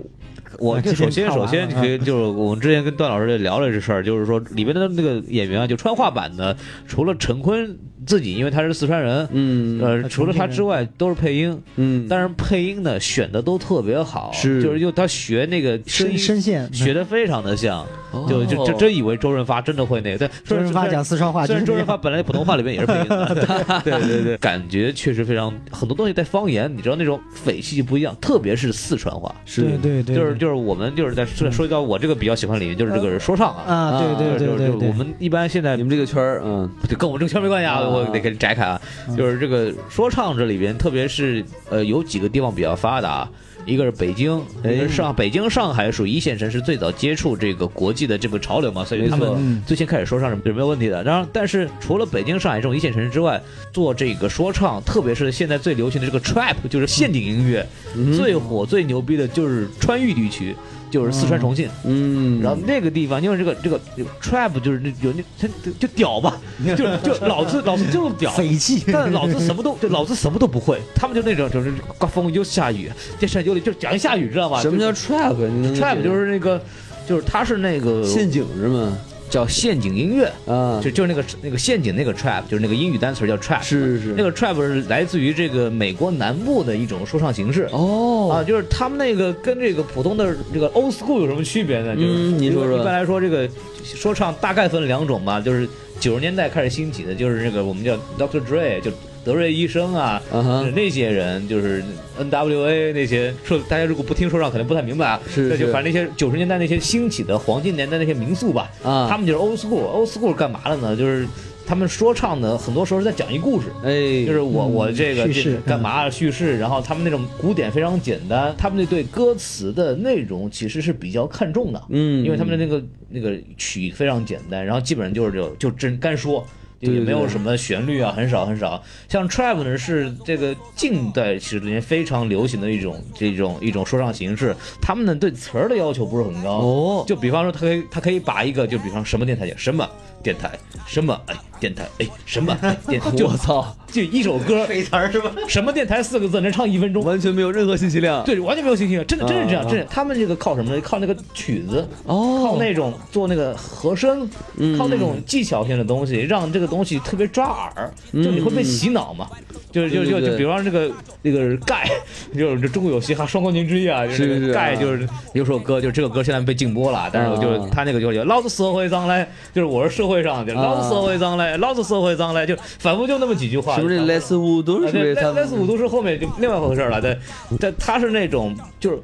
[SPEAKER 4] 我
[SPEAKER 2] 啊
[SPEAKER 4] 就首
[SPEAKER 2] 之前
[SPEAKER 4] 先
[SPEAKER 2] 看
[SPEAKER 4] 首
[SPEAKER 2] 完了啊
[SPEAKER 4] 先，可以就是我们之前跟段老师也聊了这事儿，就是说里面的那个演员啊，就川话版的，除了陈坤自己，因为他是四川人，
[SPEAKER 3] 嗯
[SPEAKER 4] 呃，除了他之外都是配音，
[SPEAKER 3] 嗯，
[SPEAKER 4] 但是配音呢选的都特别好，
[SPEAKER 3] 是
[SPEAKER 4] 就是用他学那个声
[SPEAKER 2] 声
[SPEAKER 4] 音
[SPEAKER 2] 声线，
[SPEAKER 4] 学的非常的像，
[SPEAKER 3] 哦
[SPEAKER 4] 就就就真以为周润发真的会那个，但
[SPEAKER 2] 周润发讲四川话，
[SPEAKER 4] 虽
[SPEAKER 2] 就
[SPEAKER 4] 然
[SPEAKER 2] 是
[SPEAKER 4] 周
[SPEAKER 2] 这
[SPEAKER 4] 润
[SPEAKER 2] 样
[SPEAKER 4] 发本来普通话里面也是配音 的，对对对，感觉确实非常很多东西带方言，你知道那种匪气不一样，特别是四川话，
[SPEAKER 3] 是
[SPEAKER 2] 对
[SPEAKER 4] 就是就是我们就是在说说到我这个比较喜欢领域，就是这个说唱啊，
[SPEAKER 2] 啊，对对
[SPEAKER 4] 就是
[SPEAKER 2] 对对
[SPEAKER 4] 就是
[SPEAKER 2] 对，
[SPEAKER 4] 我们一般现在
[SPEAKER 3] 你们这个圈儿，嗯，
[SPEAKER 4] 就跟我们这个圈没关系啊，
[SPEAKER 3] 啊嗯
[SPEAKER 4] 我得给你摘开啊。就是这个说唱这里边，特别是呃有几个地方比较发达，啊一个是北京，
[SPEAKER 3] 哎
[SPEAKER 4] 一个是上北京、上海属于一线城市，最早接触这个国际的这个潮流嘛，所以他
[SPEAKER 3] 没错
[SPEAKER 4] 们
[SPEAKER 2] 嗯
[SPEAKER 4] 最先开始说唱是没有问题的。然后，但是除了北京、上海这种一线城市之外，做这个说唱，特别是现在最流行的这个 trap，就是陷阱音乐，
[SPEAKER 3] 嗯
[SPEAKER 4] 最火最牛逼的就是川渝地区，就是四川、重庆。
[SPEAKER 3] 嗯，
[SPEAKER 4] 然后那个地方，因为这个这个这个 trap 就是那有那他就就屌 吧，就就老子老子就是屌，
[SPEAKER 2] 匪气，
[SPEAKER 4] 但老子什么都就老子什么都不会，他们就那种就是刮风又下雨，电闪有里就讲一下雨，知道吧？
[SPEAKER 3] 什么叫
[SPEAKER 4] 就是
[SPEAKER 3] trap？你能
[SPEAKER 4] trap？就是那个就是它是那个
[SPEAKER 3] 陷阱是吗？
[SPEAKER 4] 叫陷阱音乐，
[SPEAKER 3] 啊，
[SPEAKER 4] 就就是那个那个陷阱那个 trap，就是那个英语单词叫 trap，
[SPEAKER 3] 是是
[SPEAKER 4] 那个 trap 是来自于这个美国南部的一种说唱形式。啊，
[SPEAKER 3] 哦，
[SPEAKER 4] 就是他们那个跟这个普通的这个 old school 有什么区别呢？就是、
[SPEAKER 3] 嗯您说说
[SPEAKER 4] 一般来说，这个说唱大概分两种吧，就是九十年代开始兴起的，就是这个我们叫 Dr. Dre，就德瑞医生啊。
[SPEAKER 3] 啊哈
[SPEAKER 4] 就是，那些人就是 NWA 那些说，大家如果不听说唱，可能不太明白啊。
[SPEAKER 3] 是
[SPEAKER 4] 那就是反正那些九十年代那些兴起的黄金年代那些民宿吧，
[SPEAKER 3] 啊
[SPEAKER 4] 他们就是 old school。old school 干嘛的呢？就是
[SPEAKER 1] 他们说唱呢，很多时候是在讲一故事。
[SPEAKER 3] 哎，
[SPEAKER 1] 就是我
[SPEAKER 2] 嗯
[SPEAKER 1] 我这个
[SPEAKER 2] 叙
[SPEAKER 1] 这
[SPEAKER 2] 事
[SPEAKER 1] 个干嘛叙事，然后他们那种古典非常简单，他们那对歌词的内容其实是比较看重的，
[SPEAKER 3] 嗯
[SPEAKER 1] 因为他们的那个那个曲非常简单，然后基本上就是就就真干说。
[SPEAKER 3] 对
[SPEAKER 1] 也
[SPEAKER 3] 对
[SPEAKER 1] 没有
[SPEAKER 3] 对
[SPEAKER 1] 什么旋律啊，很少很少。像 trap 呢，是这个近代史里面非常流行的一种这种一种说唱形式。他们呢对词儿的要求不是很高，
[SPEAKER 3] 哦
[SPEAKER 1] 就比方说，他可以他可以把一个，就比方什么电台也什么电台，什么哎电台哎什么哎电 台，就
[SPEAKER 3] 我操，
[SPEAKER 1] 就一首 歌，
[SPEAKER 5] 废词儿是吧？
[SPEAKER 1] 什么电台四个字能唱一 分钟，
[SPEAKER 3] 完全没有任何信息量。
[SPEAKER 1] 对，完全没有信心，真的真是这
[SPEAKER 3] 啊
[SPEAKER 1] 样，
[SPEAKER 3] 啊
[SPEAKER 1] 真是他们这个靠什么呢？靠那个曲子，
[SPEAKER 3] 哦嗯
[SPEAKER 1] 靠那种做那个和声，靠那种技巧性的东西，让这个东西特别抓耳，就你会被洗脑嘛？就是就
[SPEAKER 3] 对
[SPEAKER 1] 就
[SPEAKER 3] 对
[SPEAKER 1] 就
[SPEAKER 3] 对
[SPEAKER 1] 比方说这个那个盖，就是这中国有嘻哈双冠军之一啊，就是那
[SPEAKER 3] 是
[SPEAKER 1] 个盖
[SPEAKER 3] 啊
[SPEAKER 1] 就是有首歌，就这个歌现在被禁播了，但是我就是
[SPEAKER 3] 啊
[SPEAKER 1] 他那个就有老子社会上来，就是我是社会上的，
[SPEAKER 3] 啊
[SPEAKER 1] 老子社会上来，老子社会上来，就反复就那么几句话。
[SPEAKER 3] 是不是
[SPEAKER 1] 然后
[SPEAKER 3] 这 Let's Wu 都
[SPEAKER 1] 啊
[SPEAKER 3] 是不
[SPEAKER 1] 对
[SPEAKER 3] 是他
[SPEAKER 1] ，S
[SPEAKER 3] 们
[SPEAKER 1] S 五都是后面就另外一回事儿了。对，但他是那种就是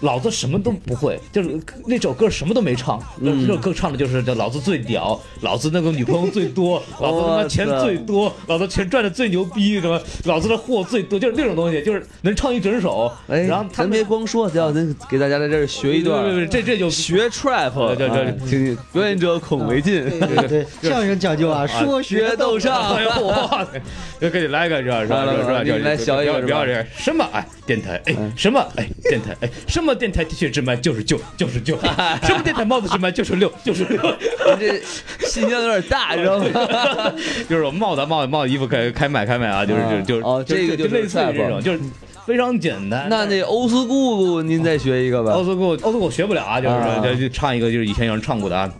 [SPEAKER 1] 老子什么都不会，就是那首歌什么都没唱，那
[SPEAKER 3] 嗯
[SPEAKER 1] 那首歌唱的就是叫老子最屌，老子那个女朋友最 多，老子他妈钱最多，老子钱赚的最牛逼，什么老子的货最多，就是那种东西，就是能唱一整首。
[SPEAKER 3] 哎，
[SPEAKER 1] 然后他
[SPEAKER 3] 咱
[SPEAKER 1] 们啊
[SPEAKER 3] 别光说，咱要能给大家在这儿学一段
[SPEAKER 1] 对对
[SPEAKER 3] 儿，
[SPEAKER 1] 对，这这就
[SPEAKER 3] 学 trap，
[SPEAKER 1] 对对对
[SPEAKER 3] 哎听听，表演者孔维进，
[SPEAKER 2] 对对对，相声讲究啊，说
[SPEAKER 3] 学
[SPEAKER 2] 学
[SPEAKER 3] 逗
[SPEAKER 2] 逗
[SPEAKER 3] 唱，
[SPEAKER 1] 啊哎呦，我操！就给你来一个，这样是吧？
[SPEAKER 3] 来来来
[SPEAKER 1] 是吧
[SPEAKER 3] 你
[SPEAKER 1] 就
[SPEAKER 3] 来
[SPEAKER 1] 就
[SPEAKER 3] 小一个
[SPEAKER 1] 不要
[SPEAKER 3] 是吧
[SPEAKER 1] 不要这个什么哎电台哎什么哎电台哎什么电台 T 恤只卖九十九九十九，什么电台帽子只卖九十六九十六，
[SPEAKER 3] 这信息量有点大，你 知道吗？
[SPEAKER 1] 就是我帽子帽子帽子衣服开开买开买啊，就是
[SPEAKER 3] 啊
[SPEAKER 1] 就就
[SPEAKER 3] 哦
[SPEAKER 1] 就
[SPEAKER 3] 这个
[SPEAKER 1] 就
[SPEAKER 3] 就是
[SPEAKER 1] 类似于这
[SPEAKER 3] trap
[SPEAKER 1] 种，就是非常简单。
[SPEAKER 3] 那那欧斯姑姑，您再学一个吧
[SPEAKER 1] 奥。斯库，奥斯库我学不了啊，就是、
[SPEAKER 3] 啊
[SPEAKER 1] 就就唱一个，就是以前有人唱过的啊。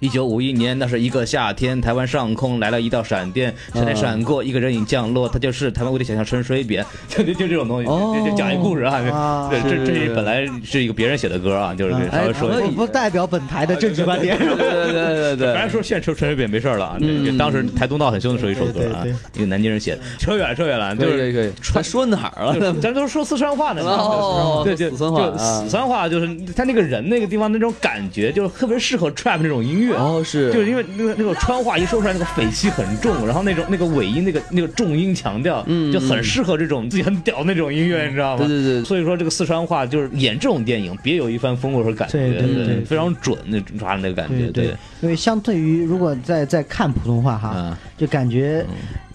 [SPEAKER 1] 一九五一年，那是一个夏天，台湾上空来了一道闪
[SPEAKER 3] 啊
[SPEAKER 1] 电，闪电闪过，一个人影降落，他就是台湾无敌小将陈水扁， 就就就这种东西，
[SPEAKER 3] 哦
[SPEAKER 1] 就就讲一故事啊。
[SPEAKER 2] 啊
[SPEAKER 1] 对，这
[SPEAKER 3] 是
[SPEAKER 1] 这是本来是一个别人写的歌啊，就是给
[SPEAKER 2] 啊
[SPEAKER 1] 稍微
[SPEAKER 3] 哎
[SPEAKER 1] 说一
[SPEAKER 3] 可
[SPEAKER 1] 下。
[SPEAKER 3] 以
[SPEAKER 2] 不不代表本台的政治观点。
[SPEAKER 3] 对对对对
[SPEAKER 1] 本
[SPEAKER 3] 对
[SPEAKER 1] 来，说现在陈陈水扁没事儿了啊，这
[SPEAKER 3] 嗯
[SPEAKER 1] 这当时台东闹很凶的时候一首歌啊
[SPEAKER 2] 对对对，
[SPEAKER 1] 一个南京人写的，扯远扯远了，就
[SPEAKER 3] 对
[SPEAKER 1] 是
[SPEAKER 3] 对对，他说哪儿了？
[SPEAKER 1] 啊咱都说四川话呢，
[SPEAKER 3] 哦
[SPEAKER 1] 对对，
[SPEAKER 3] 四川话
[SPEAKER 1] 就
[SPEAKER 3] 啊
[SPEAKER 1] 四川话就是他那个人那个地方那种感觉，就是特别适合 trap 那种音乐。
[SPEAKER 3] 哦，是，
[SPEAKER 1] 就是因为那个那种川话一说出来，那个匪气很重，然后那种那个尾音那个那个重音强调，
[SPEAKER 3] 嗯
[SPEAKER 1] 就很适合这种自己很屌那种音乐，你知道吗？
[SPEAKER 3] 对对对，
[SPEAKER 1] 所以说这个四川话就是演这种电影，别有一番风味和感觉，
[SPEAKER 2] 对对
[SPEAKER 1] 对
[SPEAKER 2] 对
[SPEAKER 1] 非常准，那抓的那个感觉，
[SPEAKER 2] 对对，因为相对于如果再再看普通话哈，
[SPEAKER 1] 啊，
[SPEAKER 2] 就感觉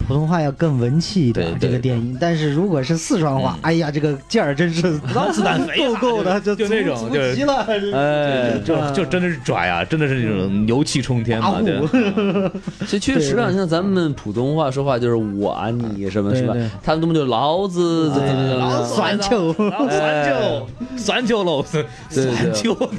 [SPEAKER 2] 普通话要更文气一点
[SPEAKER 1] 对对嗯
[SPEAKER 2] 这个电影，但是如果是四川话，哎呀，这个劲儿 真是
[SPEAKER 1] 老子弹飞
[SPEAKER 2] 够
[SPEAKER 1] 啊
[SPEAKER 2] 够的，
[SPEAKER 1] 就
[SPEAKER 2] 足
[SPEAKER 1] 那种
[SPEAKER 2] 足
[SPEAKER 1] 就是
[SPEAKER 2] 极了，这
[SPEAKER 3] 哎，
[SPEAKER 1] 就就真的是拽啊，真的是那种牛气冲天嘛，
[SPEAKER 2] 打
[SPEAKER 1] 对
[SPEAKER 2] 虎。
[SPEAKER 3] 其实确实啊，像咱们普通话说话就是我啊你什么
[SPEAKER 2] 对
[SPEAKER 3] 是吧
[SPEAKER 2] 对？
[SPEAKER 3] 他们根本就老子
[SPEAKER 1] 啊
[SPEAKER 3] 怎么怎么怎
[SPEAKER 2] 老
[SPEAKER 3] 么
[SPEAKER 2] 子酸球，
[SPEAKER 1] 酸球，酸球喽，
[SPEAKER 3] 哎对对
[SPEAKER 1] 酸球，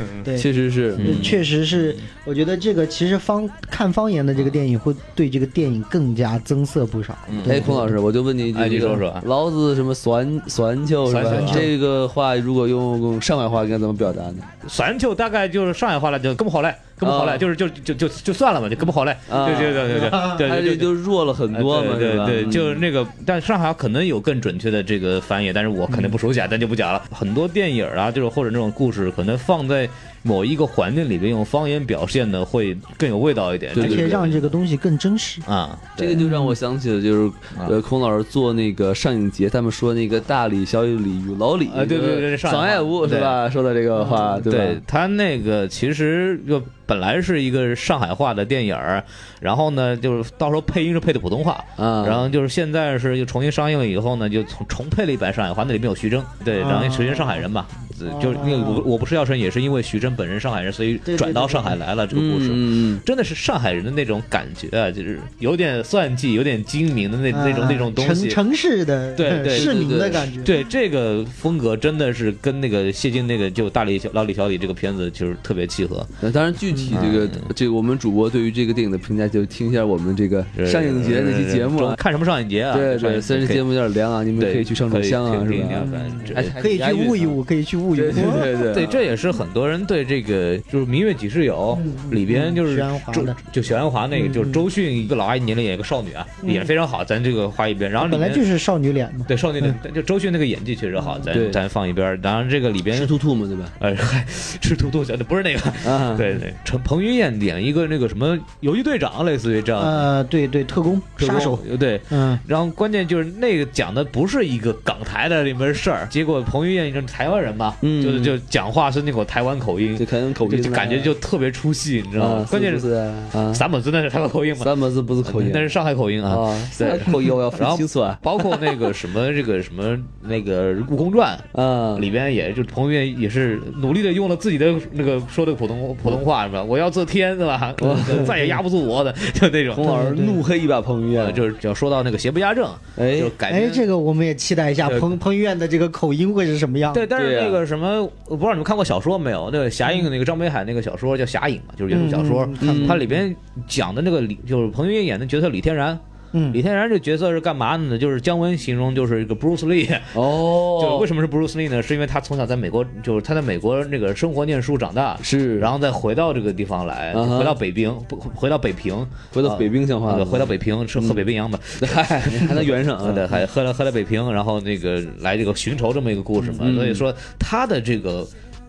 [SPEAKER 1] 嗯
[SPEAKER 2] 对，
[SPEAKER 3] 确实是，
[SPEAKER 2] 对确实是，我觉得这个其实方看方言的这个电影会对这个电影更加增色不少。
[SPEAKER 1] 嗯
[SPEAKER 2] 对
[SPEAKER 3] 哎，孔老师，我就问你一句，
[SPEAKER 1] 哎你
[SPEAKER 3] 这个
[SPEAKER 1] 说说啊
[SPEAKER 3] 老子什么酸酸球是吧
[SPEAKER 1] 酸？球啊
[SPEAKER 3] 这个话如果用上海话应该怎么表达呢？
[SPEAKER 1] 酸球大概就是上海话了，就根本好嘞，根本好
[SPEAKER 3] 啊
[SPEAKER 1] 嘞，就是就就就就算了吧，就根本好嘞，
[SPEAKER 3] 啊
[SPEAKER 1] 对对对对对
[SPEAKER 3] 它
[SPEAKER 1] 对
[SPEAKER 3] 这
[SPEAKER 1] 对对。
[SPEAKER 3] 就弱了很多嘛，
[SPEAKER 1] 对
[SPEAKER 3] 是吧？
[SPEAKER 1] 对对，
[SPEAKER 3] 嗯
[SPEAKER 1] 就是那个，但上海可能有更准确的这个翻译，但是我肯定不熟悉啊，咱就不讲了。很多电影啊，就是或者那种故事，可能放在某一个环境里边用方言表现的会更有味道一点，
[SPEAKER 3] 对
[SPEAKER 2] 而
[SPEAKER 3] 对
[SPEAKER 2] 且
[SPEAKER 3] 对
[SPEAKER 2] 让这个东西更真实。
[SPEAKER 1] 啊，
[SPEAKER 3] 这个就让我想起了，就是呃，孔老师做那个上影节，他们说那个大理、小李与老李
[SPEAKER 1] 啊对对对对上海
[SPEAKER 3] 上
[SPEAKER 1] 话嗯
[SPEAKER 3] 海屋是吧？说的这个话，
[SPEAKER 1] 对
[SPEAKER 3] 吧？
[SPEAKER 1] 他那个其实就本来是一个上海话的电影儿，然后呢，就是到时候配音是配的普通话，
[SPEAKER 3] 啊，
[SPEAKER 1] 然后就是现在是又重新上映了以后呢，就重重配了一版上海话，那里面有徐峥，对，
[SPEAKER 2] 啊
[SPEAKER 1] 然后徐峥上海人嘛，对就是那个我
[SPEAKER 3] 啊
[SPEAKER 1] 我不是药神，也是因为徐峥本人上海人，所以
[SPEAKER 2] 对对
[SPEAKER 1] 转到
[SPEAKER 2] 对对
[SPEAKER 1] 上海来了这个故事。
[SPEAKER 3] 嗯，嗯
[SPEAKER 1] 真的是上海人的那种感觉啊，就是有点算计，有点精明的那那种
[SPEAKER 2] 啊
[SPEAKER 1] 那种东西，
[SPEAKER 2] 城城市的
[SPEAKER 1] 对对对
[SPEAKER 2] 市民
[SPEAKER 3] 对
[SPEAKER 2] 的感觉。
[SPEAKER 1] 对这个风格真的是跟那个谢晋那个就大李小老李小李这个片子就是特别契合。
[SPEAKER 3] 嗯当然具体这个这个我们主播对于这个电影的评价，就听一下我们这个上影节那期节目啊。
[SPEAKER 1] 看什么上影节啊？
[SPEAKER 3] 对对，虽
[SPEAKER 1] 上影
[SPEAKER 3] 然
[SPEAKER 1] 节
[SPEAKER 3] 节目有点凉啊，你们
[SPEAKER 1] 对
[SPEAKER 3] 可以去上上香啊，
[SPEAKER 1] 可以
[SPEAKER 3] 是吧
[SPEAKER 1] 可以？反正这
[SPEAKER 3] 哎
[SPEAKER 2] 可以去悟一
[SPEAKER 3] 悟。
[SPEAKER 2] 悟，可以去悟一悟。
[SPEAKER 3] 对对对啊
[SPEAKER 1] 对，
[SPEAKER 3] 对，
[SPEAKER 1] 这也是很多人对这个就是《明月几时有》
[SPEAKER 2] 嗯
[SPEAKER 1] 里边就是
[SPEAKER 2] 徐安华
[SPEAKER 1] 周
[SPEAKER 2] 的嗯
[SPEAKER 1] 就许鞍华那个，就是周迅一个老阿姨年龄演一个少女啊，演得非常好，咱这个画一边。然后里
[SPEAKER 2] 本来
[SPEAKER 1] 面
[SPEAKER 2] 就是嗯少女脸嘛。
[SPEAKER 1] 对少女的，就周迅那个演技确实好，
[SPEAKER 3] 对
[SPEAKER 1] 咱咱放一边儿。然后这个里边
[SPEAKER 3] 是兔兔嘛，对吧？
[SPEAKER 1] 呃，嗨，吃兔兔小的不是那个，
[SPEAKER 3] 啊，
[SPEAKER 1] 对对，
[SPEAKER 4] 嗯陈彭于晏演一个那个什么游击队长，类似于这样的
[SPEAKER 2] 呃，对对，特工
[SPEAKER 4] 啊特工
[SPEAKER 2] 杀手，，
[SPEAKER 4] 呃对，
[SPEAKER 2] 嗯，
[SPEAKER 4] 然后关键就是那个讲的不是一个港台的里面事儿，结果彭于晏就是台湾人嘛，
[SPEAKER 3] 嗯
[SPEAKER 4] 就是就讲话是那口台湾口音，
[SPEAKER 3] 就可能口
[SPEAKER 4] 就
[SPEAKER 3] 音
[SPEAKER 4] 就感觉就特别出戏，你知道吗？
[SPEAKER 3] 啊，
[SPEAKER 4] 关键
[SPEAKER 3] 是不是啊，
[SPEAKER 4] 散本子那是台湾口音嘛，
[SPEAKER 3] 三本字不是口音
[SPEAKER 4] 那是上海口音啊。
[SPEAKER 3] 啊，
[SPEAKER 4] 对
[SPEAKER 3] 三口音我要
[SPEAKER 4] 然
[SPEAKER 3] 分
[SPEAKER 4] 后
[SPEAKER 3] 清楚啊，
[SPEAKER 4] 包括那个什么，这个什么，那个《悟空传
[SPEAKER 3] 啊》，
[SPEAKER 4] 里边也就彭于晏也是努力的用了自己的那个说的普通普通话是吧？我要这天是吧？ 再也压不住我的，就那种
[SPEAKER 3] 孔。老师
[SPEAKER 2] 对对对
[SPEAKER 3] 怒黑一把彭于
[SPEAKER 4] 呃
[SPEAKER 3] 晏，
[SPEAKER 4] 就是只要说到那个邪不压正，
[SPEAKER 3] 哎
[SPEAKER 4] 就改
[SPEAKER 2] 哎，
[SPEAKER 4] 编
[SPEAKER 2] 这个我们也期待一下
[SPEAKER 4] 对
[SPEAKER 2] 彭彭于晏的这个口音会是什么样。
[SPEAKER 4] 对，但是
[SPEAKER 3] 对啊呀
[SPEAKER 4] 那个什么，我不知道你们看过小说没有？那个侠影，那个张北海那个小说叫《侠影》嘛，就是原著小说
[SPEAKER 2] 嗯，
[SPEAKER 3] 嗯
[SPEAKER 4] 它里边讲的那个李，就是彭于晏演的角色李天然。
[SPEAKER 2] 嗯，
[SPEAKER 4] 李天然这角色是干嘛的呢？就是姜文形容就是一个 Bruce Lee，就是
[SPEAKER 3] 哦
[SPEAKER 4] 为，什么是 Bruce Lee 呢？是因为他从小在美国，就是他在美国那个生活念书长大，
[SPEAKER 3] 是，
[SPEAKER 4] 然后再回到这个地方来，
[SPEAKER 3] 嗯哼
[SPEAKER 4] 回到北冰，不回到北平，
[SPEAKER 3] 回到北冰像话
[SPEAKER 4] 啊对
[SPEAKER 3] 了，
[SPEAKER 4] 回到北平吃喝北冰洋吧，
[SPEAKER 3] 嗯 嗨，还 能圆上
[SPEAKER 4] 啊，
[SPEAKER 3] 啊，
[SPEAKER 4] 对，还喝了喝了北平，然后那个来这个寻仇这么一个故事嘛，
[SPEAKER 3] 嗯
[SPEAKER 4] 所以说他的这个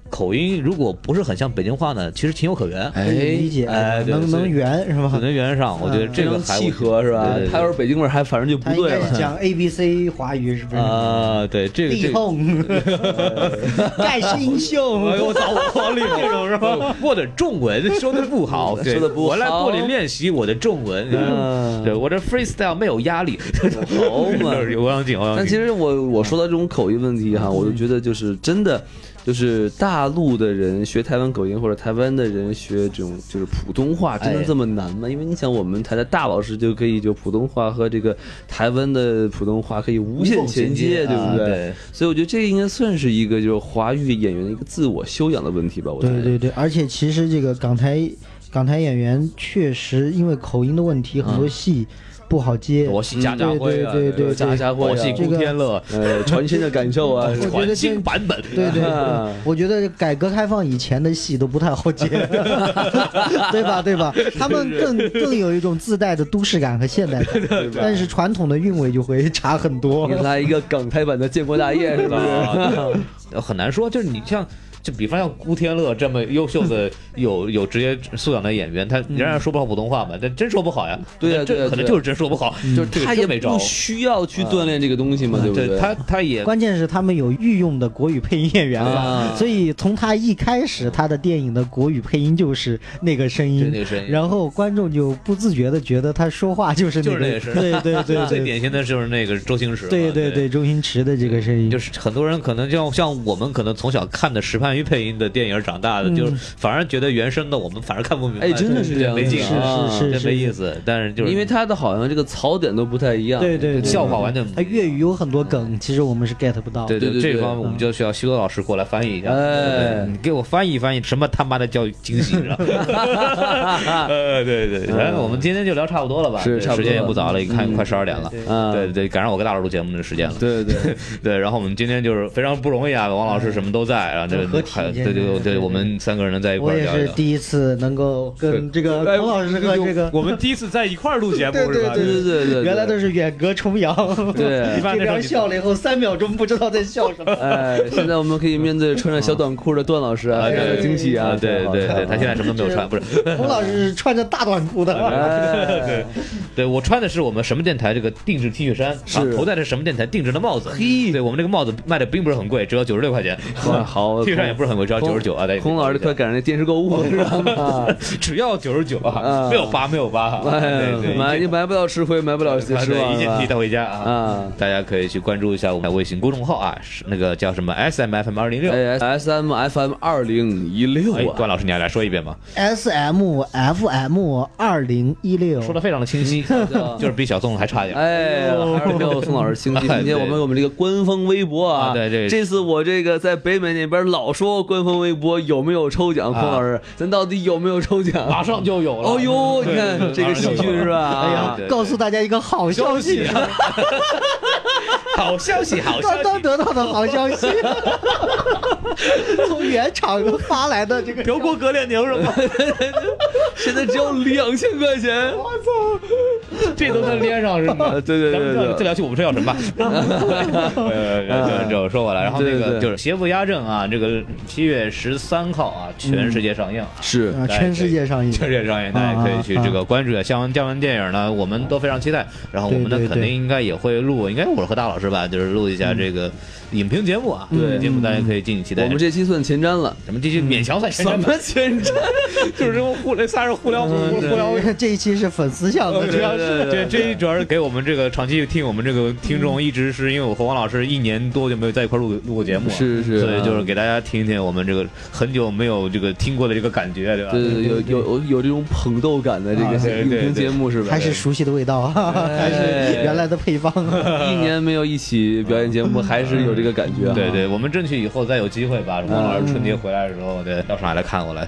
[SPEAKER 4] 口音如果不是很像北京话呢，其实情有可原，
[SPEAKER 3] 哎
[SPEAKER 2] 可以理解，
[SPEAKER 4] 哎对
[SPEAKER 2] 能
[SPEAKER 4] 所以
[SPEAKER 2] 能圆是吧
[SPEAKER 4] 可？能原上，我觉得这
[SPEAKER 3] 这
[SPEAKER 4] 个
[SPEAKER 3] 嗯能
[SPEAKER 4] 还
[SPEAKER 3] 契合是吧
[SPEAKER 4] 对对对？
[SPEAKER 3] 他要是北京味儿，还反正就
[SPEAKER 2] 他
[SPEAKER 3] 不
[SPEAKER 2] 应
[SPEAKER 3] 对
[SPEAKER 2] 该
[SPEAKER 3] 了
[SPEAKER 2] 是讲 A B C 华语是不是？
[SPEAKER 4] 啊，对这个这个。
[SPEAKER 2] 力宏，盖世英
[SPEAKER 4] 哎呦，
[SPEAKER 2] 雄，
[SPEAKER 4] 我操！我力这 种是吧？我的中文说的不好，对
[SPEAKER 3] 说得不好
[SPEAKER 4] 我来这里练习我的中文，
[SPEAKER 3] 嗯
[SPEAKER 4] 对我这 freestyle 没有压力，
[SPEAKER 3] 好嘛
[SPEAKER 4] 有欧阳靖，欧阳
[SPEAKER 3] 但其
[SPEAKER 4] 靖。
[SPEAKER 3] 实我我说到这种口音问题哈，我就觉得就是真的，就是大陆的人学台湾口音或者台湾的人学这种就是普通话，真
[SPEAKER 4] 哎
[SPEAKER 3] 的这么难吗？因为你想，我们台的大老师就可以就普通话和这个台湾的普通话可以无
[SPEAKER 4] 无
[SPEAKER 3] 限衔接，
[SPEAKER 4] 缝衔接
[SPEAKER 3] 对不
[SPEAKER 4] 啊对
[SPEAKER 3] 所以我觉得这应该算是一个就是华语演员的一个自我修养的问题吧，我觉
[SPEAKER 2] 对
[SPEAKER 3] 得。
[SPEAKER 2] 对对，而且其实这个港台港台演员确实因为口音的问题，很多戏不好接。嗯
[SPEAKER 4] 我系嗯家家
[SPEAKER 2] 对
[SPEAKER 4] 辉啊，
[SPEAKER 2] 对对对
[SPEAKER 3] 家家辉啊
[SPEAKER 4] 我系
[SPEAKER 3] 这
[SPEAKER 4] 古
[SPEAKER 2] 个
[SPEAKER 4] 天乐，
[SPEAKER 3] 呃，传心的感受 啊，
[SPEAKER 2] 我觉
[SPEAKER 4] 环
[SPEAKER 2] 得
[SPEAKER 4] 境
[SPEAKER 2] 这
[SPEAKER 4] 版本，
[SPEAKER 2] 对对
[SPEAKER 3] 啊
[SPEAKER 2] 对，我觉得改革开放以前的戏都不太好接， 对吧？对吧？他们更更有一种自带的都市感和 现代感，但是传统的韵味就会差很多
[SPEAKER 3] 给。他一个港台版的建国大业 是吧？
[SPEAKER 4] 呃很难说。就是你像，就比方像古天乐这么优秀 的、有有职业素养的演员，他仍然说不好普通话嘛？但真说不好呀。
[SPEAKER 3] 嗯对呀
[SPEAKER 4] 那
[SPEAKER 3] 对呀啊
[SPEAKER 4] 这可
[SPEAKER 3] 对
[SPEAKER 4] 能
[SPEAKER 3] 呀
[SPEAKER 4] 就是真说不好，就
[SPEAKER 3] 就
[SPEAKER 4] 是这个
[SPEAKER 3] 他也
[SPEAKER 4] 真没招啊
[SPEAKER 3] 不。需要去锻炼这个东西嘛，对不
[SPEAKER 4] 对他，他也
[SPEAKER 2] 关键是他们有御用的国语配音演员
[SPEAKER 3] 啊
[SPEAKER 2] 了，所以从他一开始，他的电影的国语配音就是那个声
[SPEAKER 4] 就
[SPEAKER 2] 音
[SPEAKER 4] 那，个声音，
[SPEAKER 2] 然后观众就不自觉的觉得他说话就是那
[SPEAKER 4] 就是那
[SPEAKER 2] 个，
[SPEAKER 4] 个声
[SPEAKER 2] 对对对
[SPEAKER 4] 最
[SPEAKER 2] 对
[SPEAKER 4] 典型的就是那个周星驰嘛。
[SPEAKER 2] 对对
[SPEAKER 4] 对
[SPEAKER 2] 对，。周星驰的这个声音
[SPEAKER 4] 就，是很多人可能就像我们可能从小看的石盘鱼配音的电影长大的，就是反而觉得原声的我们反而看不明白，
[SPEAKER 3] 嗯哎，真的是这样，
[SPEAKER 4] 没劲，
[SPEAKER 2] 是
[SPEAKER 3] 啊
[SPEAKER 2] 是是
[SPEAKER 4] 真没意思。但是就是
[SPEAKER 3] 因为他的好像这个槽点都不太一样，
[SPEAKER 2] 对对对，
[SPEAKER 4] 笑话完全
[SPEAKER 2] 他粤语有很多梗，其实我们是 get 不到。
[SPEAKER 4] 对
[SPEAKER 3] 哎对对
[SPEAKER 4] 这
[SPEAKER 3] 对
[SPEAKER 4] 方面我们就需要西多老师过来翻译一下。
[SPEAKER 3] 哎
[SPEAKER 4] 对你给我翻译翻译，什么他妈的叫惊喜？是吧 呃，对对，反
[SPEAKER 3] 哎
[SPEAKER 4] 正我们今天就聊差不多了吧？
[SPEAKER 3] 是
[SPEAKER 4] 对
[SPEAKER 3] 差不
[SPEAKER 4] 时
[SPEAKER 3] 多
[SPEAKER 4] 间也不早了，
[SPEAKER 3] 了
[SPEAKER 4] 一看
[SPEAKER 3] 嗯
[SPEAKER 4] 快十二点了。
[SPEAKER 2] 对
[SPEAKER 3] 啊，
[SPEAKER 4] 对对，赶上我跟大佬录节目的时间了。
[SPEAKER 3] 对对，
[SPEAKER 4] 对，然后我们今天就是非常不容易啊，王老师什么都在，然后这
[SPEAKER 2] 合体
[SPEAKER 4] 还对
[SPEAKER 2] 真的
[SPEAKER 4] 对
[SPEAKER 2] 对
[SPEAKER 4] 对，
[SPEAKER 2] 对
[SPEAKER 4] 我们三个人能在一
[SPEAKER 2] 我
[SPEAKER 4] 块儿
[SPEAKER 2] 也
[SPEAKER 4] 聊一
[SPEAKER 2] 是
[SPEAKER 4] 聊。
[SPEAKER 2] 第一次能够跟这个
[SPEAKER 3] 哎
[SPEAKER 2] 孔老师和这个，
[SPEAKER 4] 我们第一次在一块儿录节目是吧？
[SPEAKER 3] 对对对对，
[SPEAKER 2] 原来都是远隔重洋，
[SPEAKER 3] 对
[SPEAKER 2] 这边笑了以后三秒钟不知道在笑什么。
[SPEAKER 3] 哎，现在我们可以面对穿着小短裤的段老师啊，非常的惊喜啊，
[SPEAKER 4] 呃对对对，他现在什么都没有穿，不是，
[SPEAKER 2] 孔老师是穿着大短裤 的，
[SPEAKER 3] 哎，
[SPEAKER 4] 对我穿的是我们什么电台这个定制 T 恤衫，
[SPEAKER 3] 是
[SPEAKER 4] 啊头戴的是什么电台定制的帽子。
[SPEAKER 3] 嘿
[SPEAKER 4] 对我们这个帽子卖的并不是很贵，只要九十六块钱。
[SPEAKER 3] 哇 好
[SPEAKER 4] T 恤衫也不是很贵，只要九十九啊。大家
[SPEAKER 3] 孔老师快赶上那电视购物了，知道吗？
[SPEAKER 4] 只要九十九啊
[SPEAKER 3] 啊，
[SPEAKER 4] 没有八，没有八啊。
[SPEAKER 3] 哎
[SPEAKER 4] 对，对一
[SPEAKER 3] 买你
[SPEAKER 4] 件
[SPEAKER 3] 买不到吃亏，买不了失
[SPEAKER 4] 对
[SPEAKER 3] 望
[SPEAKER 4] 一件 T
[SPEAKER 3] 啊
[SPEAKER 4] 带回家啊。
[SPEAKER 3] 啊。
[SPEAKER 4] 大家可以去关注一下我们的微信公众号啊，是那个叫什么 S M F M 二零六。
[SPEAKER 3] 哎，S M F M 二零一六
[SPEAKER 4] 哎，
[SPEAKER 3] 啊，
[SPEAKER 4] 关老师，你还来说一遍吧，
[SPEAKER 2] S M F M 二零一六，
[SPEAKER 4] 说的非常的清晰， 就是比小宋还差一点。
[SPEAKER 3] 哎，还是没 有宋老师清晰。
[SPEAKER 4] 哎
[SPEAKER 3] 今天我们
[SPEAKER 4] 对
[SPEAKER 3] 我们这个官方微博啊，
[SPEAKER 4] 啊对对
[SPEAKER 3] 这次我这个在北美那边老说官方微博有没有抽奖，
[SPEAKER 4] 啊
[SPEAKER 3] 宋老师，咱到底有没有抽奖？
[SPEAKER 4] 马上就有了。
[SPEAKER 3] 哦呦，你
[SPEAKER 4] 对
[SPEAKER 3] 看这个喜剧是？吧？
[SPEAKER 4] 哎呀
[SPEAKER 2] 哎呀
[SPEAKER 4] 对对，
[SPEAKER 2] 告诉大家一个好消息，
[SPEAKER 4] 好消息，好消
[SPEAKER 2] 刚刚
[SPEAKER 4] 息！
[SPEAKER 2] 得到的好消息， 从原厂发来的这个，
[SPEAKER 4] 油锅隔夜牛肉吗？
[SPEAKER 3] 现在只要两千块 钱，
[SPEAKER 4] 这都 能连上是吗？
[SPEAKER 3] 啊对对对
[SPEAKER 4] 咱们
[SPEAKER 3] 对
[SPEAKER 4] 再
[SPEAKER 3] 对
[SPEAKER 4] 再聊起我们车要什么吧。呃，就说过来，然后那
[SPEAKER 3] 对对
[SPEAKER 4] 个
[SPEAKER 3] 对
[SPEAKER 4] 就是《邪不压正》啊，这个七月十三号啊，全世界上映啊。
[SPEAKER 3] 是
[SPEAKER 2] 啊，全世界上映，
[SPEAKER 4] 全世界上映，大家可以去这个关注一下。相关相关电影呢，我们都非常期待。然后我们呢，
[SPEAKER 2] 对对
[SPEAKER 4] 肯定
[SPEAKER 2] 对
[SPEAKER 4] 应该也会录，应该我和大老师吧，就是录一下这个影评节目啊。
[SPEAKER 3] 对
[SPEAKER 4] 节目大家可以敬请期待。
[SPEAKER 3] 我们这期算前瞻了。
[SPEAKER 4] 什么这些勉强算全
[SPEAKER 3] 什
[SPEAKER 4] 程吧
[SPEAKER 3] 么前瞻？
[SPEAKER 4] 就是这种互联，仨是互联互互互联互
[SPEAKER 2] 呃这这一期是粉丝向的，
[SPEAKER 4] 主要
[SPEAKER 3] 对
[SPEAKER 4] 是
[SPEAKER 3] 对对
[SPEAKER 4] 对，这一主要是给我们这个长期听我们这个听众，一直是因为我和王老师一年多就没有在一块儿录录过节目了，
[SPEAKER 3] 是 是
[SPEAKER 4] 所以就是
[SPEAKER 3] 啊
[SPEAKER 4] 给大家听一听我们这个很久没有这个听过的这个感觉，对吧？
[SPEAKER 3] 对对对，有有有这种捧逗感的这
[SPEAKER 4] 啊
[SPEAKER 3] 个
[SPEAKER 4] 对
[SPEAKER 3] 影
[SPEAKER 4] 对
[SPEAKER 3] 评
[SPEAKER 4] 对
[SPEAKER 3] 节目是吧？
[SPEAKER 2] 还是熟悉的味道啊，还是原来的配方。啊
[SPEAKER 3] 一年没有一起表演节 目，还是有这个感觉
[SPEAKER 4] 嗯
[SPEAKER 3] 啊。
[SPEAKER 4] 对对，我们争取以后再有机会吧。
[SPEAKER 3] 嗯
[SPEAKER 4] 王老师春节回来的时候，对，到上海来看我来。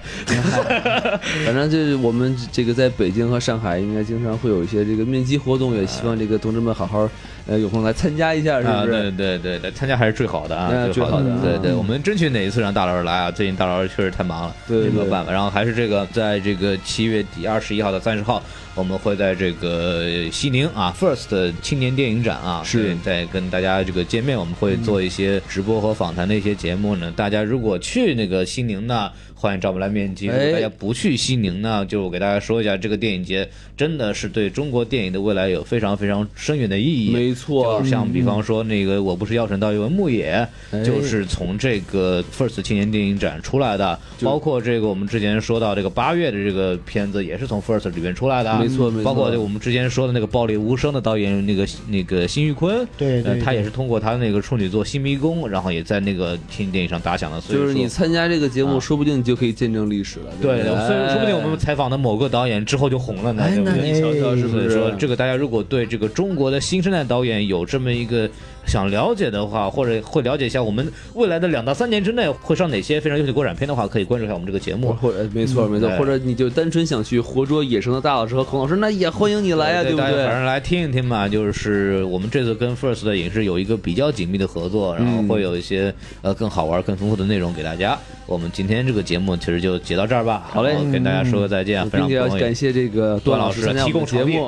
[SPEAKER 3] 反正就是我们这个在北京和上海，应该经常会有一些这个面基活动，也希望这个同志们好好，呃，有空来参加一下，是
[SPEAKER 4] 啊，
[SPEAKER 3] 不
[SPEAKER 4] 对
[SPEAKER 3] 是？
[SPEAKER 4] 对对对，参加还是最好的啊
[SPEAKER 3] 那，
[SPEAKER 4] 最
[SPEAKER 3] 最
[SPEAKER 4] 的
[SPEAKER 3] 好。的
[SPEAKER 4] 对
[SPEAKER 3] 啊
[SPEAKER 4] 对，我们争取哪一次让大老师来啊？最近大老师确实太忙了，
[SPEAKER 3] 对对
[SPEAKER 4] 没有办法。然后还是这个，在这个七月底二十一号到三十号，我们会在这个西宁啊 First 青年电影展啊，
[SPEAKER 3] 是嗯
[SPEAKER 4] 对再跟大家这个见面。我们会做一些直播和访谈的一些节目呢。大家如果去那个西宁呢，欢迎找我们来面基。如果
[SPEAKER 3] 哎
[SPEAKER 4] 大家不去西宁呢，就我给大家说一下，这个电影节真的是对中国电影的未来有非常非常深远的意义。
[SPEAKER 3] 没错
[SPEAKER 4] 就是像比方说那个《我不是药神》到一文牧野
[SPEAKER 3] 哎，
[SPEAKER 4] 就是从这个 First 青年电影展出来的，包括这个我们之前说到这个八月的这个片子也是从 First 里面出来的，
[SPEAKER 3] 没错没错
[SPEAKER 4] 包括我们之前说的那个《暴力无声》的导演那个那个辛玉坤，
[SPEAKER 2] 对对
[SPEAKER 4] 呃
[SPEAKER 2] 对
[SPEAKER 4] 他也是通过他那个处女作《新迷宫》，然后也在那个青年电影上打响了，所以
[SPEAKER 3] 就是
[SPEAKER 4] 说
[SPEAKER 3] 你参加这个节目，
[SPEAKER 4] 啊
[SPEAKER 3] 说不定你就可以见证历史了。
[SPEAKER 4] 对，
[SPEAKER 3] 不
[SPEAKER 4] 所以说不定我们采访的某个导演之后就红了呢，
[SPEAKER 3] 哎，
[SPEAKER 4] 对不
[SPEAKER 3] 那
[SPEAKER 4] 对？
[SPEAKER 3] 你瞧瞧是不
[SPEAKER 4] 所以
[SPEAKER 3] 是？
[SPEAKER 4] 说，这个大家如果对这个中国的新生代导演有这么一个想了解的话，或者会了解一下我们未来的两到三年之内会上哪些非常优秀的国产片的话，可以关注一下我们这个节目。
[SPEAKER 3] 或者没错没错，
[SPEAKER 4] 对
[SPEAKER 3] 或者你就单纯想去活捉野生的大老师和孔老师，那也欢迎你来呀，不
[SPEAKER 4] 大家
[SPEAKER 3] 对
[SPEAKER 4] 反？正来听一听嘛。就是我们这次跟 First 的影视有一个比较紧密的合作，然后
[SPEAKER 3] 嗯
[SPEAKER 4] 会有一些呃更好玩、更丰富的内容给大家。我们今天这个节目其实就截到这儿吧。
[SPEAKER 3] 好嘞嗯
[SPEAKER 4] 然后跟大家说个再见啊，非
[SPEAKER 3] 并
[SPEAKER 4] 常
[SPEAKER 3] 且
[SPEAKER 4] 不
[SPEAKER 3] 要
[SPEAKER 4] 容
[SPEAKER 3] 感
[SPEAKER 4] 易。
[SPEAKER 3] 谢这个段
[SPEAKER 4] 段
[SPEAKER 3] 老
[SPEAKER 4] 老
[SPEAKER 3] 师
[SPEAKER 4] 师
[SPEAKER 3] 参加我
[SPEAKER 4] 提
[SPEAKER 3] 们
[SPEAKER 4] 供
[SPEAKER 3] 节
[SPEAKER 4] 场地
[SPEAKER 3] 目，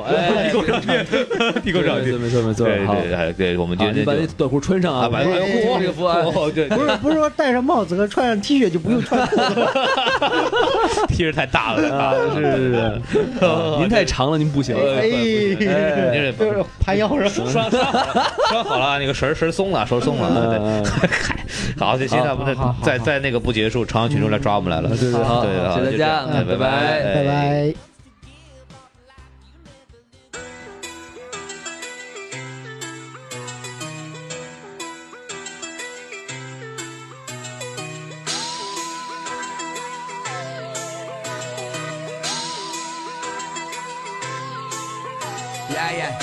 [SPEAKER 3] 哎，
[SPEAKER 4] 提供场地，提供场
[SPEAKER 3] 对
[SPEAKER 4] 地
[SPEAKER 3] 对，没错没错，
[SPEAKER 4] 对
[SPEAKER 3] 好，
[SPEAKER 4] 对，哎对，我们今
[SPEAKER 3] 好，你
[SPEAKER 4] 天
[SPEAKER 3] 把那
[SPEAKER 4] 就。
[SPEAKER 3] 短裤穿上啊，
[SPEAKER 4] 啊，把
[SPEAKER 3] 哎
[SPEAKER 4] 服
[SPEAKER 3] 这个 服啊，
[SPEAKER 4] 哦， 对，
[SPEAKER 2] 不是不是说戴上帽子和穿上 T 恤就不用穿，
[SPEAKER 4] 踢着太大了哦啊，
[SPEAKER 3] 是是是，您太长了，您不行。
[SPEAKER 2] 哎，
[SPEAKER 4] 这
[SPEAKER 2] 就是盘腰上。
[SPEAKER 4] 拴拴好了，拴好了，那个绳儿绳儿松了，绳儿松了，对，嗨，好，就现在不是
[SPEAKER 2] 好好好
[SPEAKER 4] 在在那个不结束，朝阳群众来抓我们来了，
[SPEAKER 3] 对对好
[SPEAKER 4] 对，好就
[SPEAKER 3] 谢谢大
[SPEAKER 4] 这
[SPEAKER 3] 家
[SPEAKER 4] 样
[SPEAKER 3] 嗯
[SPEAKER 4] 拜
[SPEAKER 3] 拜拜
[SPEAKER 4] 哎
[SPEAKER 2] 拜拜。
[SPEAKER 5] Yeah, yeah.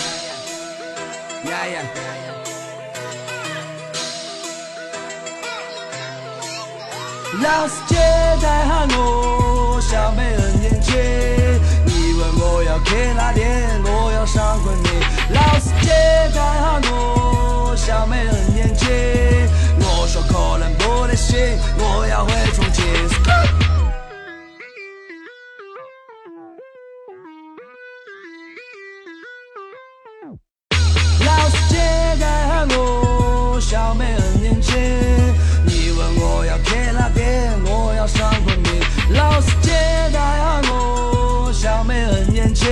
[SPEAKER 5] Yeah, yeah. Last 街带喊我向北恩年街，你问我要去哪点，我要上昆明。Last 街带喊我向北恩年街，我说可能不得行，我要回重庆。老师姐该喊我小妹很年轻，你问我要去哪点，我要上昆明。老师姐该喊我小妹很年轻，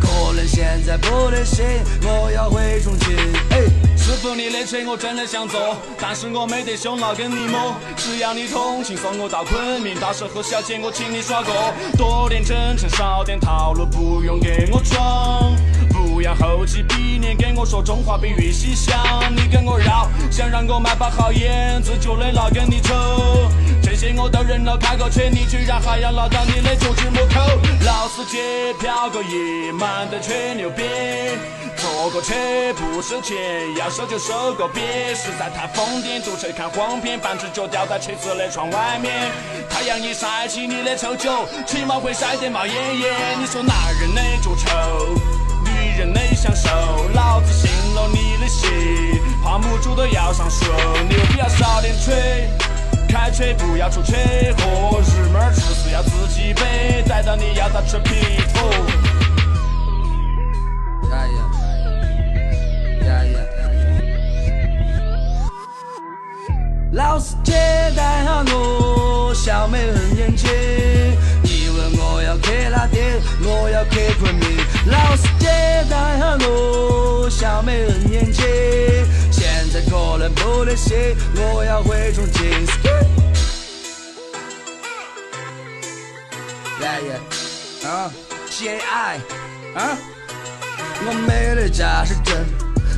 [SPEAKER 5] 可能现在不得行，我要回重庆。哎，师傅你的车我真的想坐，但是我没得胸脑跟你摸。只要你同情送我到昆明，到时候小姐我请你耍个，多点真诚少点套路，不用给我装。不要厚起鼻梁跟我说中华比粤西香，你跟我绕，想让我买把好烟，自觉的拿跟你抽。这些我都认了，开个车你居然还要拿到你的脚趾拇口。老司机飘个夜，满的吹牛逼，坐个车不收钱，要收就收个别，实在太疯癫，坐车看黄片，半只脚掉在车子的窗外面，太阳一晒起你的臭脚，起码会晒得冒烟烟。你说男人的脚臭？女人的享受，老子信到你的心，泡沫住的要上升，牛逼要少点吹。开吹不要出吹火，日门吃是要自己背，逮到你要打扯屁股。呀呀呀呀！老师姐带好我，小妹很年轻。你问我要去哪点，我要去昆明。老师姐带好我，小妹很年轻。现在可能不能行，我要回重庆。来呀，啊，先爱，啊，我没得驾驶证，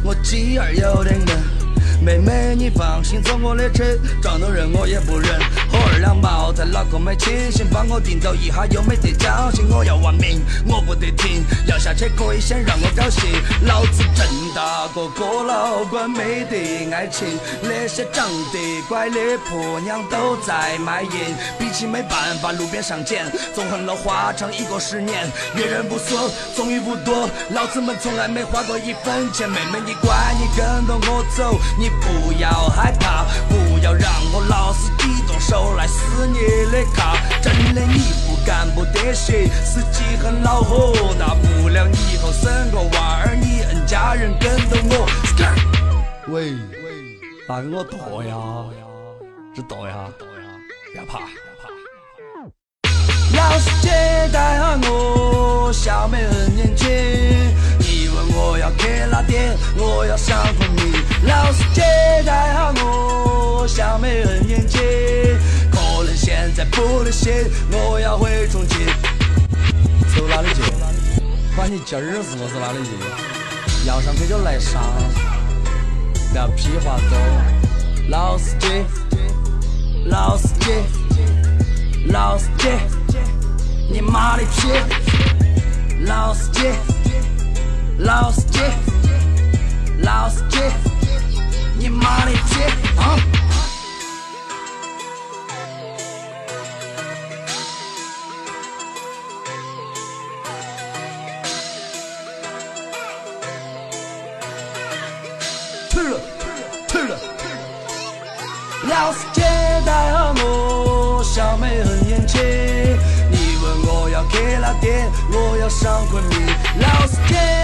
[SPEAKER 5] 我鸡儿有点硬。妹妹，你放心，坐我的车，撞到人我也不认。喝二两茅台，脑壳没清醒，帮我订到一下有没得侥幸，我要玩命，我不得停，要下车可以先让我高兴。老子郑大哥哥老倌，没得爱情，那些长得乖的婆娘都在卖淫，比起没办法路边上捡，纵横了花场一个十年，阅人无数，纵欲无度，老子们从来没花过一分钱。妹妹你乖，你跟着我走。你不要害怕，不要让我老司机动手来撕你的卡。真的你不干不得行，司机很恼火，大不了你以后生个娃儿，你摁家人跟着我。喂，那个我剁呀，知道呀，不要怕，不要怕。老师姐带下我，小妹很年轻。你问我要去哪点，我要上昆明。老师姐带好我，小妹很年轻，可能现在不能行，我要回重庆。走哪里去？管你今儿是我是哪里去，要上车就来上，聊屁话多。老司机，老司机，老司机，你妈的批！老司机。老司机，老司机，你妈的街啊！退了，退了，老司机带好我，小妹很年轻。你问我要去哪点，我要上昆明，老司机。